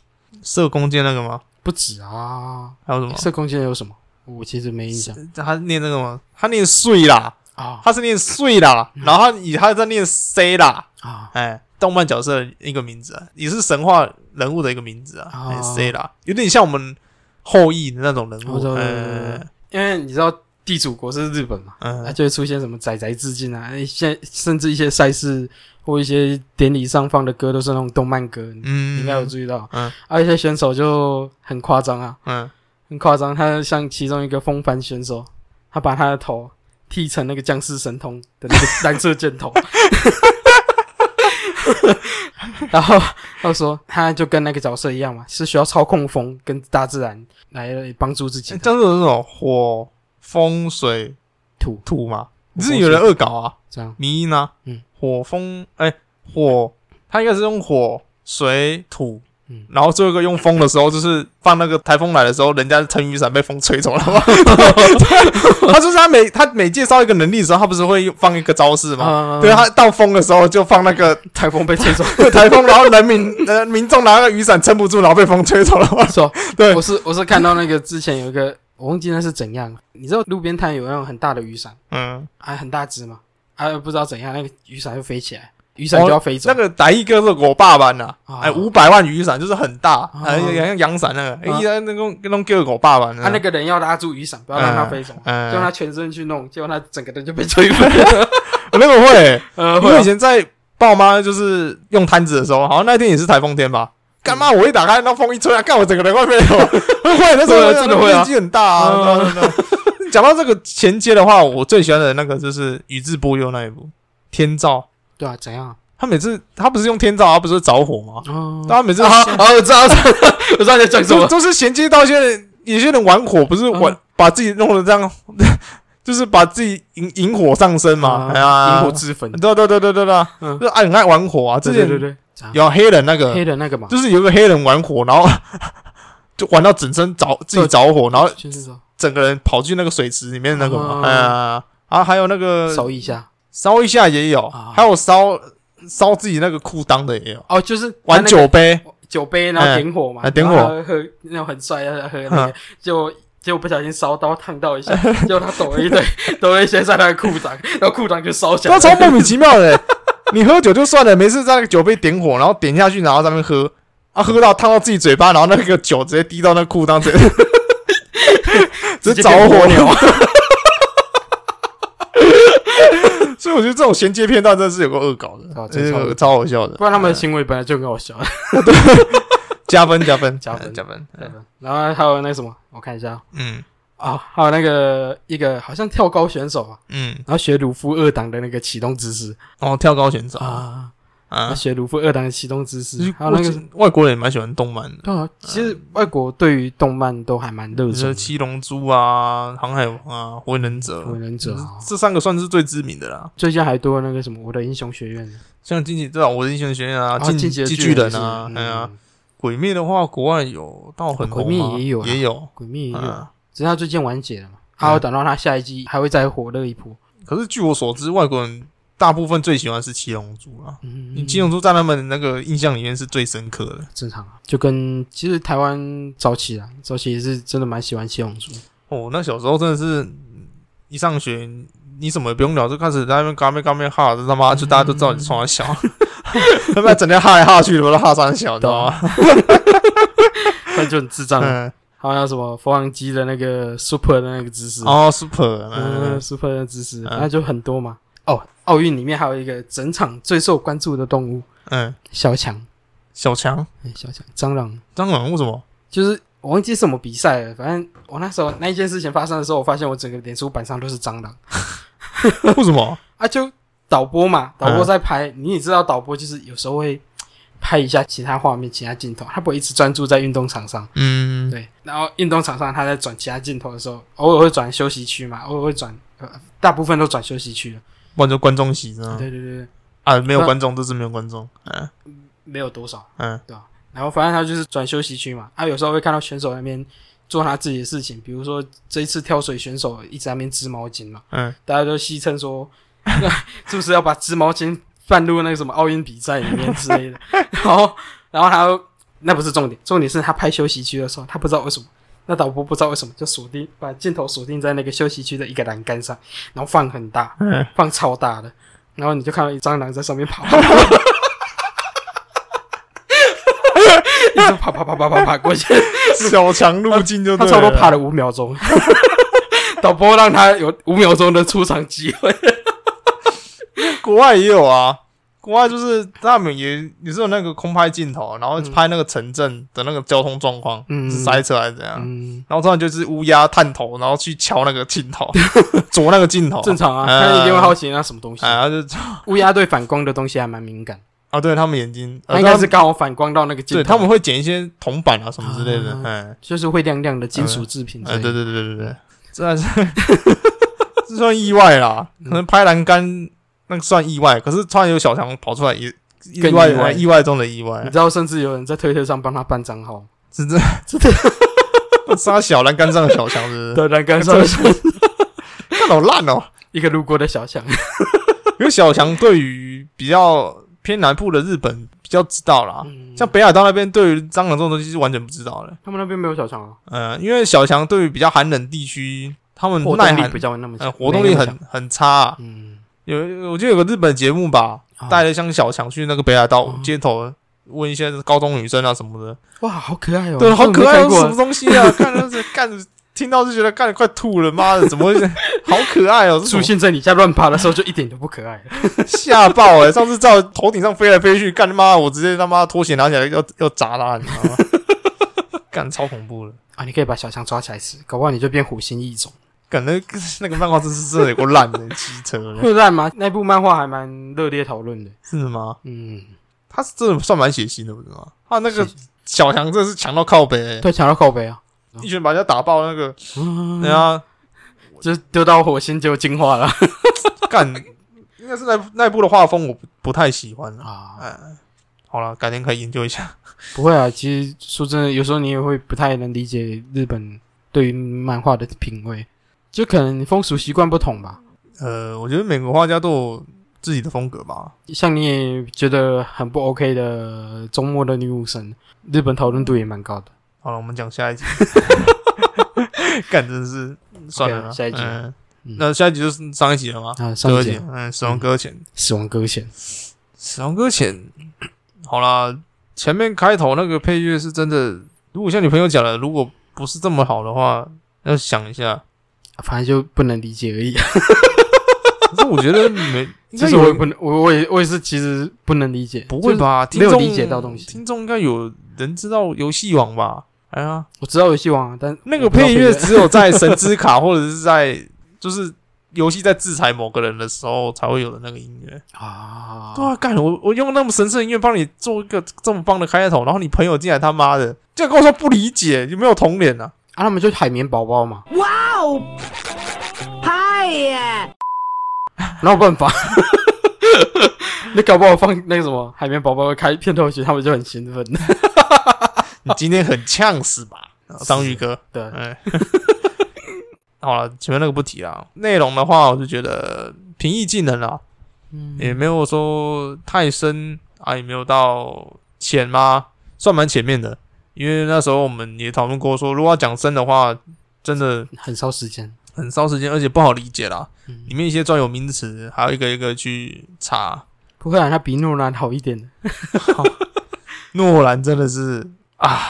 [SPEAKER 2] 射弓箭那个吗？
[SPEAKER 3] 不止啊，
[SPEAKER 2] 还有什么？
[SPEAKER 3] 射空间有什么？我其实没印象
[SPEAKER 2] 他念那个吗？他念碎啦，
[SPEAKER 3] 啊
[SPEAKER 2] 他是念碎啦，
[SPEAKER 3] 嗯
[SPEAKER 2] 然后他以他在念 C 啦，
[SPEAKER 3] 啊
[SPEAKER 2] 哎，动漫角色的一个名字啊，也是神话人物的一个名字啊，
[SPEAKER 3] 哦
[SPEAKER 2] 哎 C 啦，有点像我们后羿的那种人
[SPEAKER 3] 我知
[SPEAKER 2] 物，
[SPEAKER 3] 道
[SPEAKER 2] 哎
[SPEAKER 3] 因为你知道地主国是日本嘛，它
[SPEAKER 2] 嗯，
[SPEAKER 3] 就会出现什么仔仔致敬啊，一些甚至一些赛事或一些典礼上放的歌都是那种动漫歌，你
[SPEAKER 2] 嗯
[SPEAKER 3] 应该有注意到。
[SPEAKER 2] 嗯，
[SPEAKER 3] 啊，一些选手就很夸张啊，
[SPEAKER 2] 嗯，
[SPEAKER 3] 很夸张，他像其中一个风帆选手，他把他的头剃成那个僵尸神通的那个蓝色箭头， 然后他说他就跟那个角色一样嘛，是需要操控风跟大自然来帮助自己
[SPEAKER 2] 这
[SPEAKER 3] 的
[SPEAKER 2] 样子有那种火、风、水、
[SPEAKER 3] 土
[SPEAKER 2] 土嘛，你是有人恶搞啊，
[SPEAKER 3] 这样
[SPEAKER 2] 迷音啊，
[SPEAKER 3] 嗯，
[SPEAKER 2] 火风，哎，火，他应该是用火、水、土，
[SPEAKER 3] 嗯
[SPEAKER 2] 然后最后一个用风的时候，就是放那个台风来的时候，人家撑雨伞被风吹走了 嘛。他就是他每他每介绍一个能力的时候，他不是会放一个招式吗？
[SPEAKER 3] 嗯
[SPEAKER 2] 对，他到风的时候就放那 个
[SPEAKER 3] 台风被吹走，
[SPEAKER 2] 台风，然后人民呃民众拿那个雨伞撑不住，然后被风吹走了嘛。
[SPEAKER 3] 说
[SPEAKER 2] 对
[SPEAKER 3] 我是我是看到那个之前有一个我忘记那是怎样，你知道路边摊有那种很大的雨伞，
[SPEAKER 2] 嗯，
[SPEAKER 3] 啊很大只嘛，啊不知道怎样那个雨伞就飞起来，雨伞就要飞走，
[SPEAKER 2] 那个打一哥是我爸爸呐，
[SPEAKER 3] 啊
[SPEAKER 2] 哎，五百万雨伞就是很大，哎，
[SPEAKER 3] 啊
[SPEAKER 2] 像阳伞那个，哎，一那种那种叫我爸爸呢
[SPEAKER 3] 啊，那个人要拉住雨伞，不要让它飞走，
[SPEAKER 2] 嗯嗯
[SPEAKER 3] 就让它全身去弄，结果他整个人就被吹飞了。
[SPEAKER 2] 我哦那个会。
[SPEAKER 3] 呃，
[SPEAKER 2] 因为
[SPEAKER 3] 会
[SPEAKER 2] 我以前在爸妈就是用摊子的时候，好像那天也是台风天吧。干嘛？我一打开，那风一吹啊，干我整个人快飞走， 会会那时
[SPEAKER 3] 对啊
[SPEAKER 2] 候
[SPEAKER 3] 真的会啊嗯
[SPEAKER 2] 面积很大啊。对啊对啊对啊讲到这个衔接的话，我最喜欢的那个就是宇智波鼬那一部《天照》，
[SPEAKER 3] 对啊，怎样？
[SPEAKER 2] 他每次他不是用天照，他不是着火吗？
[SPEAKER 3] 哦
[SPEAKER 2] 他每次
[SPEAKER 3] 啊，哦，我知道，我知道我知道你在讲什
[SPEAKER 2] 都
[SPEAKER 3] 么。
[SPEAKER 2] 都是衔接到一些人，有些人玩火不是玩
[SPEAKER 3] 嗯
[SPEAKER 2] 把自己弄得这样， 就是把自己引引火上身嘛。哎呀，
[SPEAKER 3] 嗯萤火之粉，
[SPEAKER 2] 对对对对对对，
[SPEAKER 3] 嗯
[SPEAKER 2] 就是爱很爱玩火啊。之
[SPEAKER 3] 对对
[SPEAKER 2] 前
[SPEAKER 3] 对对，怎样
[SPEAKER 2] 有黑人那个
[SPEAKER 3] 黑的那个嘛，
[SPEAKER 2] 就是有个黑人玩火，然后。就玩到整身着自己着火，然后
[SPEAKER 3] 就是说
[SPEAKER 2] 整个人跑去那个水池里面那个嘛，
[SPEAKER 3] 啊
[SPEAKER 2] 啊、啊，还有那个
[SPEAKER 3] 扫一下
[SPEAKER 2] 烧一下也有，
[SPEAKER 3] 啊
[SPEAKER 2] 还有烧烧自己那个裤裆的也有，
[SPEAKER 3] 哦，就是他
[SPEAKER 2] 玩
[SPEAKER 3] 那个
[SPEAKER 2] 酒杯，
[SPEAKER 3] 酒杯，然后点火嘛，
[SPEAKER 2] 哎点火
[SPEAKER 3] 然后他喝那种很帅的喝那个，就就不小心烧刀烫到一下，就他抖了一堆，抖了一些在他的裤裆，然后裤裆就烧起来
[SPEAKER 2] 那
[SPEAKER 3] 了。
[SPEAKER 2] 超莫名其妙的欸、 你喝酒就算了，没事在那个酒杯点火，然后点下去，然后在那边喝，啊，喝到烫到自己嘴巴，然后那个酒直接滴到那裤裆， 直接 直接着火
[SPEAKER 3] 直接变
[SPEAKER 2] 了。所以我觉得这种衔接片段真的是有个恶搞的，
[SPEAKER 3] 啊
[SPEAKER 2] 这
[SPEAKER 3] 真的超恶
[SPEAKER 2] 个
[SPEAKER 3] 搞
[SPEAKER 2] 超好笑的
[SPEAKER 3] 不，然他们的行为本来就很好笑。
[SPEAKER 2] 加分加分
[SPEAKER 3] 加分
[SPEAKER 2] 嗯加分，
[SPEAKER 3] 然后还有那什么，我看一下啊
[SPEAKER 2] 嗯
[SPEAKER 3] 啊，还有那个一个好像跳高选手啊，
[SPEAKER 2] 嗯，
[SPEAKER 3] 然后学鲁夫二档的那个启动姿势
[SPEAKER 2] 哦，跳高选手啊
[SPEAKER 3] 啊，然后
[SPEAKER 2] 啊，
[SPEAKER 3] 学鲁夫二档的启动姿势
[SPEAKER 2] 其实，
[SPEAKER 3] 还有那个。
[SPEAKER 2] 外国人也蛮喜欢动漫的，
[SPEAKER 3] 对啊，其实外国对于动漫都还蛮热
[SPEAKER 2] 比如说
[SPEAKER 3] 衷
[SPEAKER 2] 《
[SPEAKER 3] 的，
[SPEAKER 2] 七龙珠》啊，《航海王》啊，《火影忍者》
[SPEAKER 3] 火影忍者啊
[SPEAKER 2] 这三个算是最知名的啦。
[SPEAKER 3] 最近还多了那个什么《我的英雄学院》
[SPEAKER 2] 像近期对啊，我的英雄学院啊，进
[SPEAKER 3] 进
[SPEAKER 2] 击
[SPEAKER 3] 击的
[SPEAKER 2] 巨
[SPEAKER 3] 人
[SPEAKER 2] 人啊，
[SPEAKER 3] 也是
[SPEAKER 2] 哎呀，
[SPEAKER 3] 嗯哦
[SPEAKER 2] 鬼灭的话，国外有到很
[SPEAKER 3] 鬼
[SPEAKER 2] 红吗
[SPEAKER 3] 灭也有啦
[SPEAKER 2] 也有，
[SPEAKER 3] 鬼灭也有，
[SPEAKER 2] 嗯
[SPEAKER 3] 只是他最近完结了嘛，还有等到他下一季还会再火热一波。
[SPEAKER 2] 可是据我所知，外国人大部分最喜欢是七龙珠啊。
[SPEAKER 3] 嗯，
[SPEAKER 2] 你七龙珠在他们那个印象里面是最深刻的。
[SPEAKER 3] 正常啊，就跟其实台湾早期啊，早期也是真的蛮喜欢七龙珠，
[SPEAKER 2] 哦，那小时候真的是嗯一上学，你什么也不用聊，就开始在那边嘎咩嘎咩哈，这他妈就大家都知道你是从小，
[SPEAKER 3] 嗯
[SPEAKER 2] 他妈整天哈来哈去的，我都哈三小，你知道吗？
[SPEAKER 3] 但就很智障啊。
[SPEAKER 2] 嗯，
[SPEAKER 3] 还有那什么缝纫机的那个 super 的那个姿势，
[SPEAKER 2] 哦，super，
[SPEAKER 3] 嗯
[SPEAKER 2] 嗯
[SPEAKER 3] ，super 的姿势，
[SPEAKER 2] 嗯
[SPEAKER 3] 那就很多嘛。哦，奥运里面还有一个整场最受关注的动物
[SPEAKER 2] 嗯，
[SPEAKER 3] 小强，
[SPEAKER 2] 小强，
[SPEAKER 3] 哎，小强蟑螂，
[SPEAKER 2] 蟑螂为什么？
[SPEAKER 3] 就是我忘记什么比赛了，反正我那时候那一件事情发生的时候，我发现我整个脸书板上都是蟑螂。
[SPEAKER 2] 为什么？
[SPEAKER 3] 啊，就导播嘛，导播
[SPEAKER 2] 嗯
[SPEAKER 3] 在拍，你也知道，导播就是有时候会拍一下其他画面、其他镜头，他不会一直专注在运动场上。
[SPEAKER 2] 嗯，
[SPEAKER 3] 对，然后运动场上他在转其他镜头的时候，偶尔会转休息区嘛，偶尔会转，呃，大部分都转休息区了。
[SPEAKER 2] 不然就观众席呢？
[SPEAKER 3] 对对对对，
[SPEAKER 2] 啊，没有
[SPEAKER 3] 那
[SPEAKER 2] 观众，这次没有观众。嗯
[SPEAKER 3] 没有多少，
[SPEAKER 2] 嗯
[SPEAKER 3] 对吧？然后反正他就是转休息区嘛，啊，有时候会看到选手那边做他自己的事情，比如说这一次跳水选手一直在那边织毛巾嘛，
[SPEAKER 2] 嗯，
[SPEAKER 3] 大家都戏称说，是不是要把织毛巾放入那个什么奥运比赛里面之类的？然后，然后他又那不是重点，重点是他拍休息区的时候，他不知道为什么，那导播不知道为什么就锁定把镜头锁定在那个休息区的一个栏杆上，然后放很大，
[SPEAKER 2] 嗯
[SPEAKER 3] 放超大的，然后你就看到一蟑螂在上面跑。一直爬爬爬爬爬爬过去，
[SPEAKER 2] 小强入境就
[SPEAKER 3] 他
[SPEAKER 2] 对
[SPEAKER 3] 差不多爬
[SPEAKER 2] 了。
[SPEAKER 3] 了五秒钟，导播让他有五秒钟的出场机会。
[SPEAKER 2] 国外也有啊，国外就是他们也也是有那个空拍镜头，然后拍那个城镇的那个交通状况，
[SPEAKER 3] 嗯
[SPEAKER 2] 是塞车还是怎样。
[SPEAKER 3] 嗯，
[SPEAKER 2] 然后突然就是乌鸦探头，然后去敲那个镜 头，啄那个镜头，
[SPEAKER 3] 正常啊，
[SPEAKER 2] 嗯
[SPEAKER 3] 他一定会好奇那什么东西。
[SPEAKER 2] 啊，就
[SPEAKER 3] 乌鸦对反光的东西还蛮敏感，
[SPEAKER 2] 啊，对他们眼睛，
[SPEAKER 3] 它
[SPEAKER 2] 呃
[SPEAKER 3] 应该
[SPEAKER 2] 他
[SPEAKER 3] 是
[SPEAKER 2] 们
[SPEAKER 3] 刚好反光到那个镜
[SPEAKER 2] 对
[SPEAKER 3] 头，
[SPEAKER 2] 他们会捡一些铜板啊什么之类的
[SPEAKER 3] 啊，嗯
[SPEAKER 2] 哎，
[SPEAKER 3] 就是会亮亮的金属制品之
[SPEAKER 2] 哎，
[SPEAKER 3] 类的。
[SPEAKER 2] 对对对对对对，这还是 这算意外啦，
[SPEAKER 3] 嗯
[SPEAKER 2] 可能拍栏杆那个算意外，可是突然有小强跑出来也意
[SPEAKER 3] 更
[SPEAKER 2] 外
[SPEAKER 3] 意外
[SPEAKER 2] 意外中的意外
[SPEAKER 3] 你，知道，甚至有人在推特上帮他办账号，
[SPEAKER 2] 真的
[SPEAKER 3] 真的
[SPEAKER 2] 杀小栏杆上的小强，是不是？
[SPEAKER 3] 对，栏杆
[SPEAKER 2] 上
[SPEAKER 3] 上
[SPEAKER 2] 面看好烂哦！
[SPEAKER 3] 一个路过的 小强，
[SPEAKER 2] 因为小强对于比较偏南部的日本比较知道啦，像北海道那边对于蟑螂这种东西是完全不知道的。
[SPEAKER 3] 嗯他们那边没有小强啊，
[SPEAKER 2] 呃，因为小强对于比较寒冷地区，他们
[SPEAKER 3] 活
[SPEAKER 2] 耐
[SPEAKER 3] 动力
[SPEAKER 2] 寒
[SPEAKER 3] 比较那么
[SPEAKER 2] 嗯
[SPEAKER 3] 强
[SPEAKER 2] 呃，活动力很
[SPEAKER 3] 没那么强，
[SPEAKER 2] 很差、啊。
[SPEAKER 3] 嗯，
[SPEAKER 2] 有我记得有个日本节目吧，
[SPEAKER 3] 啊
[SPEAKER 2] 带着像小强去那个北海道
[SPEAKER 3] 哦
[SPEAKER 2] 街头问一些高中女生啊什么的，
[SPEAKER 3] 哇，好可爱哦，
[SPEAKER 2] 对，好可爱哦，
[SPEAKER 3] 我没
[SPEAKER 2] 什
[SPEAKER 3] 看
[SPEAKER 2] 么
[SPEAKER 3] 过
[SPEAKER 2] 东西 啊？看那是干，听到就觉得干得快吐了，妈的，怎么会是？ 好可爱哦，这什
[SPEAKER 3] 出
[SPEAKER 2] 么
[SPEAKER 3] 现在你家乱爬的时候就一点都不可爱了，
[SPEAKER 2] 吓爆哎、上次在我头顶上飞来飞去，干他妈，我直接他妈拖鞋拿起来要要砸他，你知道吗？ 干超恐怖的，
[SPEAKER 3] 啊，你可以把小强抓起来吃，搞不好你就变虎星异种。
[SPEAKER 2] 感觉那个漫画真是真的有够烂的，机车的
[SPEAKER 3] 会烂吗？那部漫画还蛮热烈讨论的，
[SPEAKER 2] 是吗？
[SPEAKER 3] 嗯，
[SPEAKER 2] 他是真的算蛮血腥的，不是吗？他那个
[SPEAKER 3] 血
[SPEAKER 2] 小强真的是强到靠北、欸，
[SPEAKER 3] 对，强到靠背啊，
[SPEAKER 2] 一拳把人家打爆，那个啊人
[SPEAKER 3] 嗯，
[SPEAKER 2] 家
[SPEAKER 3] 就是丢到火星就进化了
[SPEAKER 2] 干，应该是那那一部的画风我不不太喜欢啊。
[SPEAKER 3] 啊。
[SPEAKER 2] 哎，好了，改天可以研究一下。
[SPEAKER 3] 不会啊，其实说真的，有时候你也会不太能理解日本对于漫画的品味，就可能风俗习惯不同吧。
[SPEAKER 2] 呃，我觉得每个画家都有自己的风格吧。
[SPEAKER 3] 像你也觉得很不 OK 的周末的女武神，日本讨论度也蛮高的。
[SPEAKER 2] 好了，我们讲下 一集。干真是算了啦
[SPEAKER 3] OK，下一集
[SPEAKER 2] 嗯
[SPEAKER 3] 嗯
[SPEAKER 2] 那下一集就是上一集了吗？
[SPEAKER 3] 啊，上一
[SPEAKER 2] 集
[SPEAKER 3] 节，
[SPEAKER 2] 嗯，死亡搁浅，
[SPEAKER 3] 死亡搁浅，
[SPEAKER 2] 死亡搁浅。好啦，前面开头那个配乐是真的，如果像你朋友讲的，如果不是这么好的话，要想一下。
[SPEAKER 3] 啊反正就不能理解而已。
[SPEAKER 2] 可是我觉得没，应该
[SPEAKER 3] 其实
[SPEAKER 2] 有
[SPEAKER 3] 我也
[SPEAKER 2] 人
[SPEAKER 3] 不能，我我也我也是，其实不能理解。
[SPEAKER 2] 不会
[SPEAKER 3] 就是？
[SPEAKER 2] 吧？
[SPEAKER 3] 没有
[SPEAKER 2] 听众
[SPEAKER 3] 理解到东西
[SPEAKER 2] 听众应该有人知道游戏王吧？哎呀，
[SPEAKER 3] 我知道游戏王啊，但
[SPEAKER 2] 那
[SPEAKER 3] 我
[SPEAKER 2] 个
[SPEAKER 3] 不知道
[SPEAKER 2] 配乐只有在神之卡或者是在就是游戏在制裁某个人的时候才会有的那个音乐。
[SPEAKER 3] 啊，
[SPEAKER 2] 对啊，干我我用那么神圣的音乐帮你做一个这么棒的开头，然后你朋友进来他妈的竟然跟我说不理解，有没有童年啊？
[SPEAKER 3] 啊，他们就海绵宝宝嘛，
[SPEAKER 6] 嗨耶！
[SPEAKER 3] 哪有办法？ 你搞不好放那个什么海绵宝宝开片头曲，他们就很 兴奋。
[SPEAKER 2] 你今天很呛死 吧，章鱼哥？
[SPEAKER 3] 对，
[SPEAKER 2] 哎， 好了，前面那个不提啦。内容的话，我就觉得平易近人啦，
[SPEAKER 3] 嗯
[SPEAKER 2] 也没有说太深啊，也没有到浅吗？算蛮前面的，因为那时候我们也讨论过说，如果要讲深的话，真的
[SPEAKER 3] 很烧时间。
[SPEAKER 2] 很烧时间，而且不好理解啦。
[SPEAKER 3] 嗯
[SPEAKER 2] 里面一些专有名词，还要一个一个去查。
[SPEAKER 3] 不会啊，他比诺兰好一点的。
[SPEAKER 2] 诺兰真的是啊，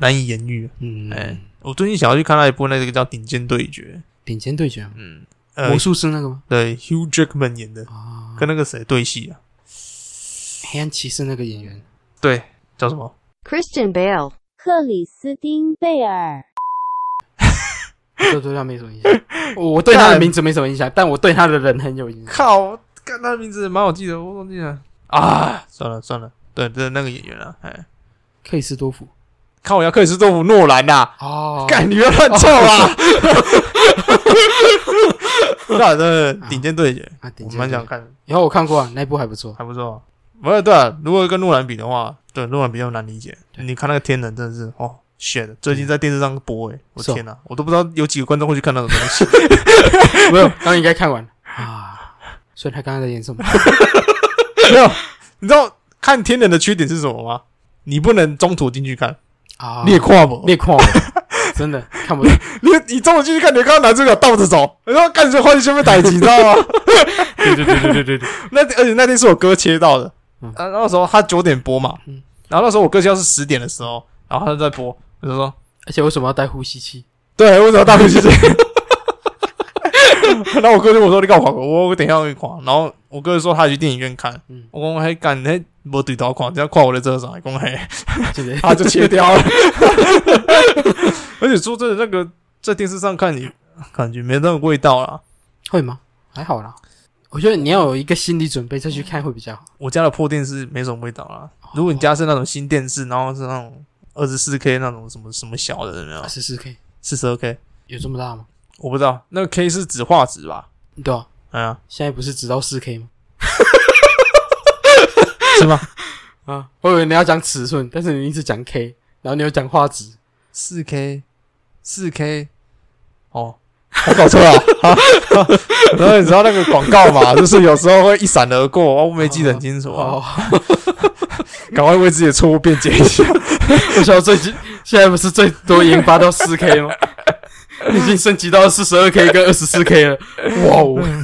[SPEAKER 2] 难以言喻。
[SPEAKER 3] 嗯，
[SPEAKER 2] 哎我最近想要去看那一部，那个叫《顶尖对决
[SPEAKER 3] 顶尖对决嘛，》，
[SPEAKER 2] 呃
[SPEAKER 3] 魔，术师那个吗？
[SPEAKER 2] 对，Hugh Jackman 演的，
[SPEAKER 3] 啊，
[SPEAKER 2] 跟那个谁对戏啊？
[SPEAKER 3] 黑暗骑士那个 演员，
[SPEAKER 2] 对，叫什么？
[SPEAKER 4] Christian Bale,
[SPEAKER 5] 克里斯汀贝尔。
[SPEAKER 3] 对对他没什么印象。我我对他的名字没什么 印象，但我对他的人很有印象。
[SPEAKER 2] 靠，看他的名字蛮好记的，我忘记了啊，算了算了，对，对，那个演员啊，哎，
[SPEAKER 3] 克里斯多夫
[SPEAKER 2] 看我要克里斯多夫诺兰呐、
[SPEAKER 3] 哦
[SPEAKER 2] 干、你不要乱凑啊！哦 那的顶尖对决，
[SPEAKER 3] 啊，顶
[SPEAKER 2] 我
[SPEAKER 3] 尖
[SPEAKER 2] 蛮想
[SPEAKER 3] 对决。
[SPEAKER 2] 看的，
[SPEAKER 3] 然后我看过啊，那一部还不错。
[SPEAKER 2] 还不错。不是对啊，如果跟诺兰比的话，对诺兰比较难理解。你看那个天能真的是哦，shit！最近在电视上播诶、欸我
[SPEAKER 3] 是哦
[SPEAKER 2] 天哪、我都不知道有几个观众会去看那种东西。
[SPEAKER 3] 没有，他们应该看完啊。所以他刚刚在演 什么？
[SPEAKER 2] 没有，你知道看天能的缺点是什么吗？你不能中途进去看，
[SPEAKER 3] 啊，
[SPEAKER 2] 你也跨不，
[SPEAKER 3] 裂矿了，真的看不懂。
[SPEAKER 2] 你你中午进去看，你看到男主角倒着走，然后看着花去前面逮鸡，你知道 吗？
[SPEAKER 3] 对对对对对对对，
[SPEAKER 2] 那而且那天是我哥切到的，
[SPEAKER 3] 嗯
[SPEAKER 2] 啊，那时候他九点播嘛
[SPEAKER 3] 嗯，
[SPEAKER 2] 然后那时候我哥切到是十点的时候，然后他就在播，我就说，
[SPEAKER 3] 而且为什么要带呼吸器？
[SPEAKER 2] 对，为什么大呼吸机？ 然后我哥就我说你干嘛看？我我等一下会看。然后我哥就说他去电影院看，
[SPEAKER 3] 嗯
[SPEAKER 2] 我讲还敢那没对头看，只要看我的车上，讲嘿，
[SPEAKER 3] 对不对？
[SPEAKER 2] 啊他就切掉了。而且说真的，那个在电视上看你感觉没那个味道啦。
[SPEAKER 3] 会吗？还好啦，我觉得你要有一个心理准备再去看会比较好。
[SPEAKER 2] 我家的破电视没什么味道啦。如果你家是那种新电视，然后是那种二十四 K 那种什么什么小的，有没有
[SPEAKER 3] 啊二？十四 K
[SPEAKER 2] 四十二 K，
[SPEAKER 3] 有这么大吗？
[SPEAKER 2] 我不知道，那个 K 是指画质吧？
[SPEAKER 3] 对啊，
[SPEAKER 2] 哎呀，
[SPEAKER 3] 现在不是只到四 K 吗？
[SPEAKER 2] 是吗？
[SPEAKER 3] 啊，我以为你要讲尺寸，但是你一直讲 K，然后你又讲画质，
[SPEAKER 2] 四 K，四 K，哦，我搞 错了、啊。然后你知道那个广告嘛，就是有时候会一闪而过，哦我没记得很清楚啊，
[SPEAKER 3] 哦，
[SPEAKER 2] 赶快为自己的错误辩解一下。
[SPEAKER 3] 我想到最近现在不是最多研发到四 K 吗？已经升级到四十二 K 跟二十四 K 了，哇哦！
[SPEAKER 2] 嗯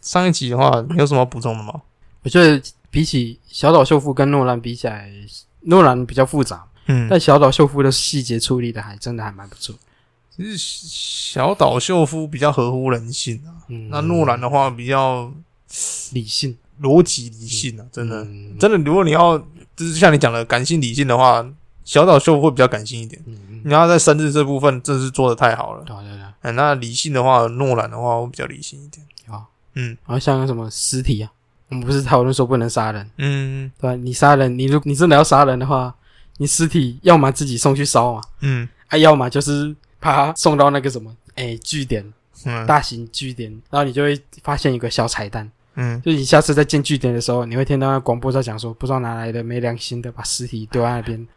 [SPEAKER 2] 上一集的话，你有什么要补充的吗？
[SPEAKER 3] 我觉得比起小岛秀夫跟诺兰比起来，诺兰比较复杂，
[SPEAKER 2] 嗯，
[SPEAKER 3] 但小岛秀夫的细节处理的还真的还蛮不错。
[SPEAKER 2] 其实小岛秀夫比较合乎人性啊，
[SPEAKER 3] 嗯，
[SPEAKER 2] 那诺兰的话比较
[SPEAKER 3] 理性，
[SPEAKER 2] 逻辑理性啊，真的，
[SPEAKER 3] 嗯
[SPEAKER 2] 真的，如果你要就是像你讲的感性理性的话，小岛秀夫会比较感性一点。
[SPEAKER 3] 嗯，嗯
[SPEAKER 2] 你要在生日这部分，真是做的太好了。
[SPEAKER 3] 对啊对啊对啊，
[SPEAKER 2] 哎，那理性的话，诺兰的话，我比较理性一点。
[SPEAKER 3] 有啊，
[SPEAKER 2] 嗯
[SPEAKER 3] 然后像什么尸体啊，我们不是讨论说不能杀人，
[SPEAKER 2] 嗯
[SPEAKER 3] 对吧？你杀人，你如你真的要杀人的话，你尸体要么自己送去烧嘛，
[SPEAKER 2] 嗯
[SPEAKER 3] 啊，要么就是把它送到那个什么，哎，据点，
[SPEAKER 2] 嗯，
[SPEAKER 3] 大型据点，然后你就会发现一个小彩蛋，
[SPEAKER 2] 嗯，
[SPEAKER 3] 就你下次再进据点的时候，你会听到那广播在讲说，不知道哪来的没良心的把尸体丢在 那边，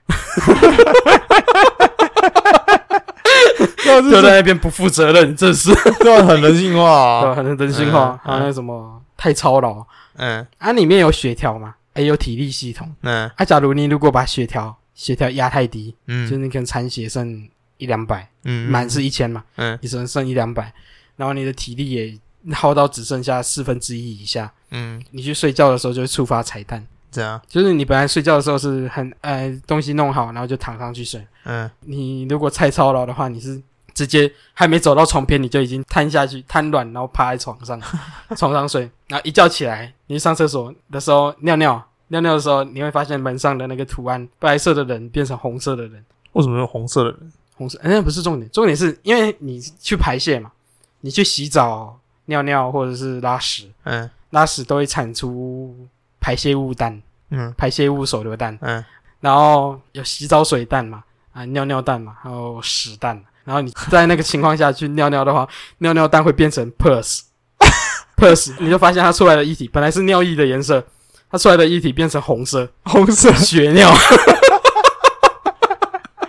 [SPEAKER 2] 对啊，
[SPEAKER 3] 丢
[SPEAKER 2] 这
[SPEAKER 3] 在那边不负责任，真是
[SPEAKER 2] 对啊，很人性化
[SPEAKER 3] 对
[SPEAKER 2] 啊，
[SPEAKER 3] 很真心话。
[SPEAKER 2] 嗯
[SPEAKER 3] 还有那什么太操劳
[SPEAKER 2] 嗯
[SPEAKER 3] 啊，里面有血条嘛，也有体力系统
[SPEAKER 2] 嗯
[SPEAKER 3] 啊。假如你如果把血条血条压太低，就是
[SPEAKER 2] 嗯
[SPEAKER 3] 你可能残血剩一两百，
[SPEAKER 2] 嗯，
[SPEAKER 3] 满是一千嘛，
[SPEAKER 2] 嗯
[SPEAKER 3] 你只能剩一两百，然后你的体力也耗到只剩下四分之一以下，
[SPEAKER 2] 嗯
[SPEAKER 3] 你去睡觉的时候就会触发彩蛋，
[SPEAKER 2] 这样，
[SPEAKER 3] 就是你本来睡觉的时候是很呃东西弄好，然后就躺上去睡。
[SPEAKER 2] 嗯
[SPEAKER 3] 你如果太操劳的话，你是直接还没走到床边，你就已经瘫下去，瘫软，然后趴在床上，床上睡，然后一觉起来，你去上厕所的时候尿尿。尿尿的时候，你会发现门上的那个图案，白色的人变成红色的人，
[SPEAKER 2] 为什么有红色的人？
[SPEAKER 3] 红色，哎那不是重点，重点是因为你去排泄嘛，你去洗澡、尿尿或者是拉屎，
[SPEAKER 2] 嗯
[SPEAKER 3] 拉屎都会产出排泄物蛋、
[SPEAKER 2] 嗯
[SPEAKER 3] 排泄物手榴弹，
[SPEAKER 2] 嗯，
[SPEAKER 3] 然后有洗澡水蛋嘛，啊尿尿蛋嘛，还有屎蛋。然后你在那个情况下去尿尿的话，尿尿蛋会变成 pus pus，你就发现它出来的液体本来是尿液的颜色，它出来的液体变成红色，
[SPEAKER 2] 红色，
[SPEAKER 3] 血尿。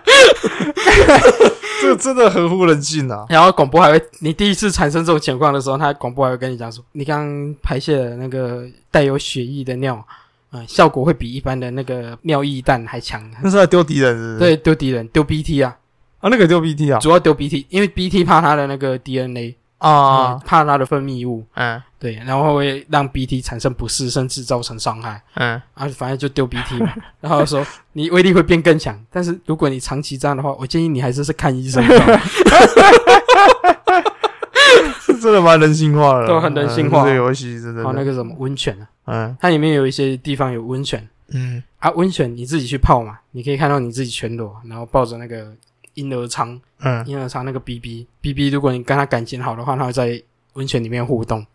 [SPEAKER 2] 这个真的合乎人性啊。
[SPEAKER 3] 然后广播还会，你第一次产生这种情况的时候，他广播还会跟你讲说，你刚刚排泄的那个带有血液的尿，呃，效果会比一般的那个尿液蛋还强。
[SPEAKER 2] 那是在丢敌人是不是？
[SPEAKER 3] 对，丢敌人，丢 BT 啊，
[SPEAKER 2] 啊，那个丢 BT 啊
[SPEAKER 3] 主要丢 BT，因为 BT 怕它的那个 DNA
[SPEAKER 2] 啊，
[SPEAKER 3] 怕它的分泌物，
[SPEAKER 2] 嗯
[SPEAKER 3] 对，然后会让 BT 产生不适，甚至造成伤害。
[SPEAKER 2] 嗯
[SPEAKER 3] 啊，反正就丢 BT 嘛。 然后说你威力会变更强，但是如果你长期这样的话，我建议你还是是看医生比较好。
[SPEAKER 2] 这真的蛮人性化的啊，
[SPEAKER 3] 对很人性
[SPEAKER 2] 嗯
[SPEAKER 3] 化
[SPEAKER 2] 这个游戏真的
[SPEAKER 3] 然后，哦那个什么温泉啊，
[SPEAKER 2] 嗯
[SPEAKER 3] 它里面有一些地方有温泉。
[SPEAKER 2] 嗯
[SPEAKER 3] 啊，温泉你自己去泡嘛，你可以看到你自己全裸，然后抱着那个婴儿舱，
[SPEAKER 2] 嗯，
[SPEAKER 3] 婴儿舱那个 BB BB，如果你跟他感情好的话，他会在温泉里面互动，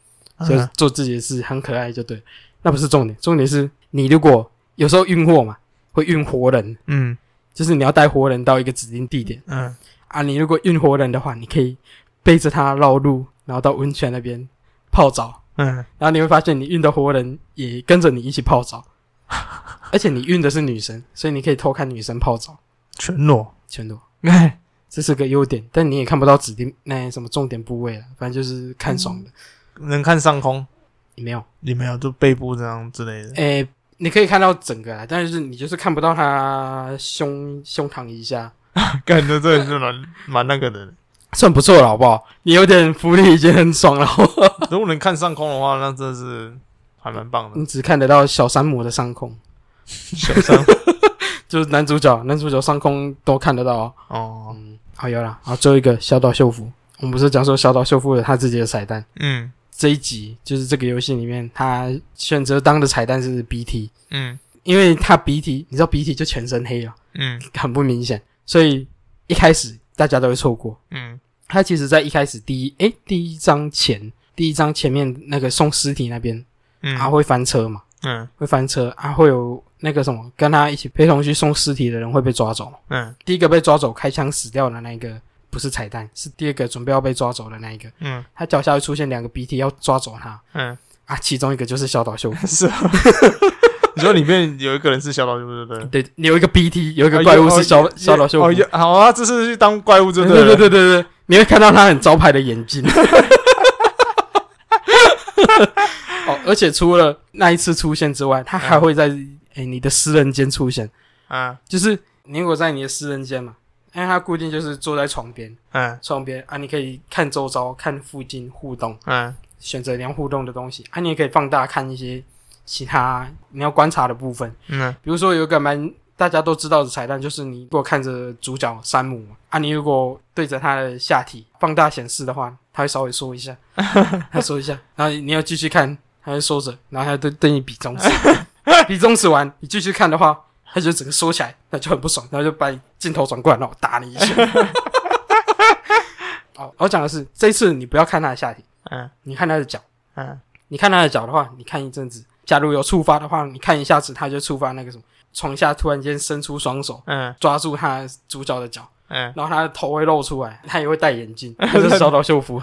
[SPEAKER 3] 就
[SPEAKER 2] 嗯
[SPEAKER 3] 做自己的事，很可爱，就对。那不是重点，重点是你如果有时候运货嘛，会运活人，
[SPEAKER 2] 嗯
[SPEAKER 3] 就是你要带活人到一个指定地点
[SPEAKER 2] 嗯，
[SPEAKER 3] 啊。你如果运活人的话，你可以背着他绕路，然后到温泉那边泡澡，
[SPEAKER 2] 嗯，
[SPEAKER 3] 然后你会发现你运的活人也跟着你一起泡澡，而且你运的是女生，所以你可以偷看女生泡澡，
[SPEAKER 2] 全裸，
[SPEAKER 3] 全裸，
[SPEAKER 2] 哎，
[SPEAKER 3] 这是个优点，但你也看不到指定那什么重点部位了，反正就是看爽的，
[SPEAKER 2] 能看上空，
[SPEAKER 3] 没有，
[SPEAKER 2] 里面有就背部这样之类 的，
[SPEAKER 3] 诶、你可以看到整个啦，啊但是你就是看不到他胸胸膛以下，
[SPEAKER 2] 感觉这是蛮蛮那个的。
[SPEAKER 3] 算不错了，好不好？你有点福利已经很爽了， 好不好
[SPEAKER 2] 如果能看上空的话，那真的是还蛮棒的
[SPEAKER 3] 你。只看得到小山姆的上空，
[SPEAKER 2] 小 三
[SPEAKER 3] 就是男主角，男主角上空都看得到、哦。
[SPEAKER 2] 哦，
[SPEAKER 3] 嗯，好，有了。好，最后一个小岛秀夫，我们不是讲说小岛秀夫有他自己的彩蛋，
[SPEAKER 2] 嗯
[SPEAKER 3] 这一集就是这个游戏里面他选择当的彩蛋是 BT，
[SPEAKER 2] 嗯
[SPEAKER 3] 因为他 BT，你知道 BT 就全身黑了，
[SPEAKER 2] 嗯
[SPEAKER 3] 很不明显，所以一开始大家都会错过。
[SPEAKER 2] 嗯
[SPEAKER 3] 他其实在一开始第一，诶，第一章前，第一章前面那个送尸体那边，
[SPEAKER 2] 嗯，
[SPEAKER 3] 他，会翻车嘛，
[SPEAKER 2] 嗯
[SPEAKER 3] 会翻车啊，会有那个什么跟他一起陪同去送尸体的人会被抓走。
[SPEAKER 2] 嗯
[SPEAKER 3] 第一个被抓走开枪死掉的那一个不是彩蛋，是第二个准备要被抓走的那一个，
[SPEAKER 2] 嗯
[SPEAKER 3] 他脚下会出现两个 BT 要抓走他
[SPEAKER 2] 嗯，
[SPEAKER 3] 啊，其中一个就是小岛秀夫，
[SPEAKER 2] 是。啊 你说里面有一个人是小岛，对不对？
[SPEAKER 3] 对，有一个 BT，有一个怪物是小、小岛秀夫，
[SPEAKER 2] 哦，有好啊，这次去当怪物，对
[SPEAKER 3] 对
[SPEAKER 2] 不
[SPEAKER 3] 对
[SPEAKER 2] 对
[SPEAKER 3] 对对对对，你会看到他很招牌的眼 镜。哦，而且除了那一次出现之外，他还会在哎、你的私人间出现，
[SPEAKER 2] 嗯
[SPEAKER 3] 就是你如果在你的私人间嘛，因为他固定就是坐在床边，
[SPEAKER 2] 嗯
[SPEAKER 3] 窗边啊，你可以看周遭、看附近互动，
[SPEAKER 2] 嗯
[SPEAKER 3] 选择你要互动的东西啊，你也可以放大看一些其他你要观察的部分。
[SPEAKER 2] 嗯
[SPEAKER 3] 比如说有一个蛮大家都知道的彩蛋，就是你如果看着主角山姆啊，你如果对着他的下体放大显示的话，他会稍微缩一下，他缩一下，然后你要继续看，他会缩着，然后他对对你比中指，比中指完，你继续看的话。他就整个缩起来，那就很不爽，然后就把你镜头转过来，然后打你一下。哦，我讲的是这一次你不要看他的下体，
[SPEAKER 2] 嗯
[SPEAKER 3] 你看他的脚，
[SPEAKER 2] 嗯
[SPEAKER 3] 你看他的脚的话，你看一阵子，假如有触发的话，你看一下子他就触发那个什么，床下突然间伸出双手
[SPEAKER 2] 嗯
[SPEAKER 3] 抓住他主角的脚，
[SPEAKER 2] 嗯，
[SPEAKER 3] 然后他的头 会露出来，他也会戴眼镜，这是小岛秀夫。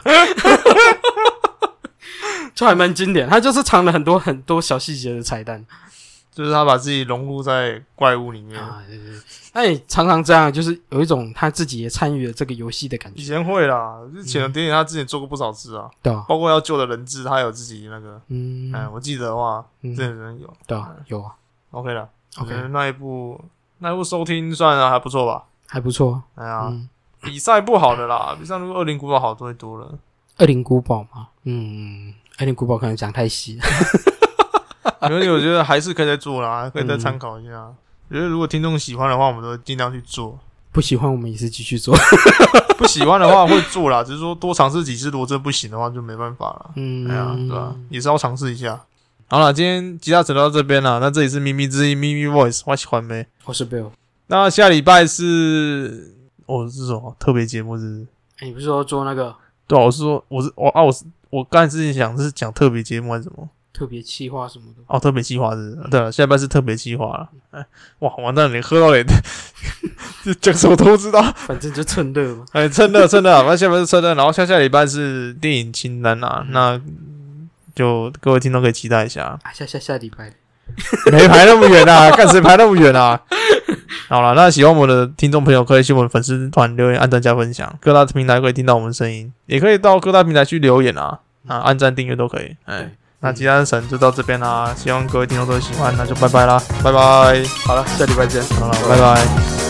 [SPEAKER 3] 就还蛮经典。它就是藏了很多很多小细节的彩蛋
[SPEAKER 2] 就是他把自己融入在怪物里面。
[SPEAKER 3] 啊，对对对。那也常常这样，就是有一种他自己也参与了这个游戏的感
[SPEAKER 2] 以
[SPEAKER 3] 觉，
[SPEAKER 2] 前会啦，之前
[SPEAKER 3] 嗯
[SPEAKER 2] 点点他之前做过不少次啊，
[SPEAKER 3] 对吧？
[SPEAKER 2] 包括要救的人质，他有自己那个，
[SPEAKER 3] 嗯，
[SPEAKER 2] 哎，我记得的话，
[SPEAKER 3] 嗯
[SPEAKER 2] 这人有
[SPEAKER 3] 对吧？有啊
[SPEAKER 2] OK 了。我觉得
[SPEAKER 3] ，OK，
[SPEAKER 2] 那一部那一部收听算啊还不错吧。
[SPEAKER 3] 还不错。
[SPEAKER 2] 哎呀，
[SPEAKER 3] 嗯，
[SPEAKER 2] 比赛不好的啦，比赛如果二零古堡好多多了。
[SPEAKER 3] 二零古堡嘛，嗯，二零古堡可能讲太细，
[SPEAKER 2] 可是我觉得还是可以再做啦，可以再
[SPEAKER 3] 嗯
[SPEAKER 2] 参考一下。我觉得如果听众喜欢的话，我们都会尽量去做；
[SPEAKER 3] 不喜欢我们也是继 续做。
[SPEAKER 2] 不喜欢的话会做啦，只是说多尝试几次，如果真不行的话就没办法了。
[SPEAKER 3] 嗯，
[SPEAKER 2] 哎呀，对吧、也是要尝试一下。好了，今天吉他扯到这边了，那这里是咪咪之音咪咪 Voice，我喜欢没？
[SPEAKER 3] 我哦是 Bill。
[SPEAKER 2] 那下礼拜是我、是什么特别节目是不是？
[SPEAKER 3] 哎，你不是说做那个
[SPEAKER 2] 对啊、我是说我是我啊，我是我刚才之前想是讲特别节目还是什么？
[SPEAKER 3] 特别企划什么的？
[SPEAKER 2] 哦，特别计划是不是对了，下半是特别计划了。哎，哇，完蛋，你喝到脸， 这讲什么都知道。
[SPEAKER 3] 反正就趁热嘛。
[SPEAKER 2] 哎，趁 热趁热，反正下半是趁热，然后下下礼拜是电影清单
[SPEAKER 3] 嗯
[SPEAKER 2] 啊，那就各位听众可以期待一下。
[SPEAKER 3] 啊，下下下礼拜，
[SPEAKER 2] 没排那么远 啊，看谁排那么远啊？好了，那喜欢我们的听众朋友可以去我们粉丝团留言、按赞、加分享，各大平台可以听到我们的声音，也可以到各大平台去留言啊，啊，按赞、订阅都可以。哎
[SPEAKER 3] 嗯对，
[SPEAKER 2] 那吉安神就到这边啦，希望各位听众都喜欢，那就拜拜啦，拜拜，
[SPEAKER 3] 好了，下礼拜见。
[SPEAKER 2] 好了，拜拜。